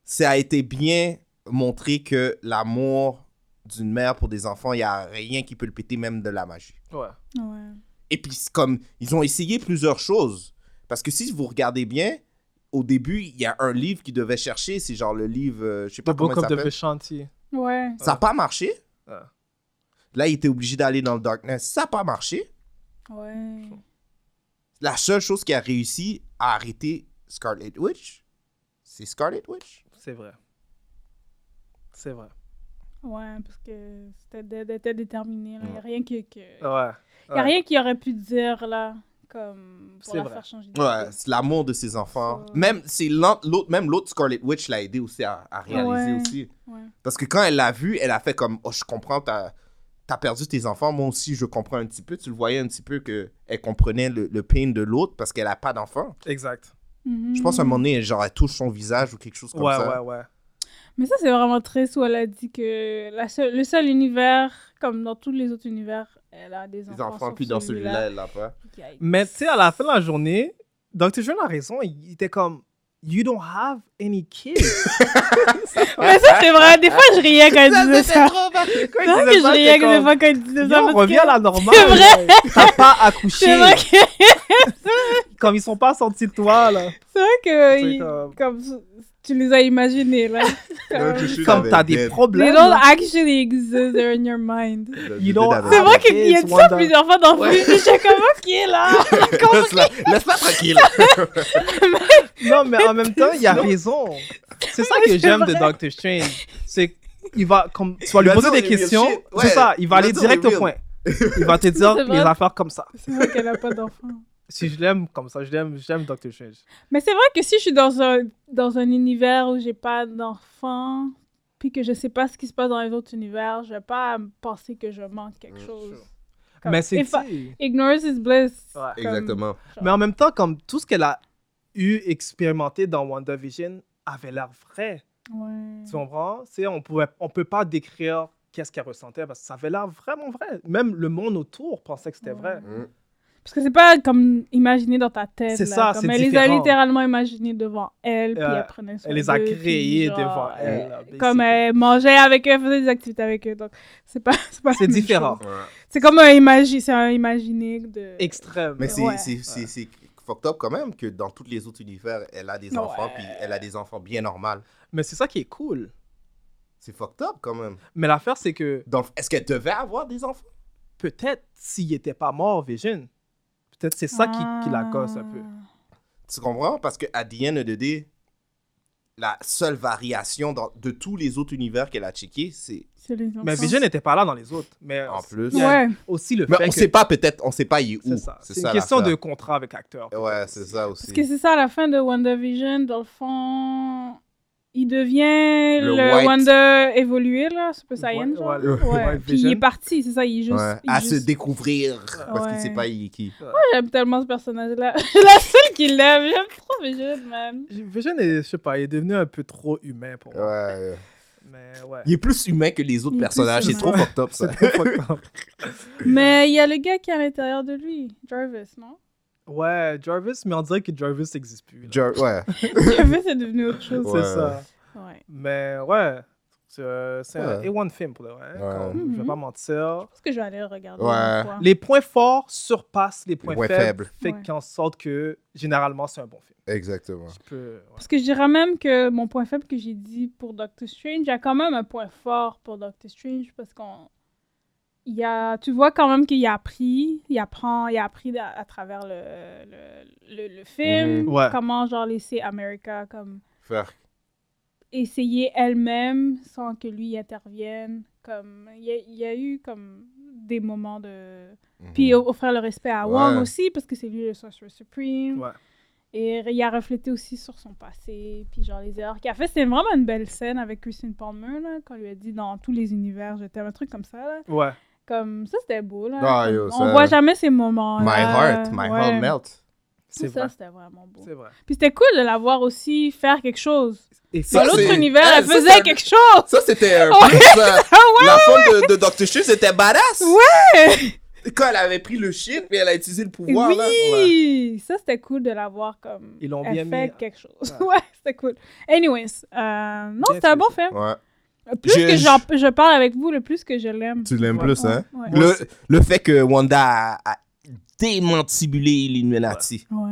S4: Ça a été bien montré que l'amour d'une mère pour des enfants, il y a rien qui peut le péter, même de la magie.
S5: Ouais.
S3: Ouais.
S4: Et puis, c'est comme, ils ont essayé plusieurs choses. Parce que si vous regardez bien, au début, il y a un livre qu'ils devaient chercher. C'est genre le livre, euh, je sais pas
S5: The
S4: comment il
S5: Book of Ah. the
S4: s'appelle.
S5: Vishanti.
S3: Ouais.
S4: Ça n'a pas marché.
S5: Ouais.
S4: Là, il était obligé d'aller dans le darkness. Ça n'a pas marché.
S3: Ouais.
S4: La seule chose qui a réussi à arrêter Scarlet Witch, c'est Scarlet Witch.
S5: C'est vrai. C'est vrai.
S3: Ouais, parce que c'était dé- dé- était déterminé. Il n'y a rien qui, que-
S4: Ah,
S5: Ouais.
S3: y a
S5: ouais.
S3: rien qui aurait pu dire, là, comme pour
S5: C'est
S3: la
S5: vrai.
S3: faire changer. d'idée.
S4: Ouais, c'est l'amour de ses enfants. Même c'est l'en- l'autre, même l'autre Scarlet Witch l'a aidé aussi à, à réaliser
S3: Ouais,
S4: aussi.
S3: ouais.
S4: Parce que quand elle l'a vu, elle a fait comme, oh, je comprends, t'as as perdu tes enfants, moi aussi je comprends un petit peu. Tu le voyais un petit peu que elle comprenait le, le pain de l'autre parce qu'elle a pas d'enfant.
S5: Exact.
S4: Je
S3: Mhm. Mm.
S4: pense à un moment donné, elle, genre, elle touche son visage ou quelque chose comme
S5: Ouais,
S4: ça.
S5: ouais, ouais.
S3: Mais ça, c'est vraiment triste où elle a dit que la seule- le seul univers, comme dans tous les autres univers, elle a des enfants.
S4: Les enfants,
S3: sauf
S4: puis dans celui-là, elle l'a pas.
S3: Yikes.
S5: Mais tu sais, à la fin de la journée, Dr. John a raison. Il il était comme, You don't have any kids.
S3: [LAUGHS] Mais ça, c'est vrai. Des fois, je
S5: [LAUGHS]
S3: riais [LAUGHS] quand elle
S4: Ça,
S3: disait
S4: c'était
S3: ça.
S4: trop marrant.
S3: C'est
S5: il
S3: vrai
S5: disait
S3: que je
S5: ça,
S3: riais
S5: t'es
S3: que des
S5: comme,
S3: fois quand elle disait
S5: Yo,
S3: ça.
S5: on
S3: parce
S5: revient
S3: que-
S5: à la
S3: [LAUGHS]
S5: normale.
S3: C'est vrai.
S5: T'as pas accouché.
S3: C'est vrai que.
S5: Comme ils sont pas sortis de toi, là.
S3: C'est vrai que
S5: C'est
S3: il-
S5: comme-
S3: comme tu les as imaginés là. [LAUGHS]
S4: Le
S3: Comme-
S4: tissu
S5: Comme
S4: d'avec
S5: t'as des
S4: elle.
S3: They
S5: problèmes.
S3: don't
S5: là.
S3: actually exist, they're in your mind.
S4: Le- le
S5: You don't
S4: bébé d'avec
S5: have
S3: C'est
S4: [LAUGHS]
S3: vrai
S5: the
S3: qu'il y a
S5: kids,
S3: de ça
S5: Wanda.
S3: plusieurs fois dans le film. puis J'étais comme ok là.
S4: elle. Laisse-la laisse-la tranquille.
S5: Non, mais en même temps, il a raison. C'est ça que
S3: C'est
S5: j'aime de
S3: vrai.
S5: Doctor Strange. C'est qu'il va, comme, tu vas lui
S4: va
S5: poser
S4: dire
S5: des
S4: des real
S5: questions.
S4: shit.
S5: C'est
S4: Ouais,
S5: ça,
S4: il
S5: il va
S4: va
S5: aller
S4: dire
S5: direct
S4: des
S5: au
S4: real. [LAUGHS]
S5: point. Il va te dire
S3: C'est
S5: les
S3: vrai.
S5: affaires comme ça.
S3: C'est vrai qu'elle a pas d'enfant.
S5: Si je l'aime comme ça, je l'aime, j'aime Doctor Strange.
S3: Mais c'est vrai que si je suis dans un dans un univers où j'ai pas d'enfant, puis que je sais pas ce qui se passe dans les autres univers, je vais pas me penser que je manque quelque chose. Comme-
S5: Mais c'est.
S3: If I- Ignorance is bliss. [LAUGHS]
S5: Ouais.
S3: Comme-
S4: Exactement.
S5: Mais en même temps, comme tout ce qu'elle a eu expérimenté dans WandaVision avait l'air vrai.
S3: Ouais.
S5: Tu comprends? C'est- On ne on peut pas décrire qu'est-ce qu'elle ressentait parce que ça avait l'air vraiment vrai. Même le monde autour pensait que c'était vrai.
S4: Mm.
S3: Parce que c'est pas comme imaginé dans ta tête.
S5: C'est
S3: là,
S5: ça,
S3: comme
S5: c'est
S3: Elle les a
S5: différent.
S3: littéralement imaginées devant elle, puis
S5: Euh,
S3: elle prenait soin
S5: Elle les a
S3: d'eux, puis
S5: créés
S3: genre,
S5: devant
S3: euh,
S5: elle. là, basically.
S3: Comme elle mangeait avec eux, elle faisait des activités avec eux. Donc, c'est pas. [LAUGHS] C'est, pas la
S5: C'est
S3: même
S5: différent.
S3: chose. C'est comme un, imagi- c'est un imaginé de.
S5: Extrême.
S4: Mais c'est
S3: Ouais.
S4: c'est- c'est- c'est fucked up quand même que dans tous les autres univers, elle a des
S3: Ouais.
S4: enfants, puis elle a des enfants bien normales.
S5: Mais c'est ça qui est cool.
S4: C'est fucked up quand même.
S5: Mais l'affaire, c'est que
S4: Dans le- Est-ce qu'elle devait avoir des enfants?
S5: peut-être s'il n'était pas mort, Vision, peut-être c'est ça qui, qui la gosse un peu.
S3: Ah,
S4: Tu comprends? Parce que à the end of the day, la seule variation dans- de tous les autres univers qu'elle a checké, c'est.
S3: C'est les enfants.
S5: Mais Vision n'était pas là dans les autres. Mais
S4: En plus.
S5: il y a
S3: Ouais.
S5: aussi le
S4: Mais
S5: fait
S4: on
S5: que-
S4: sait pas, peut-être, on sait pas il est où.
S5: C'est ça. C'est une question de
S4: l'affaire.
S5: contrat avec acteur.
S4: Ouais, c'est ça aussi.
S3: Parce que c'est ça, à la fin de WandaVision, dans le fond. Il devient le,
S4: Le White-
S3: Wanda évolué, là, Super Saiyan.
S5: Ouais,
S3: genre.
S5: ouais, le
S3: Ouais.
S5: White
S3: Puis il est
S5: Vision.
S3: parti, c'est ça, il est juste.
S4: Ouais,
S3: il est
S4: À se
S3: juste-
S4: découvrir. Parce qu'il
S3: Ouais.
S4: sait pas il est qui.
S3: J'aime tellement ce personnage-là. [LAUGHS] Je suis la seule qui l'aime. J'aime trop Vision, man.
S5: Vision est, je sais pas, il est devenu un peu trop humain pour moi.
S4: Ouais.
S5: Mais ouais.
S4: Il est plus humain que les autres
S3: Il est plus
S4: personnages. C'est
S3: humain.
S4: trop fucked up, ça.
S5: C'est
S4: [LAUGHS]
S5: trop fucked up.
S3: Mais il y a le gars qui est à l'intérieur de lui, Jarvis, non? [LAUGHS]
S5: Ouais, Jarvis, mais on dirait que Jarvis n'existe plus. là.
S4: Jer- ouais.
S3: Jarvis est devenu autre chose.
S5: C'est
S4: Ouais.
S5: ça.
S3: Ouais.
S5: Mais ouais, c'est euh, c'est un
S4: Ouais.
S5: A1 film pour le vrai. hein, comme, Je vais
S3: Mhm.
S5: pas mentir.
S3: Je pense que je vais aller le regarder.
S4: Ouais.
S3: une fois.
S5: Les points forts surpassent les points
S4: Ouais,
S5: faibles.
S4: faible.
S5: Fait
S3: Ouais.
S5: qu'en sorte que généralement c'est un bon film.
S4: Exactement.
S5: Je peux. ouais.
S3: Parce que je dirais même que mon point faible que j'ai dit pour Doctor Strange, il y a quand même un point fort pour Doctor Strange parce qu'on. Il y a, tu vois quand même qu'il a appris, il apprend, il a appris à, à travers le, le, le, le film,
S5: Mhm. Ouais.
S3: comment genre laisser America comme
S4: Faire.
S3: essayer elle-même sans que lui intervienne. Comme il y, a- il y a eu comme des moments de
S4: mm.
S3: puis o- offrir le respect à
S4: Ouais.
S3: Wong aussi parce que c'est lui le Sorcerer Supreme.
S5: Ouais.
S3: Et r- il a reflété aussi sur son passé, puis genre les erreurs qu'il a fait. C'était vraiment une belle scène avec Christine Palmer là, quand il lui a dit dans tous les univers, je t'aime un truc comme ça là.
S5: Ouais.
S3: Comme ça c'était beau là.
S4: Ah,
S3: Comme,
S4: yo,
S3: On
S4: ça-
S3: voit jamais ces moments.
S4: My heart, my heart melt.
S5: C'est
S3: ça
S5: vrai.
S3: c'était vraiment beau.
S5: C'est vrai.
S3: Puis c'était cool de la voir aussi faire quelque chose.
S5: Et
S3: Dans
S4: Ça,
S3: l'autre
S4: c'est-
S3: univers,
S4: Ah,
S3: elle
S4: ça,
S3: faisait
S4: c'est-
S3: quelque chose.
S4: Ça, c'était euh, un
S3: Ouais.
S4: plus,
S3: [LAUGHS]
S4: ça.
S3: Ah ouais.
S4: La femme de, de Dr. Strange était badass.
S3: Ouais.
S4: Quand elle avait pris le shit, mais elle a utilisé le pouvoir. là. Ouais.
S3: Oui, ça c'était cool de la voir comme
S5: Ils l'ont
S3: elle
S5: bien
S3: fait
S5: mis.
S3: quelque chose. [LAUGHS] Ouais, c'était cool. Anyways, euh, non,
S5: Bien
S3: c'était un
S5: fait,
S3: bon
S5: ça.
S3: film.
S4: Ouais.
S3: Le Plus
S4: Je-
S3: que j'en- je parle avec vous, le plus que je l'aime.
S4: Tu l'aimes
S5: Ouais.
S4: plus, hein?
S3: Ouais.
S4: [LAUGHS] Le, le fait que Wanda a, a démantibulé l'Illuminati.
S3: Ouais.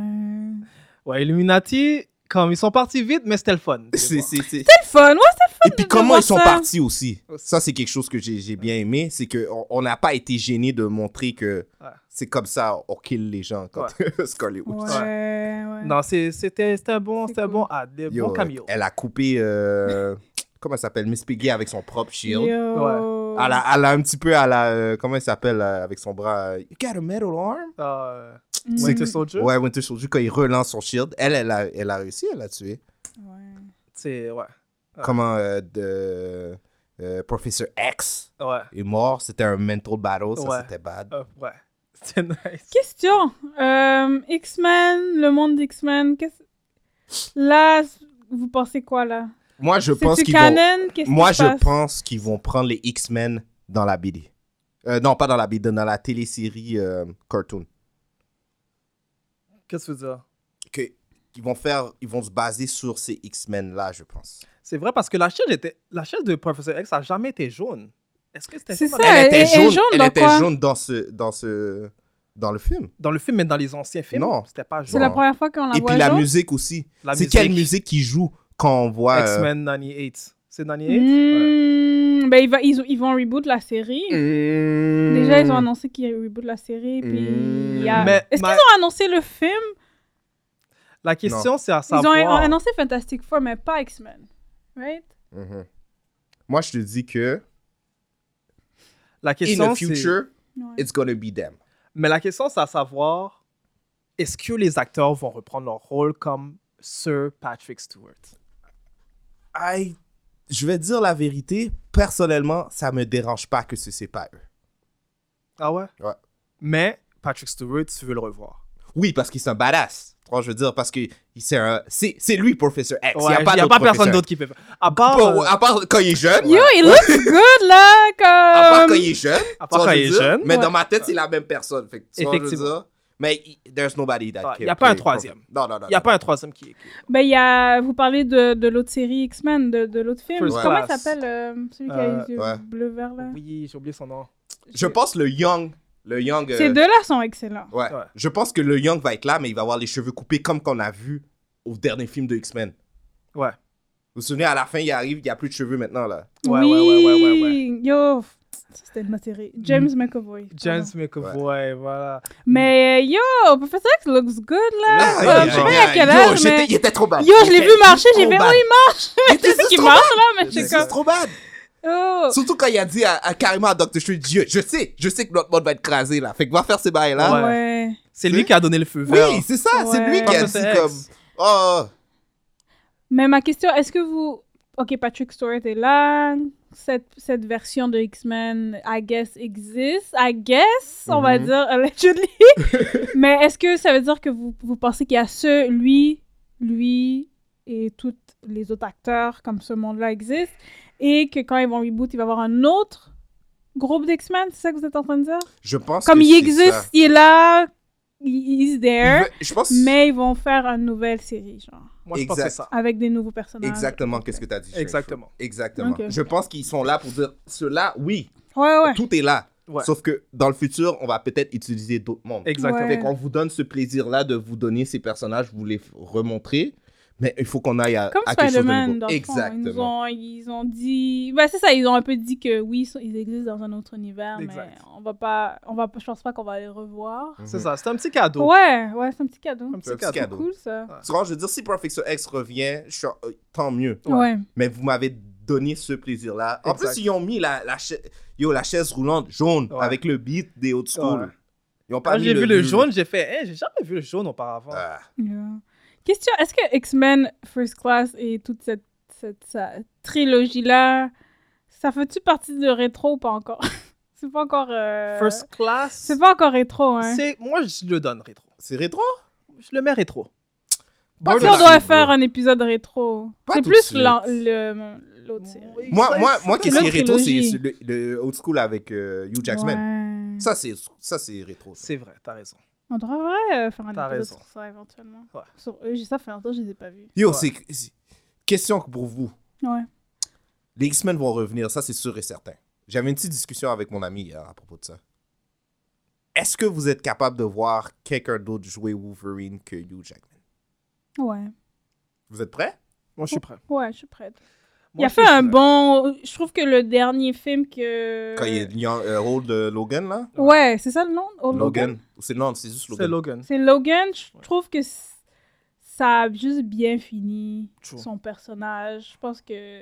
S5: Ouais, Illuminati, Comme ils sont partis vite, mais c'était le fun.
S4: [LAUGHS] C'est, c'est, c'est...
S3: C'était le fun, ouais, c'était le fun.
S4: Et puis
S3: de- de
S4: comment
S3: voir
S4: ils sont
S3: ça.
S4: partis aussi. Ça, c'est quelque chose que j'ai j'ai bien aimé. C'est qu'on on n'a pas été gêné de montrer que c'est comme ça, on kill les gens quand [LAUGHS] Scarlet Witch.
S3: Ouais, ouais.
S5: Non, c'est- c'était c'était un bon, c'était un bon ad, des
S4: Yo,
S5: bon cameo.
S4: Elle a coupé, [LAUGHS] euh, comment elle s'appelle, Miss Piggy avec son propre shield.
S5: Yo.
S4: Ouais. Elle, a, elle a un petit peu à la, euh, comment elle s'appelle, euh, avec son bras. euh,
S5: Got a metal arm? Euh,
S3: Mm.
S4: C'est-
S5: Winter Soldier?
S4: Ouais, Winter Soldier, quand il relance son shield. Elle, elle a, elle a réussi à la tuer.
S5: C'est, ouais. Ouais.
S4: Comment euh, de, euh, Professor X
S5: Ouais.
S4: est mort, c'était un mental battle, ça
S5: Ouais.
S4: c'était bad.
S5: Euh, ouais. C'était [LAUGHS] nice.
S3: Question. Euh, X-Men, le monde d'X-Men, qu'est-ce- Là, vous pensez quoi, là?
S4: Moi, je
S3: C'est
S4: pense
S3: du
S4: qu'ils
S3: canon?
S4: vont.
S3: Qu'est-ce qui
S4: Moi,
S3: se
S4: je
S3: passe?
S4: pense qu'ils vont prendre les X-Men dans la BD. Euh, non, pas dans la BD, dans la télésérie euh, cartoon.
S5: Qu'est-ce que tu veux dire?
S4: Que ils vont faire, ils vont se baser sur ces X-Men là, je pense.
S5: C'est vrai parce que la chaise, était... la chaise de Professeur X a jamais été jaune. Est-ce que c'était
S3: C'est
S5: jaune?
S3: ça, Elle était elle- elle- jaune. jaune.
S4: Elle
S3: dans
S4: était
S3: quoi?
S4: jaune dans ce, dans ce, dans le film.
S5: Dans le film, mais dans les anciens films,
S4: Non.
S5: c'était pas
S3: C'est
S5: jaune.
S3: la première fois qu'on la
S4: Et
S3: voit
S4: puis la
S3: Ah jaune?
S4: musique aussi.
S5: La
S4: C'est quelle
S5: musique.
S4: musique qui joue quand on voit euh,
S5: X-Men 98. C'est 98?
S3: Mmh, ben, il va- ils, ils vont reboot la série.
S4: Mmh.
S3: Déjà, ils ont annoncé qu'ils rebootent la série. Puis
S4: Hmm.
S3: il y a-
S5: Mais
S3: Est-ce
S5: ma-
S3: qu'ils ont annoncé le film
S5: La question, c'est à
S3: Ils ont
S5: savoir.
S3: annoncé Fantastic Four, mais pas X-Men. Right?
S4: Mhm. Moi, je te dis que
S5: La question,
S4: in the
S5: c'est-
S4: future,
S3: Ouais.
S4: it's gonna be them.
S5: Mais la question, c'est à savoir est-ce que les acteurs vont reprendre leur rôle comme Sir Patrick Stewart
S4: I- Je vais dire la vérité, personnellement, ça me dérange pas que ce c'est pas eux.
S5: Ah ouais
S4: Ouais.
S5: Mais Patrick Stewart, tu veux le revoir.
S4: Oui, parce qu'il c'est un badass. Tu vois, je veux dire, parce que il- c'est un- c'est c'est lui, Professeur X. il
S5: Ouais,
S4: n'y a pas, d'autre
S5: personne
S4: Professeur.
S5: d'autre qui peut. À part.
S4: Bon, ah,
S5: euh,
S4: à part quand il est jeune.
S3: Yo,
S4: [LAUGHS]
S3: il look good, là!
S4: À part quand
S3: Comme...
S4: il est jeune.
S5: À part
S4: tu vois,
S5: quand
S4: je
S5: il
S4: veux
S5: est
S4: dire,
S5: jeune,
S4: Mais
S5: ouais.
S4: dans ma tête, c'est la même personne. Fait que, tu vois, je veux
S5: Effectivement.
S4: dire, mais il- there's nobody that
S5: Ah,
S4: can
S5: y a pas un
S4: play
S5: troisième.
S4: Prof- Non, non, non.
S5: Il n'y a
S4: non.
S5: pas un troisième qui est.
S3: Ben, il y a... Vous parlez de, de l'autre série X-Men, de, de l'autre film.
S5: First
S3: Comment il
S5: Class.
S3: s'appelle euh, celui qui a
S5: Euh,
S3: les yeux
S4: ouais.
S3: bleu-vert, là?
S5: Oui, j'ai oublié son nom.
S4: Je pense le Young. Le Young. euh,
S3: Ces deux-là sont excellents.
S4: Ouais.
S5: Ouais.
S4: Je pense que le Young va être là, mais il va avoir les cheveux coupés comme qu'on a vu au dernier film de X-Men.
S5: Ouais.
S4: Vous vous souvenez, à la fin, il arrive, il n'y a plus de cheveux maintenant, là.
S5: Ouais, ouais,
S3: oui!
S5: ouais, ouais, ouais, ouais. Mm.
S3: Yo! Ça, c'était ma série. James McAvoy.
S5: James
S3: pardon.
S5: McAvoy, voilà.
S3: Mais euh, yo, Professor X looks good, là!
S4: Ah,
S3: Comme,
S4: il est
S3: je sais pas
S4: génial.
S3: à quel
S4: Yo,
S3: âge,
S4: j'étais-
S3: mais...
S4: Il était trop bad.
S3: Yo, je l'ai
S4: Il
S3: vu
S4: était
S3: marcher, j'ai
S4: trop
S3: fait,
S4: bad.
S3: oh, il marche!
S4: Il était
S3: C'est ce
S4: juste
S3: qui
S4: trop
S3: marche,
S4: bad.
S3: là, mais je
S4: C'est
S3: suis
S4: juste
S3: comme...
S4: trop bad.
S3: Oh!
S4: Surtout quand il a dit à, à- carrément à Dr. Strange, Dieu, je sais, je sais que notre monde va être crasé, là. Fait que va faire ces bails-là.
S5: Ouais.
S3: oh, Ouais.
S5: C'est lui qui a donné le feu
S4: Oui,
S5: vert.
S4: c'est ça, c'est
S3: Ouais.
S4: lui qui a
S5: Professeur
S4: dit
S5: X.
S4: comme. Oh,
S3: Mais ma question, est-ce que vous... Ok, Patrick Stewart est là. Cette, cette version de X-Men, I guess, existe. I guess, on va
S4: Mhm.
S3: dire, allegedly. [LAUGHS] Mais est-ce que ça veut dire que vous, vous pensez qu'il y a ce, lui, lui et tous les autres acteurs comme ce monde-là existe et que quand ils vont reboot, il va y avoir un autre groupe d'X-Men, c'est ça que vous êtes en train de dire?
S4: je pense
S3: Comme
S4: que
S3: il
S4: c'est
S3: existe,
S4: ça.
S3: il est là, il is there,
S4: Il veut- Je pense
S3: mais ils vont faire une nouvelle série, genre,
S5: Moi, je pense que c'est ça.
S3: avec des nouveaux personnages.
S4: exactement qu'est-ce que tu as dit. Shrek.
S5: Exactement.
S4: Exactement.
S3: Ok.
S4: Je pense qu'ils sont là pour dire ceux-là, oui,
S3: Ouais, ouais.
S4: tout est là.
S5: Ouais.
S4: Sauf que dans le futur, on va peut-être utiliser d'autres mondes.
S5: Exactement.
S3: Ouais.
S4: Fait qu'on vous donne ce plaisir-là de vous donner ces personnages, vous les f- remontrer, mais il faut qu'on aille à,
S3: Comme
S4: à quelque chose de
S3: Spider-Man,
S4: nouveau.
S3: dans le fond, hein, ils, nous
S4: Exactement.
S3: ont, ils ont dit... Ben, c'est ça, ils ont un peu dit que oui, ils sont- ils existent dans un autre univers,
S5: Exact.
S3: mais on va pas... On va, pas- je pense pas qu'on va les revoir.
S5: C'est ça. C'est un petit cadeau.
S3: Ouais, ouais, c'est un petit cadeau.
S5: Un petit
S4: C'est un petit cadeau.
S5: cadeau.
S3: Cool, ça.
S4: Tu vois, je veux dire, si Professor X revient, je suis en- euh, tant mieux.
S3: Ouais.
S4: Mais vous m'avez donné ce plaisir-là. En
S5: Exact.
S4: plus, ils ont mis la, la, cha- yo, la chaise roulante jaune
S5: Ouais.
S4: avec le beat des old school.
S5: Ouais.
S4: Ils ont pas
S5: Quand
S4: mis
S5: j'ai vu le
S4: bleu.
S5: jaune, j'ai fait, Hein, j'ai jamais vu le jaune auparavant.
S4: Ah.
S3: Yeah. Question, est-ce que X-Men First Class et toute cette, cette- sa trilogie-là, ça fait-tu partie de rétro ou pas encore? [LAUGHS] c'est pas encore... euh,
S5: First class.
S3: C'est pas encore rétro, hein?
S5: c'est- Moi, je le donne rétro.
S4: C'est rétro?
S5: Je le mets rétro.
S3: Pas
S5: ben,
S3: si on
S4: Borderlands,
S3: doit
S4: bro.
S3: faire un épisode rétro.
S4: Pas
S3: C'est
S4: tout de
S3: plus
S4: suite.
S3: l'en- le- l'autre série.
S4: Moi, moi, moi
S3: c'est
S4: qu'est-ce qui est
S3: l'autre
S4: rétro, c'est
S3: trilogie.
S4: c'est le, le old school avec euh, Hugh Jackman.
S3: Ouais.
S4: Ça, c'est ça, c'est rétro. ça.
S5: C'est vrai, t'as raison.
S3: On devrait euh, faire un
S5: T'as
S3: épisode
S5: raison.
S3: sur ça éventuellement.
S5: Ouais.
S3: Sur eux, j'ai- ça fait longtemps que je les ai pas vus.
S4: Yo,
S5: Ouais.
S4: c'est c'est- question pour vous.
S3: Ouais.
S4: Les X-Men vont revenir, ça, c'est sûr et certain. J'avais une petite discussion avec mon ami hier à propos de ça. Est-ce que vous êtes capable de voir quelqu'un d'autre jouer Wolverine que Hugh Jackman?
S3: Ouais.
S4: Vous êtes prêts?
S5: Moi, je suis prêt.
S3: Ouais, je suis prête.
S4: Moi,
S3: il a
S4: je
S3: fait
S4: suis
S3: un
S4: prêt.
S3: bon. Je trouve que le dernier film que.
S4: Quand il y a Young- euh, rôle de Logan, là?
S3: Ouais, c'est ça le nom Oh,
S4: Logan. C'est, non, c'est juste Logan.
S5: C'est Logan.
S3: C'est Logan. Je trouve que c- ça a juste bien fini son personnage. Je pense que.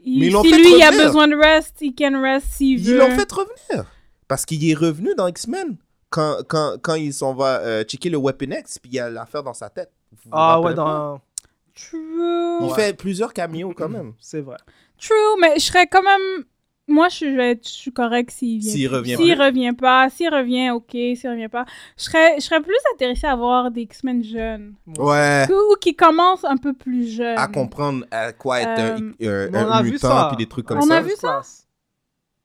S3: il-
S4: Mais ils l'ont
S3: si
S4: fait
S3: lui, il a
S4: revenir.
S3: besoin de rest, il can rest s'il veut.
S4: Ils l'ont fait revenir. Parce qu'il est revenu dans X-Men. Quand, quand, quand ils s'en va euh, checker le Weapon X, puis il y a l'affaire dans sa tête. Vous vous
S5: Ah
S4: rappelez
S5: ouais,
S4: pas?
S5: dans.
S4: Il
S3: True.
S4: fait plusieurs cameos quand même.
S5: C'est vrai.
S3: True, mais je serais quand même. Moi, je suis, je vais être- je suis correct s'il vient.
S4: S'il revient
S3: S'il
S4: pas.
S3: revient pas. S'il revient, ok. S'il revient pas. Je serais, je serais plus intéressée à voir des X-Men jeunes.
S4: Ouais.
S3: Ou, ou qui commencent un peu plus jeunes.
S4: Ah. À comprendre à quoi être un- euh,
S5: on
S4: un,
S5: a vu ça.
S4: mutant, puis des trucs comme
S3: On
S4: ça.
S3: a vu ça?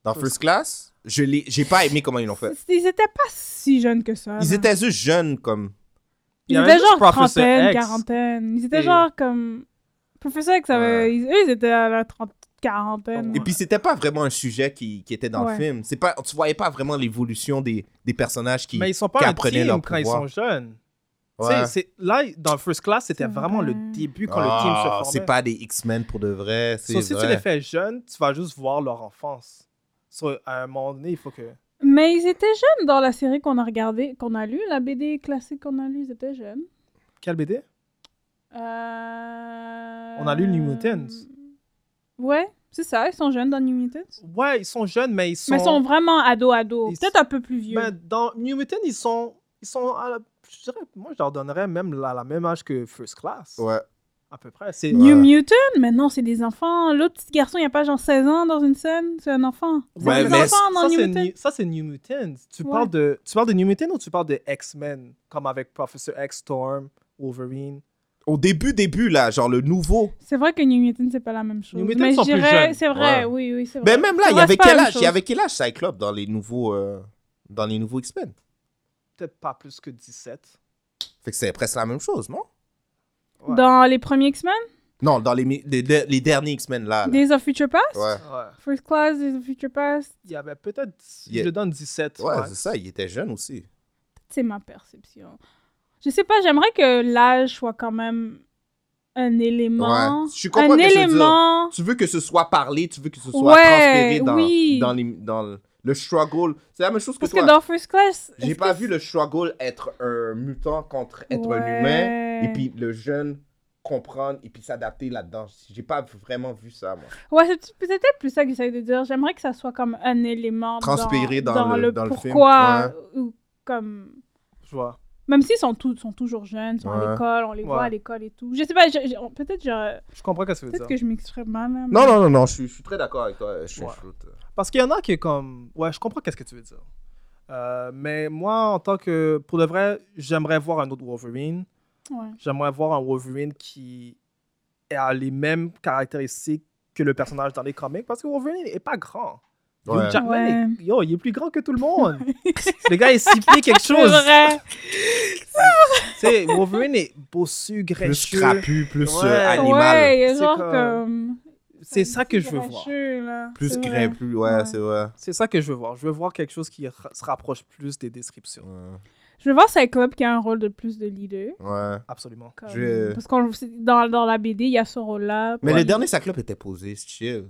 S4: Dans First Class, je l'ai, j'ai pas aimé comment ils l'ont fait.
S3: Ils étaient pas si jeunes que ça.
S4: Ils
S3: là.
S4: étaient juste jeunes, comme.
S5: Il y
S3: Ils
S5: avait
S3: étaient
S5: juste
S3: genre
S5: Professor
S3: trentaine,
S5: X.
S3: quarantaine. Ils étaient
S5: Et-
S3: genre comme. Professeur X, ça avait- ils- eux, ils étaient à la trente, quarantaine.
S4: Et puis c'était pas vraiment un sujet qui, qui était dans
S3: Ouais.
S4: le film. C'est pas, tu voyais pas vraiment l'évolution des, des personnages qui,
S5: Mais ils sont pas
S4: qui
S5: un
S4: apprenaient leur
S5: team quand ils
S4: pouvoir.
S5: sont jeunes. Tu sais,
S4: Ouais.
S5: c'est- Là, dans First Class, c'était vraiment le début quand le team se
S4: Ah,
S5: formait.
S4: C'est pas des X-Men pour de vrai. C'est
S5: So, si tu
S4: vrai.
S5: les fais jeunes, tu vas juste voir leur enfance. So, à un moment donné, il faut que.
S3: Mais ils étaient jeunes dans la série qu'on a regardée, qu'on a lue, la BD classique qu'on a lue, ils étaient jeunes.
S5: Quelle BD
S3: Euh,
S5: On a lu New Mutants.
S3: Ouais, c'est ça, ils sont jeunes dans New Mutants.
S5: Ouais, ils sont jeunes, mais ils sont.
S3: Mais ils sont vraiment ados-ados.
S5: Ils- Ben,
S3: Peut-être un peu plus vieux.
S5: Mais dans New Mutant, ils sont. Ils sont à la- je dirais- moi, je leur donnerais même la, la même âge que First Class.
S4: Ouais.
S5: À peu près. C'est euh,
S3: New Mutant, mais non, c'est des enfants. L'autre petit garçon, il n'y a pas genre 16 ans dans une scène, c'est un enfant. C'est
S4: Ouais,
S3: des
S4: mais-
S3: enfants dans
S5: ça,
S3: New
S5: c'est
S3: Mutants.
S5: New- ça, c'est New Mutants. Tu,
S3: Ouais.
S5: parles de, tu parles de New Mutants ou tu parles de X-Men, comme avec Professor X, Storm, Wolverine
S4: Au début, début, là, genre le nouveau.
S3: C'est vrai que New Mutants, c'est pas la même chose.
S5: New Mutants
S3: mais
S5: sont
S3: je
S5: plus
S3: dirais,
S5: jeunes.
S3: c'est
S4: Ouais.
S3: vrai, oui, oui, c'est vrai.
S4: Mais Ben, même là,
S3: C'est
S4: il y
S3: vrai, c'est
S4: avait
S3: pas la
S4: quel
S3: même
S4: âge Il y
S3: chose.
S4: avait quel âge Cyclope dans les nouveaux, euh, dans les nouveaux X-Men
S5: Peut-être pas plus que 17.
S4: Fait que c'est presque la même chose, non
S5: Ouais.
S3: Dans les premiers X-Men,
S4: Non, dans les, mi- les, de- les derniers X-Men, là. là.
S3: Days of Future Past,
S4: Ouais.
S5: Ouais.
S3: First Class, Days of Future Past,
S5: Il y avait peut-être.
S4: Yeah.
S5: Je le donne 17.
S4: Ouais,
S5: ouais.
S4: c'est ça, il était jeune aussi.
S3: c'est ma perception. Je sais pas, j'aimerais que l'âge soit quand même un élément.
S4: Ouais, je suis
S3: un
S4: comprends qu'est-ce que tu veux dire.
S3: élément.
S4: Tu veux que ce soit parlé, tu veux que ce soit
S3: Ouais,
S4: transféré dans,
S3: oui.
S4: dans, les- dans le, le struggle. C'est la même chose que
S3: Parce
S4: toi.
S3: que dans First Class.
S4: J'ai
S3: est-ce
S4: pas
S3: que-
S4: vu le struggle être un mutant contre être
S3: Ouais.
S4: un humain et puis le jeune comprendre et puis s'adapter là-dedans. J'ai pas vraiment vu ça, moi.
S3: Ouais, c'est c'est peut-être plus ça que j'essaie de dire. J'aimerais que ça soit comme un élément.
S4: Transpiré dans le- dans le film,
S3: pourquoi. Ou comme.
S5: Je vois.
S3: Même s'ils sont, tous sont toujours jeunes, ils sont à
S4: Ouais.
S3: l'école, on les voit
S5: Ouais.
S3: à l'école et tout. Je sais pas, je- je- peut-être je-
S5: Je comprends ce que tu veux
S3: peut-être
S5: dire.
S3: que je m'exprime mal. là, mais-
S4: Non, non, non, non, je suis, je suis très d'accord avec toi. euh, Je suis
S5: Ouais.
S4: shoot.
S5: Parce qu'il y en a qui est comme. Ouais, je comprends qu'est-ce que tu veux dire. Euh, mais moi, en tant que. Pour de vrai, j'aimerais voir un autre Wolverine.
S3: Ouais.
S5: J'aimerais voir un Wolverine qui a les mêmes caractéristiques que le personnage dans les comics. Parce que Wolverine n'est pas grand. Hugh
S4: Ouais.
S5: Jackman,
S3: Ouais.
S5: est- yo, il est plus grand
S3: [LAUGHS]
S5: que tout le monde. le gars est six pieds quelque
S3: C'est
S5: chose.
S3: vrai.
S5: Tu sais, Wolverine est bossu,
S4: Plus
S5: grêchu.
S4: crapu, plus euh,
S5: Ouais.
S4: animal.
S3: Ouais, il y a
S5: C'est
S3: genre
S5: comme-
S3: comme.
S5: C'est ça que je veux voir.
S4: Plus
S3: grave.
S4: grêle, plus. Ouais,
S3: Ouais.
S4: c'est vrai.
S5: C'est ça que je veux voir. Je veux voir quelque chose qui ra- se rapproche plus des descriptions.
S4: Ouais.
S3: Je veux voir Cyclope qui a un rôle de plus de leader.
S4: Ouais.
S5: Absolument.
S3: comme-
S4: Je-
S3: Parce qu'on c'est- dans, dans la BD, il y a ce rôle-là.
S4: Mais
S3: puis-
S4: le dernier Cyclope était posé, c'est chill.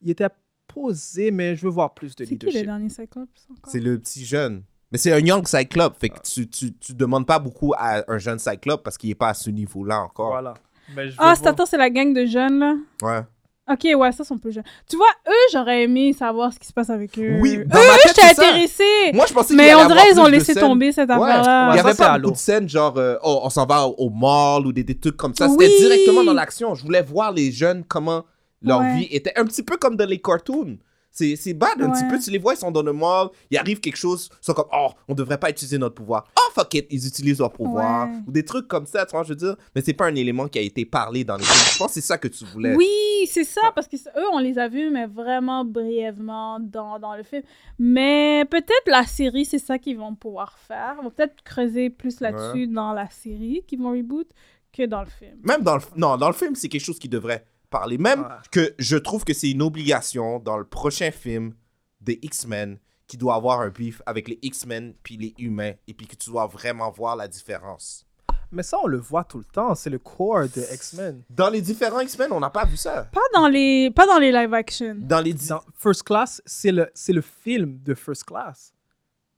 S5: Il était posé, mais je veux voir plus de
S3: C'est qui le
S5: leadership.
S3: dernier Cyclope c'est encore?
S4: C'est le petit jeune. Mais c'est un young Cyclope, fait que tu, tu, tu demandes pas beaucoup à un jeune Cyclope parce qu'il est pas à ce niveau-là encore.
S5: Voilà. Mais je veux
S3: Ah, c'est
S5: voir-
S3: attends, c'est la gang de jeunes, là.
S4: Ouais.
S3: Ok, ouais, ça, ils sont plus jeunes. Tu vois, eux, j'aurais aimé savoir ce qui se passe avec eux.
S4: Oui,
S3: eux,
S4: dans ma tête,
S3: Euh, j'étais
S4: c'est ça.
S3: intéressée.
S4: Moi, je pensais qu'il
S3: Mais
S4: allait
S3: on
S4: avoir
S3: dirait ils ont
S4: plus de
S3: laissé
S4: scènes.
S3: tomber cette
S4: Ouais.
S3: affaire-là.
S4: Il n'y
S5: ça,
S4: avait
S5: c'est à
S4: pas beaucoup
S5: l'eau.
S4: de scènes genre euh, oh, on s'en va au, au mall ou des, des trucs comme ça. C'était
S3: Oui.
S4: directement dans l'action. Je voulais voir les jeunes comment leur
S3: Ouais.
S4: vie était. Un petit peu comme dans les cartoons. C'est c'est bad un petit
S3: Ouais.
S4: peu. Tu les vois, ils sont dans le mall, il arrive quelque chose, ils sont comme oh, on devrait pas utiliser notre pouvoir. Oh fuck it, ils utilisent leur pouvoir.
S3: Ouais.
S4: Ou des trucs comme ça, tu vois, je veux dire. Mais c'est pas un élément qui a été parlé dans les films. Je pense que c'est ça que tu voulais.
S3: Oui, c'est ça, parce que c- eux, on les a vus, mais vraiment brièvement dans, dans le film. Mais peut-être la série, c'est ça qu'ils vont pouvoir faire. Ils vont peut-être creuser plus là-dessus dans la série qu'ils vont reboot que dans le film.
S4: Même dans le, non, dans le film, c'est quelque chose qui devrait parler. Même
S5: Ouais.
S4: que je trouve que c'est une obligation dans le prochain film des X-Men qui doit avoir un beef avec les X-Men puis les humains et puis que tu dois vraiment voir la différence.
S5: Mais ça, on le voit tout le temps. C'est le core de X-Men.
S4: Dans les différents X-Men, on n'a pas vu ça.
S3: Pas dans les, pas dans les live action.
S4: Dans les
S5: Dans First Class, c'est le, c'est le film de First Class.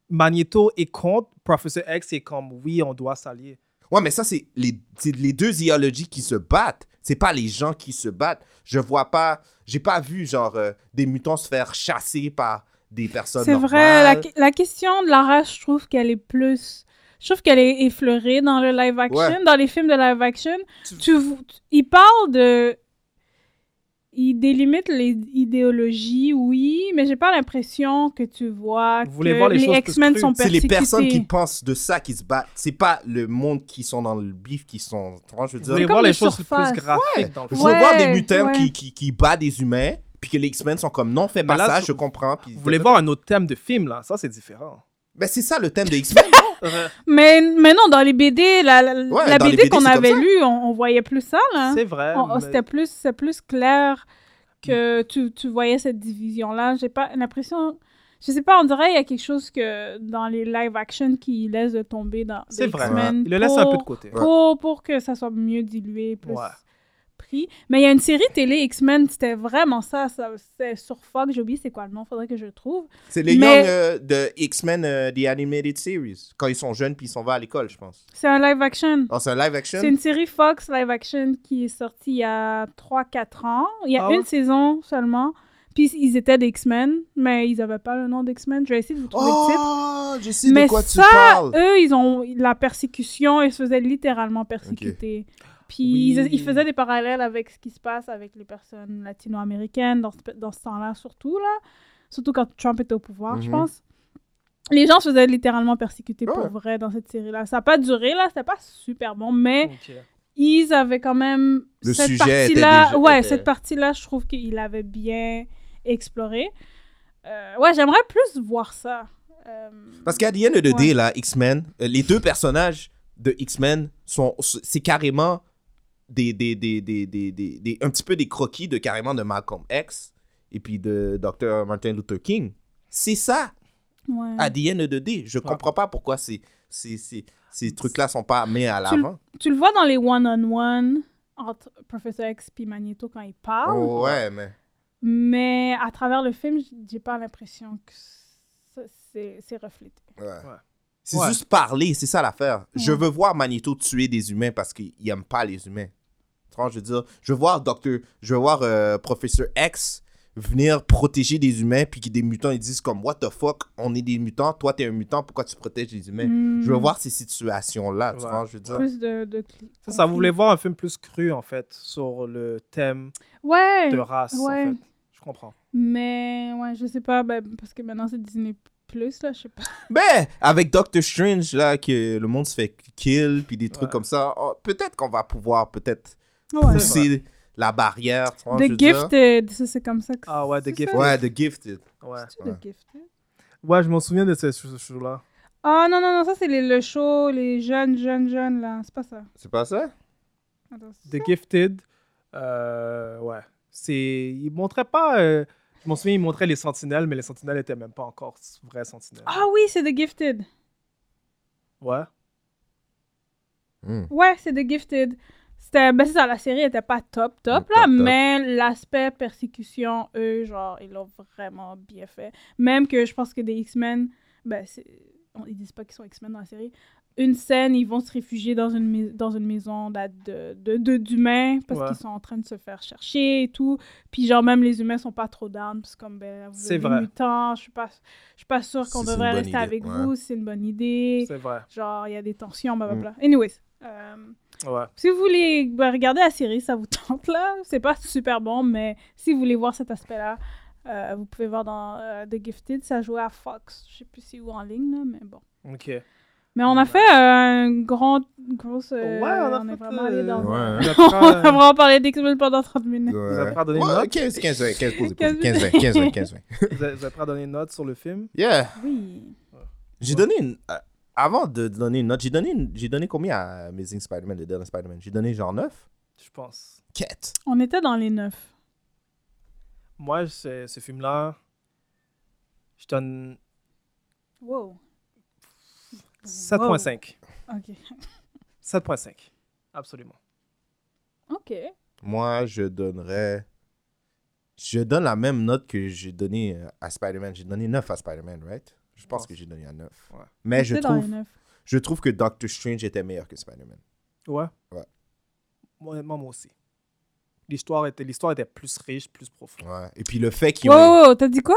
S5: Magneto est contre, Professor X est comme oui, on doit s'allier.
S4: Ouais, mais ça, c'est les, c'est les deux idéologies qui se battent. C'est pas les gens qui se battent. Je vois pas. J'ai pas vu, genre, euh, des mutants se faire chasser par des personnes.
S3: C'est vrai, la,
S4: normales.
S3: que- la question de la race, je trouve qu'elle est plus. Je trouve qu'elle est effleurée dans le live action,
S4: Ouais.
S3: dans les films de live action. Tu, vo- tu- il parle de. Il délimite les idéologies, oui, mais j'ai pas l'impression que tu vois
S4: Vous
S3: que
S4: voulez voir les
S3: les
S4: choses plus
S3: X-Men
S4: crues.
S3: sont
S4: C'est
S3: persécutés.
S4: les personnes qui pensent de ça qui se battent. C'est pas le monde qui sont dans le bif qui sont. tu vois, Je veux
S5: Vous
S4: dire.
S5: voulez voir les choses plus graphiques
S4: Ouais.
S5: dans le
S4: Je
S5: film.
S4: veux voir des mutants
S5: ouais.
S4: qui, qui, qui battent des humains, puis que les X-Men sont comme non, fais pas
S5: Bah là,
S4: ça,
S5: tu-
S4: je comprends. Puis
S5: Vous voulez voir un autre thème de film, là Ça, c'est différent.
S4: Ben, c'est ça le thème de
S3: [LAUGHS]
S4: X-Men.
S3: Mais, mais non, dans les BD, la, la-
S5: Ouais,
S3: la
S5: dans les
S3: BD
S5: BD,
S3: qu'on
S5: c'est comme
S3: avait
S5: ça.
S3: lue, on, on voyait plus ça, là.
S5: C'est vrai,
S3: Hein? On- on-
S5: mais-
S3: C'était plus, c'est plus clair que
S5: Hmm.
S3: tu, tu voyais cette division-là. J'ai pas l'impression... Je sais pas, on dirait qu'il y a quelque chose que dans les live-action qui laisse de tomber dans des
S5: C'est vrai.
S3: X-Men
S5: Ouais. Il le laisse un peu de
S3: pour-
S5: côté.
S3: Pour, pour que ça soit mieux dilué, plus
S5: Ouais.
S3: pris. Mais il y a une série télé X-Men, c'était vraiment ça. ça c'était sur Fox, j'ai oublié c'est quoi le nom, faudrait que je le trouve.
S4: C'est les
S3: Mais-
S4: Young euh, de X-Men, euh, The Animated Series. Quand ils sont jeunes, puis ils s'en vont à l'école, je pense.
S3: C'est un live-action.
S4: Oh, c'est un live action?
S3: C'est une série Fox live action qui est sortie il y a 3-4 ans. Il y a
S5: Ah ouais?
S3: une saison seulement. Puis ils étaient des X-Men, mais ils n'avaient pas le nom d'X-Men. Je vais essayer de vous trouver le titre.
S4: Oh, je sais de
S3: mais
S4: quoi tu
S3: ça,
S4: parles.
S3: eux, ils ont la persécution. Ils se faisaient littéralement persécuter. Puis ils, ils faisaient des parallèles avec ce qui se passe avec les personnes latino-américaines dans, ce- dans ce temps-là, surtout là. Surtout quand Trump était au pouvoir, je
S6: Mhm.
S3: pense. Les gens se faisaient littéralement persécuter pour vrai dans cette série-là. Ça n'a pas duré, là, c'était pas super bon, mais ils avaient quand même
S6: Le
S3: cette
S6: sujet était
S3: partie-là.
S6: déjà-
S3: Ouais,
S6: était-
S3: cette partie-là, je trouve qu'il avait bien exploré. Euh, ouais, j'aimerais plus voir ça. Euh,
S4: Parce qu'à The End of the
S3: Ouais.
S4: Day, là, X-Men, euh, les deux personnages de X-Men sont. C'est carrément des, des, des, des, des, des- des- Un petit peu des croquis de carrément de Malcolm X et puis de Dr. Martin Luther King. C'est ça,
S3: ouais.
S4: à The End of the Day. Je comprends pas pourquoi ces, ces, ces, ces trucs-là sont pas mis à
S3: tu, le-
S4: l'avant.
S3: tu le vois dans les one-on-one entre Professor X et Magneto quand ils parlent.
S4: Oh, ouais, mais.
S3: Mais à travers le film, j- j'ai pas l'impression que ça, c'est c'est reflété.
S4: Ouais. C'est
S5: Ouais.
S4: juste parler, c'est ça l'affaire. Je veux voir Magneto tuer des humains parce qu'il n'aime pas les humains. Tu vois, je veux dire, je veux voir Docteur, je veux voir euh, Professeur X venir protéger des humains puis que des mutants ils disent comme what the fuck, on est des mutants, toi t'es un mutant, pourquoi tu protèges les humains
S3: Mm.
S4: Je veux voir ces situations là, tu vois, je veux dire.
S3: Plus de, de cli-
S5: Ça, ça, vous voulez voir un film plus cru, en fait, sur le thème
S3: Ouais,
S5: de race,
S3: Euh, ouais.
S5: en fait. Je comprends.
S3: Mais ouais, je sais pas, ben, parce que maintenant c'est Disney Plus, là, je sais pas.
S4: Ben, avec Doctor Strange là que le monde se fait kill puis des trucs comme ça, oh, peut-être qu'on va pouvoir peut-être
S3: Ouais.
S4: pousser la barrière. tu vois, je veux
S3: The
S4: dire.
S3: Gifted, ça c'est comme ça que
S5: Ah ouais, The Gifted.
S4: Ouais, The Gifted.
S5: Ouais.
S3: c'est The Gifted.
S5: Ouais, je m'en souviens de ce ce show-là.
S3: Ah non, non, non, ça c'est les- le show, les jeunes, jeunes, jeunes, là, c'est pas ça.
S4: C'est pas ça
S3: Attends, c'est-
S5: The Gifted, euh, ouais. C'est... Il montrait pas... euh, Je m'en souviens, il montrait les sentinelles, mais les sentinelles n'étaient même pas encore s- vraies sentinelles.
S3: Ah oui, c'est The Gifted.
S5: Ouais.
S3: Ouais, c'est The Gifted. C'était, ben c'est ça, la série était pas top, top, là, mais l'aspect persécution, eux, genre, ils l'ont vraiment bien fait. Même que je pense que des X-Men, ben, c'est- on- ils disent pas qu'ils sont X-Men dans la série. Une scène, ils vont se réfugier dans une, mais- dans une maison là, de, de, de- d'humains parce
S5: Ouais.
S3: qu'ils sont en train de se faire chercher et tout. Puis, genre, même les humains sont pas trop down. parce que comme, ben, vous
S5: C'est
S3: êtes des
S5: vrai.
S3: mutants, je suis pas, je suis pas sûre qu'on
S5: C'est- c'est une
S3: devrait
S5: bonne
S3: rester
S5: idée,
S3: avec
S5: ouais.
S3: vous, c'est une bonne idée.
S5: C'est vrai.
S3: Genre, il y a des tensions, blablabla.
S5: Mm.
S3: Anyways. euh,
S5: Ouais.
S3: si vous voulez ben, regarder la série, ça vous [LAUGHS] tente là. C'est pas super bon, mais si vous voulez voir cet aspect-là, euh, vous pouvez voir dans euh, The Gifted. Ça jouait à Fox. Je sais plus si où en ligne, là, mais bon.
S5: OK.
S3: Mais on a fait euh, un grand, une grosse. euh,
S5: Mm. Ouais, on a
S3: est
S5: fait,
S3: vraiment
S5: euh,
S3: allé dans.
S4: Ouais.
S3: [LAUGHS] on a vraiment parlé d'X-Men pendant 30 minutes.
S4: Ouais.
S5: avez pas donné
S4: Ouais,
S5: une note?
S4: 15, 15, 15, 15, 15, 15, 15, 15, 15.
S5: Vous avez, vous avez pas donné une note sur le film?
S4: Yeah.
S3: Oui.
S4: J'ai donné une. euh, Avant de donner une note, j'ai donné, une- j'ai donné combien à Amazing Spider-Man, le dernier Spider-Man J'ai donné genre 9
S5: Je pense.
S4: Quête.
S3: On était dans les neuf.
S5: Moi, ce, ce film-là, je donne
S3: Wow.
S5: 7.5.
S3: Ok.
S5: 7.5. Absolument.
S3: OK.
S4: Moi, je donnerais. Je donne la même note que j'ai donnée à Spider-Man. J'ai donné 9 à Spider-Man, right? Je pense que j'ai donné à 9. Mais je
S3: C'était dans les
S4: trouve,
S3: neuf.
S4: je trouve que Doctor Strange était meilleur que Spider-Man.
S5: Ouais.
S4: Ouais.
S5: Honnêtement, moi aussi. L'histoire était, l'histoire était plus riche, plus profonde.
S4: Ouais. Et puis le fait qu'il.
S3: Wow, wow, wow, t'as dit quoi?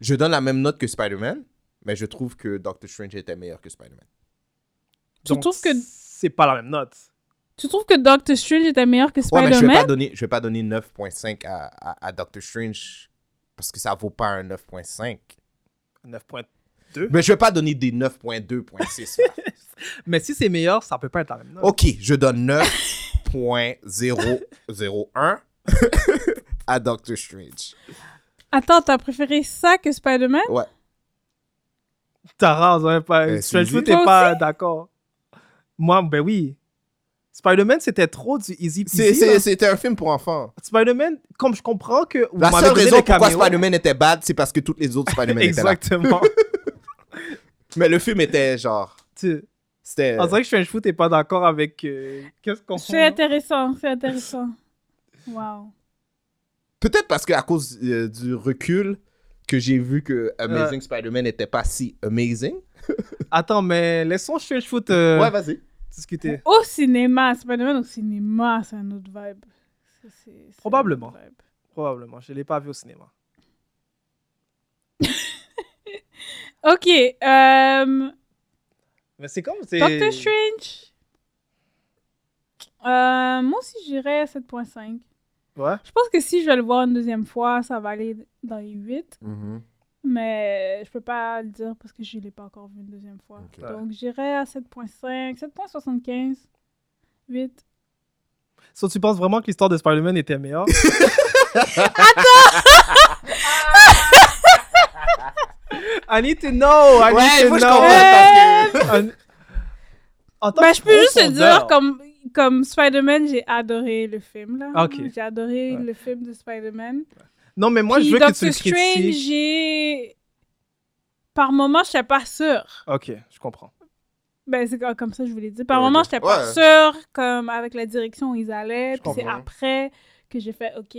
S4: Je donne la même note que Spider-Man, mais je trouve que Doctor Strange était meilleur que Spider-Man.
S3: Tu trouves que-
S5: C'est pas la même note.
S3: Tu trouves que Doctor Strange était meilleur que
S4: Ouais, mais je vais pas
S3: Spider-Man?
S4: donner, je vais pas donner 9.5 à, à, à Doctor Strange parce que ça vaut pas un 9.5.
S5: 9.2.
S4: Mais je vais pas donner des 9.2.6.
S5: [LAUGHS]
S4: là.
S5: Mais si c'est meilleur, ça peut pas être la même note.
S4: ok, je donne 9.001 [LAUGHS] à Doctor Strange.
S3: Attends, t'as préféré ça que Spider-Man?
S4: Ouais.
S5: T'as raison, hein, pas,
S4: Euh,
S5: Strange
S4: Sylvie?
S5: Fruit t'es
S3: Toi
S5: pas d'accord. Moi, ben oui. Spider-Man, c'était trop du easy
S4: C'est-
S5: peasy.
S4: c'est-
S5: là.
S4: C'était un film pour enfants.
S5: Spider-Man, comme je comprends que. vous
S4: La
S5: m'avez
S4: seule
S5: donné
S4: raison
S5: les
S4: pourquoi
S5: caméos.
S4: Spider-Man était bad, c'est parce que toutes les autres Spider-Man étaient là. [LAUGHS]
S5: Exactement.
S4: Mais le film était genre.
S5: Tu-
S4: C'était.
S5: On dirait que Strange Fruit t'es pas d'accord avec. euh, Qu'est-ce qu'on
S3: C'est intéressant, c'est intéressant. Wow.
S4: Peut-être parce qu'à cause euh, du recul que j'ai vu que
S5: Euh.
S4: Amazing Spider-Man n'était pas si amazing.
S5: Attends, mais laissons Strange Fruit euh,
S4: Ouais, vas-y.
S5: discuter.
S3: Au cinéma, Spider-Man au cinéma, c'est un autre vibe. C'est- c'est- c'est
S5: Probablement.
S3: un autre vibe.
S5: Probablement. Je l'ai pas vu au cinéma.
S3: Ok, euh,
S5: Mais c'est comme. c'est-
S3: Doctor Strange. Euh, moi aussi, j'irais à 7.5.
S5: Ouais.
S3: Je pense que si je vais le voir une deuxième fois, ça va aller dans les 8.
S4: Mhm.
S3: Mais je peux pas le dire parce que je l'ai pas encore vu une deuxième fois.
S4: Ok.
S3: Donc, j'irais à 7.5, 7.75, 8.
S5: So, tu penses vraiment que l'histoire de Spider-Man
S4: [LAUGHS]
S5: était meilleure Attends [LAUGHS] I need to know I need
S4: Ouais,
S5: to
S4: moi je
S5: know
S4: comprends parce que.
S5: Un- En tant
S3: Euh, Ben,
S5: Oh, que
S3: je peux juste te dire,
S5: profondeur,
S3: comme, comme Spider-Man, j'ai adoré le film. là.
S5: Ok.
S3: J'ai adoré
S5: Ouais.
S3: le film de Spider-Man.
S5: Non, mais moi,
S3: Puis
S5: je veux que tu le
S3: Doctor Strange,
S5: critiques.
S3: j'ai. Par moment, je n'étais pas sûre.
S5: Ok, je comprends.
S3: Ben, c'est comme- comme ça que je voulais dire. Par
S4: Ouais,
S3: moment,
S4: ok.
S3: je n'étais pas
S4: Ouais.
S3: sûre, comme avec la direction où ils allaient.
S5: Je
S3: Puis c'est
S5: comprends.
S3: après que j'ai fait, OK,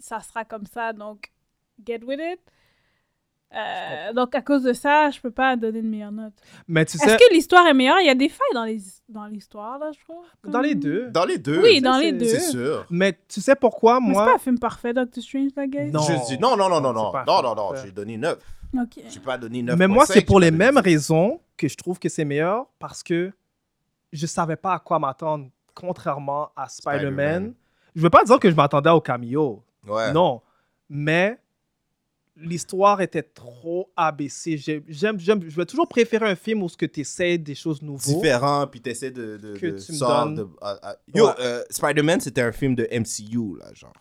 S3: ça sera comme ça, donc get with it. Euh, donc, à cause de ça, je peux pas donner une meilleure note.
S5: Mais tu
S3: Est-ce
S5: sais,
S3: que l'histoire est meilleure? Il y a des failles dans les- dans l'histoire, là, je trouve.
S5: dans les
S3: comme-
S5: deux.
S4: Dans les deux.
S3: Oui,
S4: ça,
S3: dans
S5: c'est-
S3: les
S5: c'est
S3: deux.
S4: C'est sûr.
S5: Mais tu sais pourquoi,
S3: Mais c'est pas
S5: moi.
S3: un film parfait, Doctor Strange, la guys?
S5: Non.
S4: Je dis non, non, non, non,
S5: C'est
S4: non.
S5: pas
S4: Non,
S5: fair.
S4: non, non. J'ai donné 9.
S3: Ok.
S4: J'ai pas donné 9.
S5: Mais moi, c'est pour les mêmes raisons que je trouve que c'est meilleur parce que je savais pas à quoi m'attendre, contrairement à Spider-Man.
S4: Spider-Man. Euh.
S5: je veux pas dire que je m'attendais au cameo.
S4: Ouais.
S5: Non. Mais l'histoire était trop abaissée. J'ai- J'aime, j'aime, je vais toujours préférer un film où ce que tu essaies des choses nouvelles.
S4: Différent, puis t'essaies de. de
S5: Que
S4: de
S5: tu me
S4: sort
S5: donnes.
S4: de- ah, ah. Yo,
S5: Ouais.
S4: euh, Spider-Man, c'était un film de MCU, là, genre.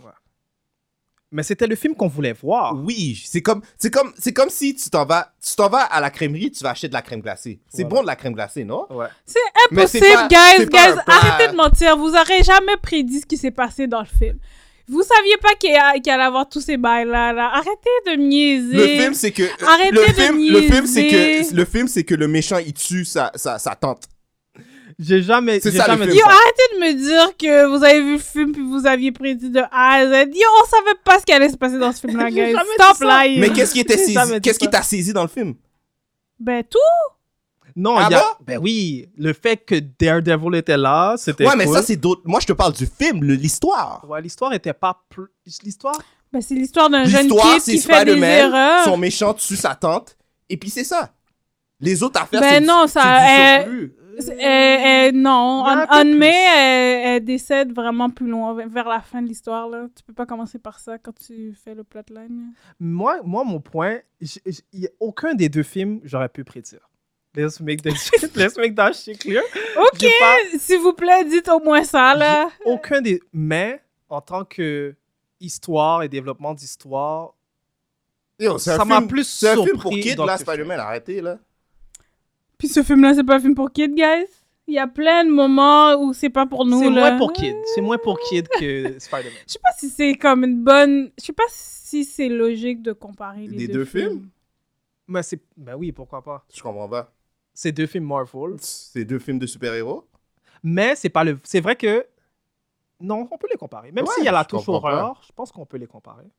S5: Mais c'était le film qu'on voulait voir.
S4: Oui, c'est comme, c'est comme, c'est comme si tu t'en vas, tu t'en vas à la crèmerie, tu vas acheter de la crème glacée. C'est
S5: Voilà.
S4: bon de la crème glacée, non?
S5: Ouais.
S3: C'est
S4: Mais c'est pas-
S3: impossible, guys,
S4: c'est pas
S3: guys.
S4: un plan.
S3: Arrêtez de mentir. Vous aurez jamais prédit ce qui s'est passé dans le film. Vous saviez pas qu'il y a- qu'il allait avoir tous ces bails-là. là. Arrêtez de niaiser.
S4: Le film, c'est que euh,
S3: Arrêtez
S4: le
S3: de
S4: film, le film, c'est
S3: niaiser.
S4: que le film, c'est que le méchant il tue sa, sa, sa tante.
S5: J'ai jamais.
S4: C'est
S5: j'ai
S4: ça, le
S5: jamais
S4: film.
S5: dit
S3: Yo,
S5: ça.
S3: arrêtez de me dire que vous avez vu le film puis vous aviez prédit de A à Z. Yo, on savait pas ce qui allait se passer dans ce film-là,
S5: [LAUGHS] J'ai
S3: guys.
S5: jamais dit
S3: Stop
S5: ça.
S3: lying.
S4: Mais qu'est-ce qui
S3: [LAUGHS]
S4: était
S5: J'ai jamais
S4: saisi
S5: dit
S4: Qu'est-ce qui
S5: ça.
S4: t'a saisi dans le film
S3: Ben, tout.
S5: Non,
S4: Ah
S5: il y a...
S4: bon
S5: ben oui, le fait que Daredevil était là, c'était.
S4: Ouais, mais
S5: cool.
S4: ça c'est d'autres. Moi, je te parle du film, le- l'histoire.
S5: Ouais, l'histoire était pas. plus... L'histoire.
S3: Ben, c'est l'histoire d'un jeune
S4: L'histoire,
S3: kid
S4: c'est
S3: qui fait des
S4: Spider-Man,
S3: erreurs.
S4: son méchant tue sa tante, et puis c'est ça. Les autres affaires,
S3: Ben
S4: c'est du-
S3: non,
S4: c'est
S3: ça,
S4: du
S3: euh,
S4: surplus.
S3: C'est- euh, euh, non,
S5: Il y en a
S3: en,
S5: un peu plus.
S3: mai, elle, elle euh, décède vraiment plus loin, ve- vers la fin de l'histoire. Là. Tu peux pas commencer par ça quand tu fais le plotline.
S5: Moi, moi, mon point, j- j- y a aucun des deux films, j'aurais pu prédire. Let's make that shit, [LAUGHS] let's make that shit clear.
S3: Ok,
S5: J'ai pas-
S3: s'il vous plaît, dites au moins ça, là.
S5: j'ai Aucun des. Mais, en tant que histoire et développement d'histoire,
S4: Yo, c'est un
S5: ça m'a
S4: film-
S5: plus
S4: C'est un film pour
S5: surpris
S4: kids,
S5: dans
S4: là,
S5: le film.
S4: Spider-Man, arrêtez, là.
S3: Puis ce film-là, c'est pas un film pour kids, guys. Il y a plein de moments où c'est pas pour nous,
S5: c'est
S3: là.
S5: moins pour kid. C'est moins pour kid
S4: [LAUGHS]
S5: que Spider-Man.
S3: Je sais pas si c'est comme une bonne... Je sais pas si c'est logique de comparer les
S4: Les
S3: deux,
S4: deux films?
S5: Mais c'est. Ben oui, pourquoi pas.
S4: Je comprends pas.
S5: C'est deux films Marvel.
S4: C'est deux films de super-héros.
S5: Mais c'est pas le. C'est vrai que. Non, on peut les comparer. Même
S3: Ouais,
S5: s'il y a la
S3: je
S5: touche
S3: comprends
S5: horreur, je pense qu'on peut les comparer.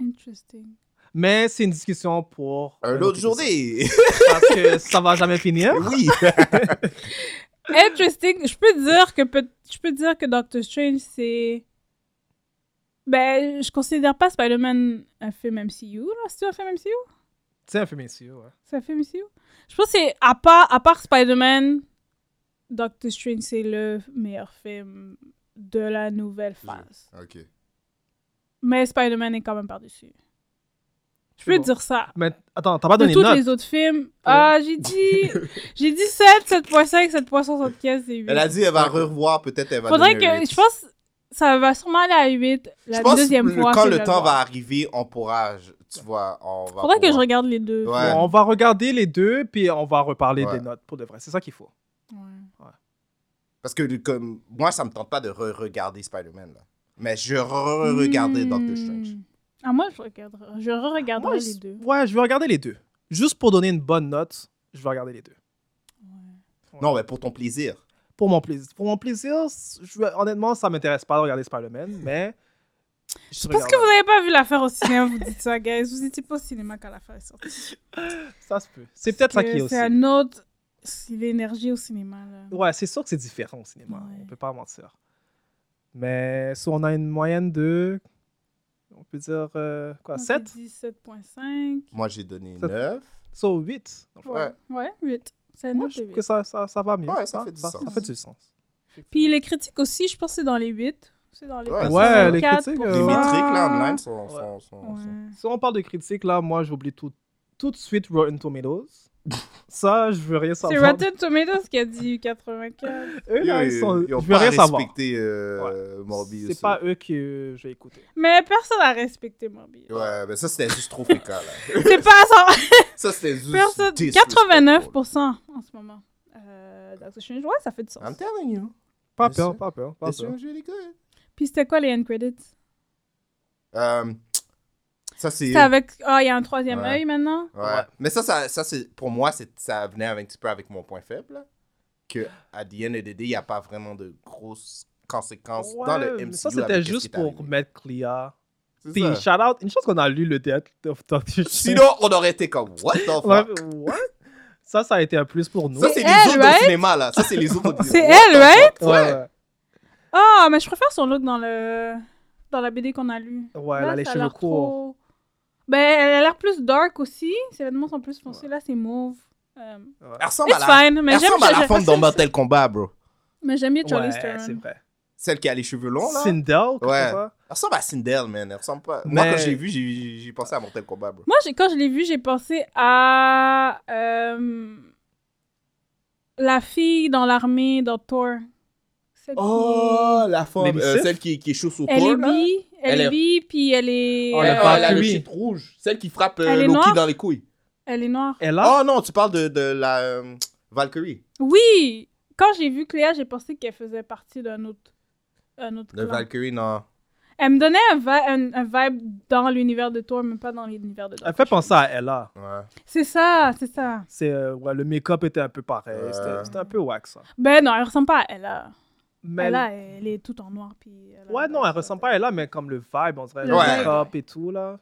S3: Interesting.
S5: Mais c'est une discussion pour.
S4: Un
S5: une
S4: autre
S5: épisode.
S4: journée.
S5: Parce que ça va jamais finir.
S4: [LAUGHS] Oui.
S3: Interesting. Je peux dire que peut- je peux dire que Doctor Strange c'est ben je considère pas Spider-Man un film MCU là, c'est un film MCU
S5: C'est un film ici, ouais.
S3: C'est un film MCU Je pense que c'est à part à part Spider-Man Doctor Strange c'est le meilleur film de la nouvelle phase.
S4: Ok.
S3: Mais Spider-Man est quand même par-dessus. Je peux dire ça.
S5: Mais attends, t'as pas
S3: de
S5: donné
S3: tous
S5: de note.
S3: les autres films, ah, j'ai dit j'ai dit 7, 7.5, 7.75 et 8.
S4: Elle a dit, elle va revoir, peut-être elle va
S3: Faudrait
S4: donner un
S3: que. Je pense ça va sûrement aller à 8 la
S4: Je pense
S3: deuxième
S4: que
S3: fois.
S4: quand
S3: que je
S4: le
S3: vais
S4: temps
S3: voir.
S4: va arriver, on pourra, je- tu vois, on va.
S3: Faudrait que
S4: pouvoir-
S3: je regarde les deux.
S4: Ouais.
S5: On va regarder les deux, puis on va reparler
S4: Ouais.
S5: des notes pour de vrai. C'est ça qu'il faut.
S4: Parce que comme moi, ça me tente pas de re-regarder Spider-Man là. Mais je re-regardais
S3: Hmm.
S4: Doctor Strange.
S3: Ah, moi, je regarderai. Je re-regarderai les deux.
S5: Ouais, je vais regarder les deux. Juste pour donner une bonne note, je vais regarder les deux.
S4: Non, mais pour ton plaisir.
S5: Pour mon plaisir. Pour mon plaisir, c- je vais- honnêtement, ça m'intéresse pas de regarder Spider-Man, mais.
S3: Je pense que vous n'avez pas vu l'affaire au cinéma, vous dites ça, guys. Vous n'étiez pas au cinéma quand l'affaire est sortie.
S5: Ça se peut. C'est peut-être ça
S3: Que
S5: qui est aussi.
S3: C'est un autre. C'est l'énergie au cinéma, là.
S5: Ouais, c'est sûr que c'est différent au cinéma. On peut pas mentir. Mais si on a une moyenne de. On peut dire euh, quoi 7
S3: 17.5.
S4: Moi, j'ai donné
S5: Ça-
S4: 9.
S5: So 8.
S3: Ouais. Ouais, 8. C'est
S5: Moi,
S3: un
S5: je
S3: autre
S5: trouve que ça, ça, ça va mieux.
S4: Ouais, ça fait du
S5: ça,
S4: sens.
S5: ça fait du sens.
S3: Puis les critiques aussi, je pense que c'est dans les 8. C'est dans les
S5: Ouais,
S3: quatre,
S5: ouais, les
S3: 4%.
S5: critiques, euh,
S4: Les métriques là, online sont. sont- sont- sont-
S5: Si on parle de critiques, là, moi, j'oublie tout, tout de suite Rotten Tomatoes.
S4: [LAUGHS]
S5: ça, je veux rien
S3: C'est
S5: savoir.
S3: Rotten Tomatoes qui a dit 84.
S5: Eux, là, ils sont-
S4: ils ont
S5: je veux
S4: pas
S5: rien savoir.
S4: respecté euh, Morbius.
S5: C'est pas eux que euh, je vais écouter.
S3: Mais personne n'a respecté Morbius.
S4: Ouais, mais ça, c'était juste trop fécal.
S5: [LAUGHS]
S4: là.
S3: C'est pas ça.
S4: ça, c'était juste.
S3: Personne.
S4: disrespect.
S3: 89% en ce moment. Euh, Doctor Strange, ouais, ça fait du sens.
S4: I'm telling you.
S5: Pas
S4: Yes,
S5: peur,
S4: sir.
S5: pas peur, pas
S4: Yes,
S5: peur.
S4: sir, really good.
S3: Puis c'était quoi les end credits
S4: Euh, Ça, c'est.
S3: C'était avec. Ah, il y a un troisième
S4: Ouais.
S3: œil maintenant.
S4: Ouais. Mais ça, ça, ça c'est, pour moi, c'est, ça venait un petit peu avec mon point faible. là. Que à the end of the day, il n'y a pas vraiment de grosses conséquences dans le
S5: Ouais,
S4: MCU.
S5: mais ça,
S4: avec
S5: c'était
S4: ce qui
S5: juste
S4: est arrivé.
S5: pour mettre Clea.
S4: C'est
S5: Puis,
S4: ça.
S5: shout-out, une chose qu'on a lu, le Death of Doctor
S4: Sinon, on aurait été comme, what the fuck?
S5: Ouais, mais what? Ça, ça a été un plus pour nous.
S4: Ça, c'est
S3: C'est
S4: les
S3: elle,
S4: autres
S3: right?
S4: au cinéma, là. Ça, c'est les autres au
S3: [LAUGHS] C'est
S4: What
S3: elle,
S4: the
S3: right?
S4: fuck?
S5: Ouais,
S4: Ouais.
S5: ouais.
S3: Ah, mais je préfère son look dans le. Dans la BD qu'on a lu.
S5: Ouais, elle a les cheveux courts.
S3: Ben, elle a l'air plus dark aussi. Ses vêtements sont plus foncés. Là, c'est mauve. Euh,
S4: Elle ressemble à
S3: It's
S4: la,
S3: fine, mais
S4: elle
S3: j'aime
S4: ressemble à la
S3: j'ai-
S4: femme dans Mortal Kombat, bro.
S3: Mais j'aime mieux Charlie
S5: Ouais, c'est vrai.
S4: Celle qui a les cheveux longs, là.
S5: Sindel, quelque
S4: Ouais.
S5: chose comme ça.
S4: Elle ressemble à Sindel, man. Elle ressemble pas. Moi,
S5: Mais-
S4: quand j'ai vu, j'ai, j'ai pensé à Mortal Kombat, bro.
S3: Moi, j'ai- quand je l'ai vu, j'ai pensé à euh, la fille dans l'armée dans Thor. Celle qui-
S4: Oh, la femme.
S5: Baby
S4: euh,
S5: Sif?
S4: celle qui, qui est chaude au
S3: Elle
S4: corps,
S3: est
S4: là.
S3: bi, elle
S4: Elle
S3: est
S4: est-
S3: bi, puis elle est,
S5: Oh,
S4: Elle
S5: la
S3: euh,
S5: femme.
S4: elle a le
S5: oui.
S4: shit rouge. Celle qui frappe euh,
S3: Elle est
S4: Loki
S3: noire?
S4: dans les couilles.
S3: elle est noire.
S5: Elle a.
S4: Oh non, tu parles de, de la euh, Valkyrie.
S3: Oui, quand j'ai vu Cléa, j'ai pensé qu'elle faisait partie d'un autre, un autre
S4: De
S3: clan.
S4: Valkyrie, non.
S3: Elle me donnait un, vi- un- un vibe dans l'univers de Thor, mais pas dans l'univers de
S5: Elle
S3: Thor.
S5: fait penser à Ella.
S4: Ouais.
S3: C'est ça, c'est ça.
S5: C'est, euh, ouais, le make-up était un peu pareil.
S4: Ouais.
S5: C'était, c'était un peu wack, ça.
S3: Ben non, elle ressemble pas à Ella.
S5: Mais
S3: Ella, elle est toute en noir, puis... elle a-
S5: Ouais, non, elle ressemble pas à Ella, mais comme le vibe, on dirait
S3: Le
S5: le
S4: vibe.
S5: make-up et tout, là.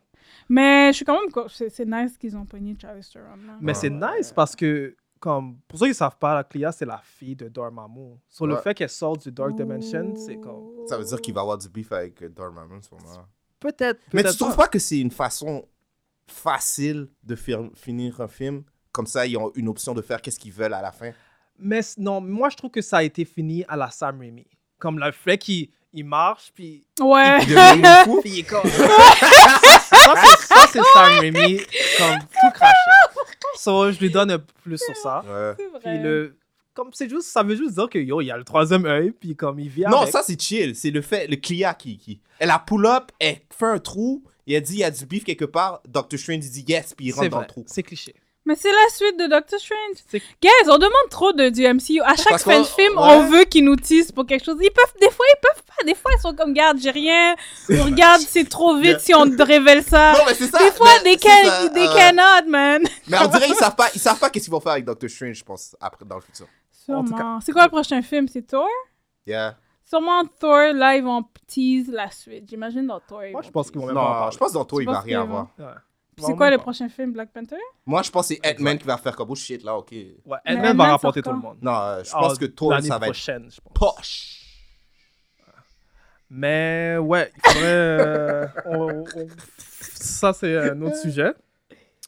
S3: Mais je suis quand même. co- C'est c'est nice qu'ils ont pogné Charlize Theron. là.
S5: Mais c'est nice parce que, comme, pour ceux qui savent pas, la Clea, c'est la fille de Dormammu. Sur le
S4: Ouais.
S5: fait qu'elle sorte du Dark Dimension, c'est comme.
S4: Ça veut dire qu'il va avoir du beef avec euh, Dormammu en ce moment.
S5: Peut-être.
S4: Mais
S5: peut-être
S4: tu trouves pas que c'est une façon facile de fir- finir un film Comme ça, ils ont une option de faire qu'est-ce qu'ils veulent à la fin.
S5: Mais c- non, moi, je trouve que ça a été fini à la Sam Raimi. Comme le fait qu'il il marche, puis.
S3: Ouais. [LAUGHS]
S5: Il devient
S7: [LAUGHS]
S5: fou, puis il est comme. ça, c'est- ça, c'est Sam Raimi, comme tout craché. So, je lui donne un plus sur ça.
S4: Ouais.
S3: C'est vrai.
S5: Puis le. Comme c'est juste, ça veut juste dire que yo, il y a le troisième œil, puis comme il vit
S4: Non,
S5: avec.
S4: ça c'est chill. C'est le fait, le client qui, qui. Elle a pull-up, elle fait un trou, il a dit il y a du beef quelque part. Dr. Strange dit yes, puis il rentre
S5: c'est
S4: dans
S5: vrai,
S4: le trou.
S5: c'est cliché.
S3: Mais c'est la suite de Doctor Strange.
S5: C'est-
S3: Guys, on demande trop de, du MCU. À chaque
S4: Parce
S3: fin de
S4: qu'on-
S3: film,
S4: ouais.
S3: on veut qu'ils nous teasent pour quelque chose. Ils peuvent, des fois, ils peuvent pas. Des fois, ils sont comme, garde, j'ai rien. Ou regarde, c'est trop vite si on te révèle ça.
S4: Non, mais c'est ça.
S3: Ah, des fois,
S4: mais
S3: des
S4: c'est
S3: can,
S4: ça,
S3: des
S4: euh,
S3: cannot, man.
S4: Mais on dirait ils savent pas, ils savent pas qu'est-ce qu'ils vont faire avec Doctor Strange, je pense, après dans le futur.
S7: Sûrement. C'est quoi le prochain film? C'est Thor?
S4: Yeah.
S7: Sûrement Thor, là, ils vont tease la suite. J'imagine dans Thor. ils
S5: Moi,
S7: vont
S5: je pense
S7: tease.
S5: qu'ils vont même pas en
S4: Non,
S5: parler.
S4: je pense que dans toi,
S7: Tu
S4: il va
S7: penses
S4: rien
S7: qu'il va-
S4: avoir.
S5: Ouais.
S7: Puis C'est quoi le prochain film? Black Panther?
S4: Moi, je pense que c'est Ant-Man qui va faire comme oh shit là, ok.
S5: Ouais,
S7: Mais
S5: Ant-Man
S7: Ant-Man
S5: va
S7: sort
S5: rapporter
S7: quand?
S5: tout le monde.
S4: Non, euh, je pense
S5: Ah,
S4: que Thor,
S5: l'année
S4: ça va être
S5: prochaine, je pense.
S4: poche.
S5: Mais ouais, il faudrait. euh, on- on- Ça, c'est un autre sujet.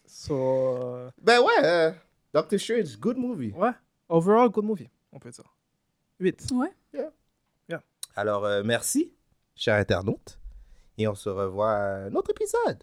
S5: So, euh,
S4: Ben ouais, euh, Doctor Strange, good movie.
S5: ouais, overall, good movie, on peut dire. 8.
S7: Ouais.
S4: Alors, euh, merci, chers internautes. Et on se revoit à un autre épisode.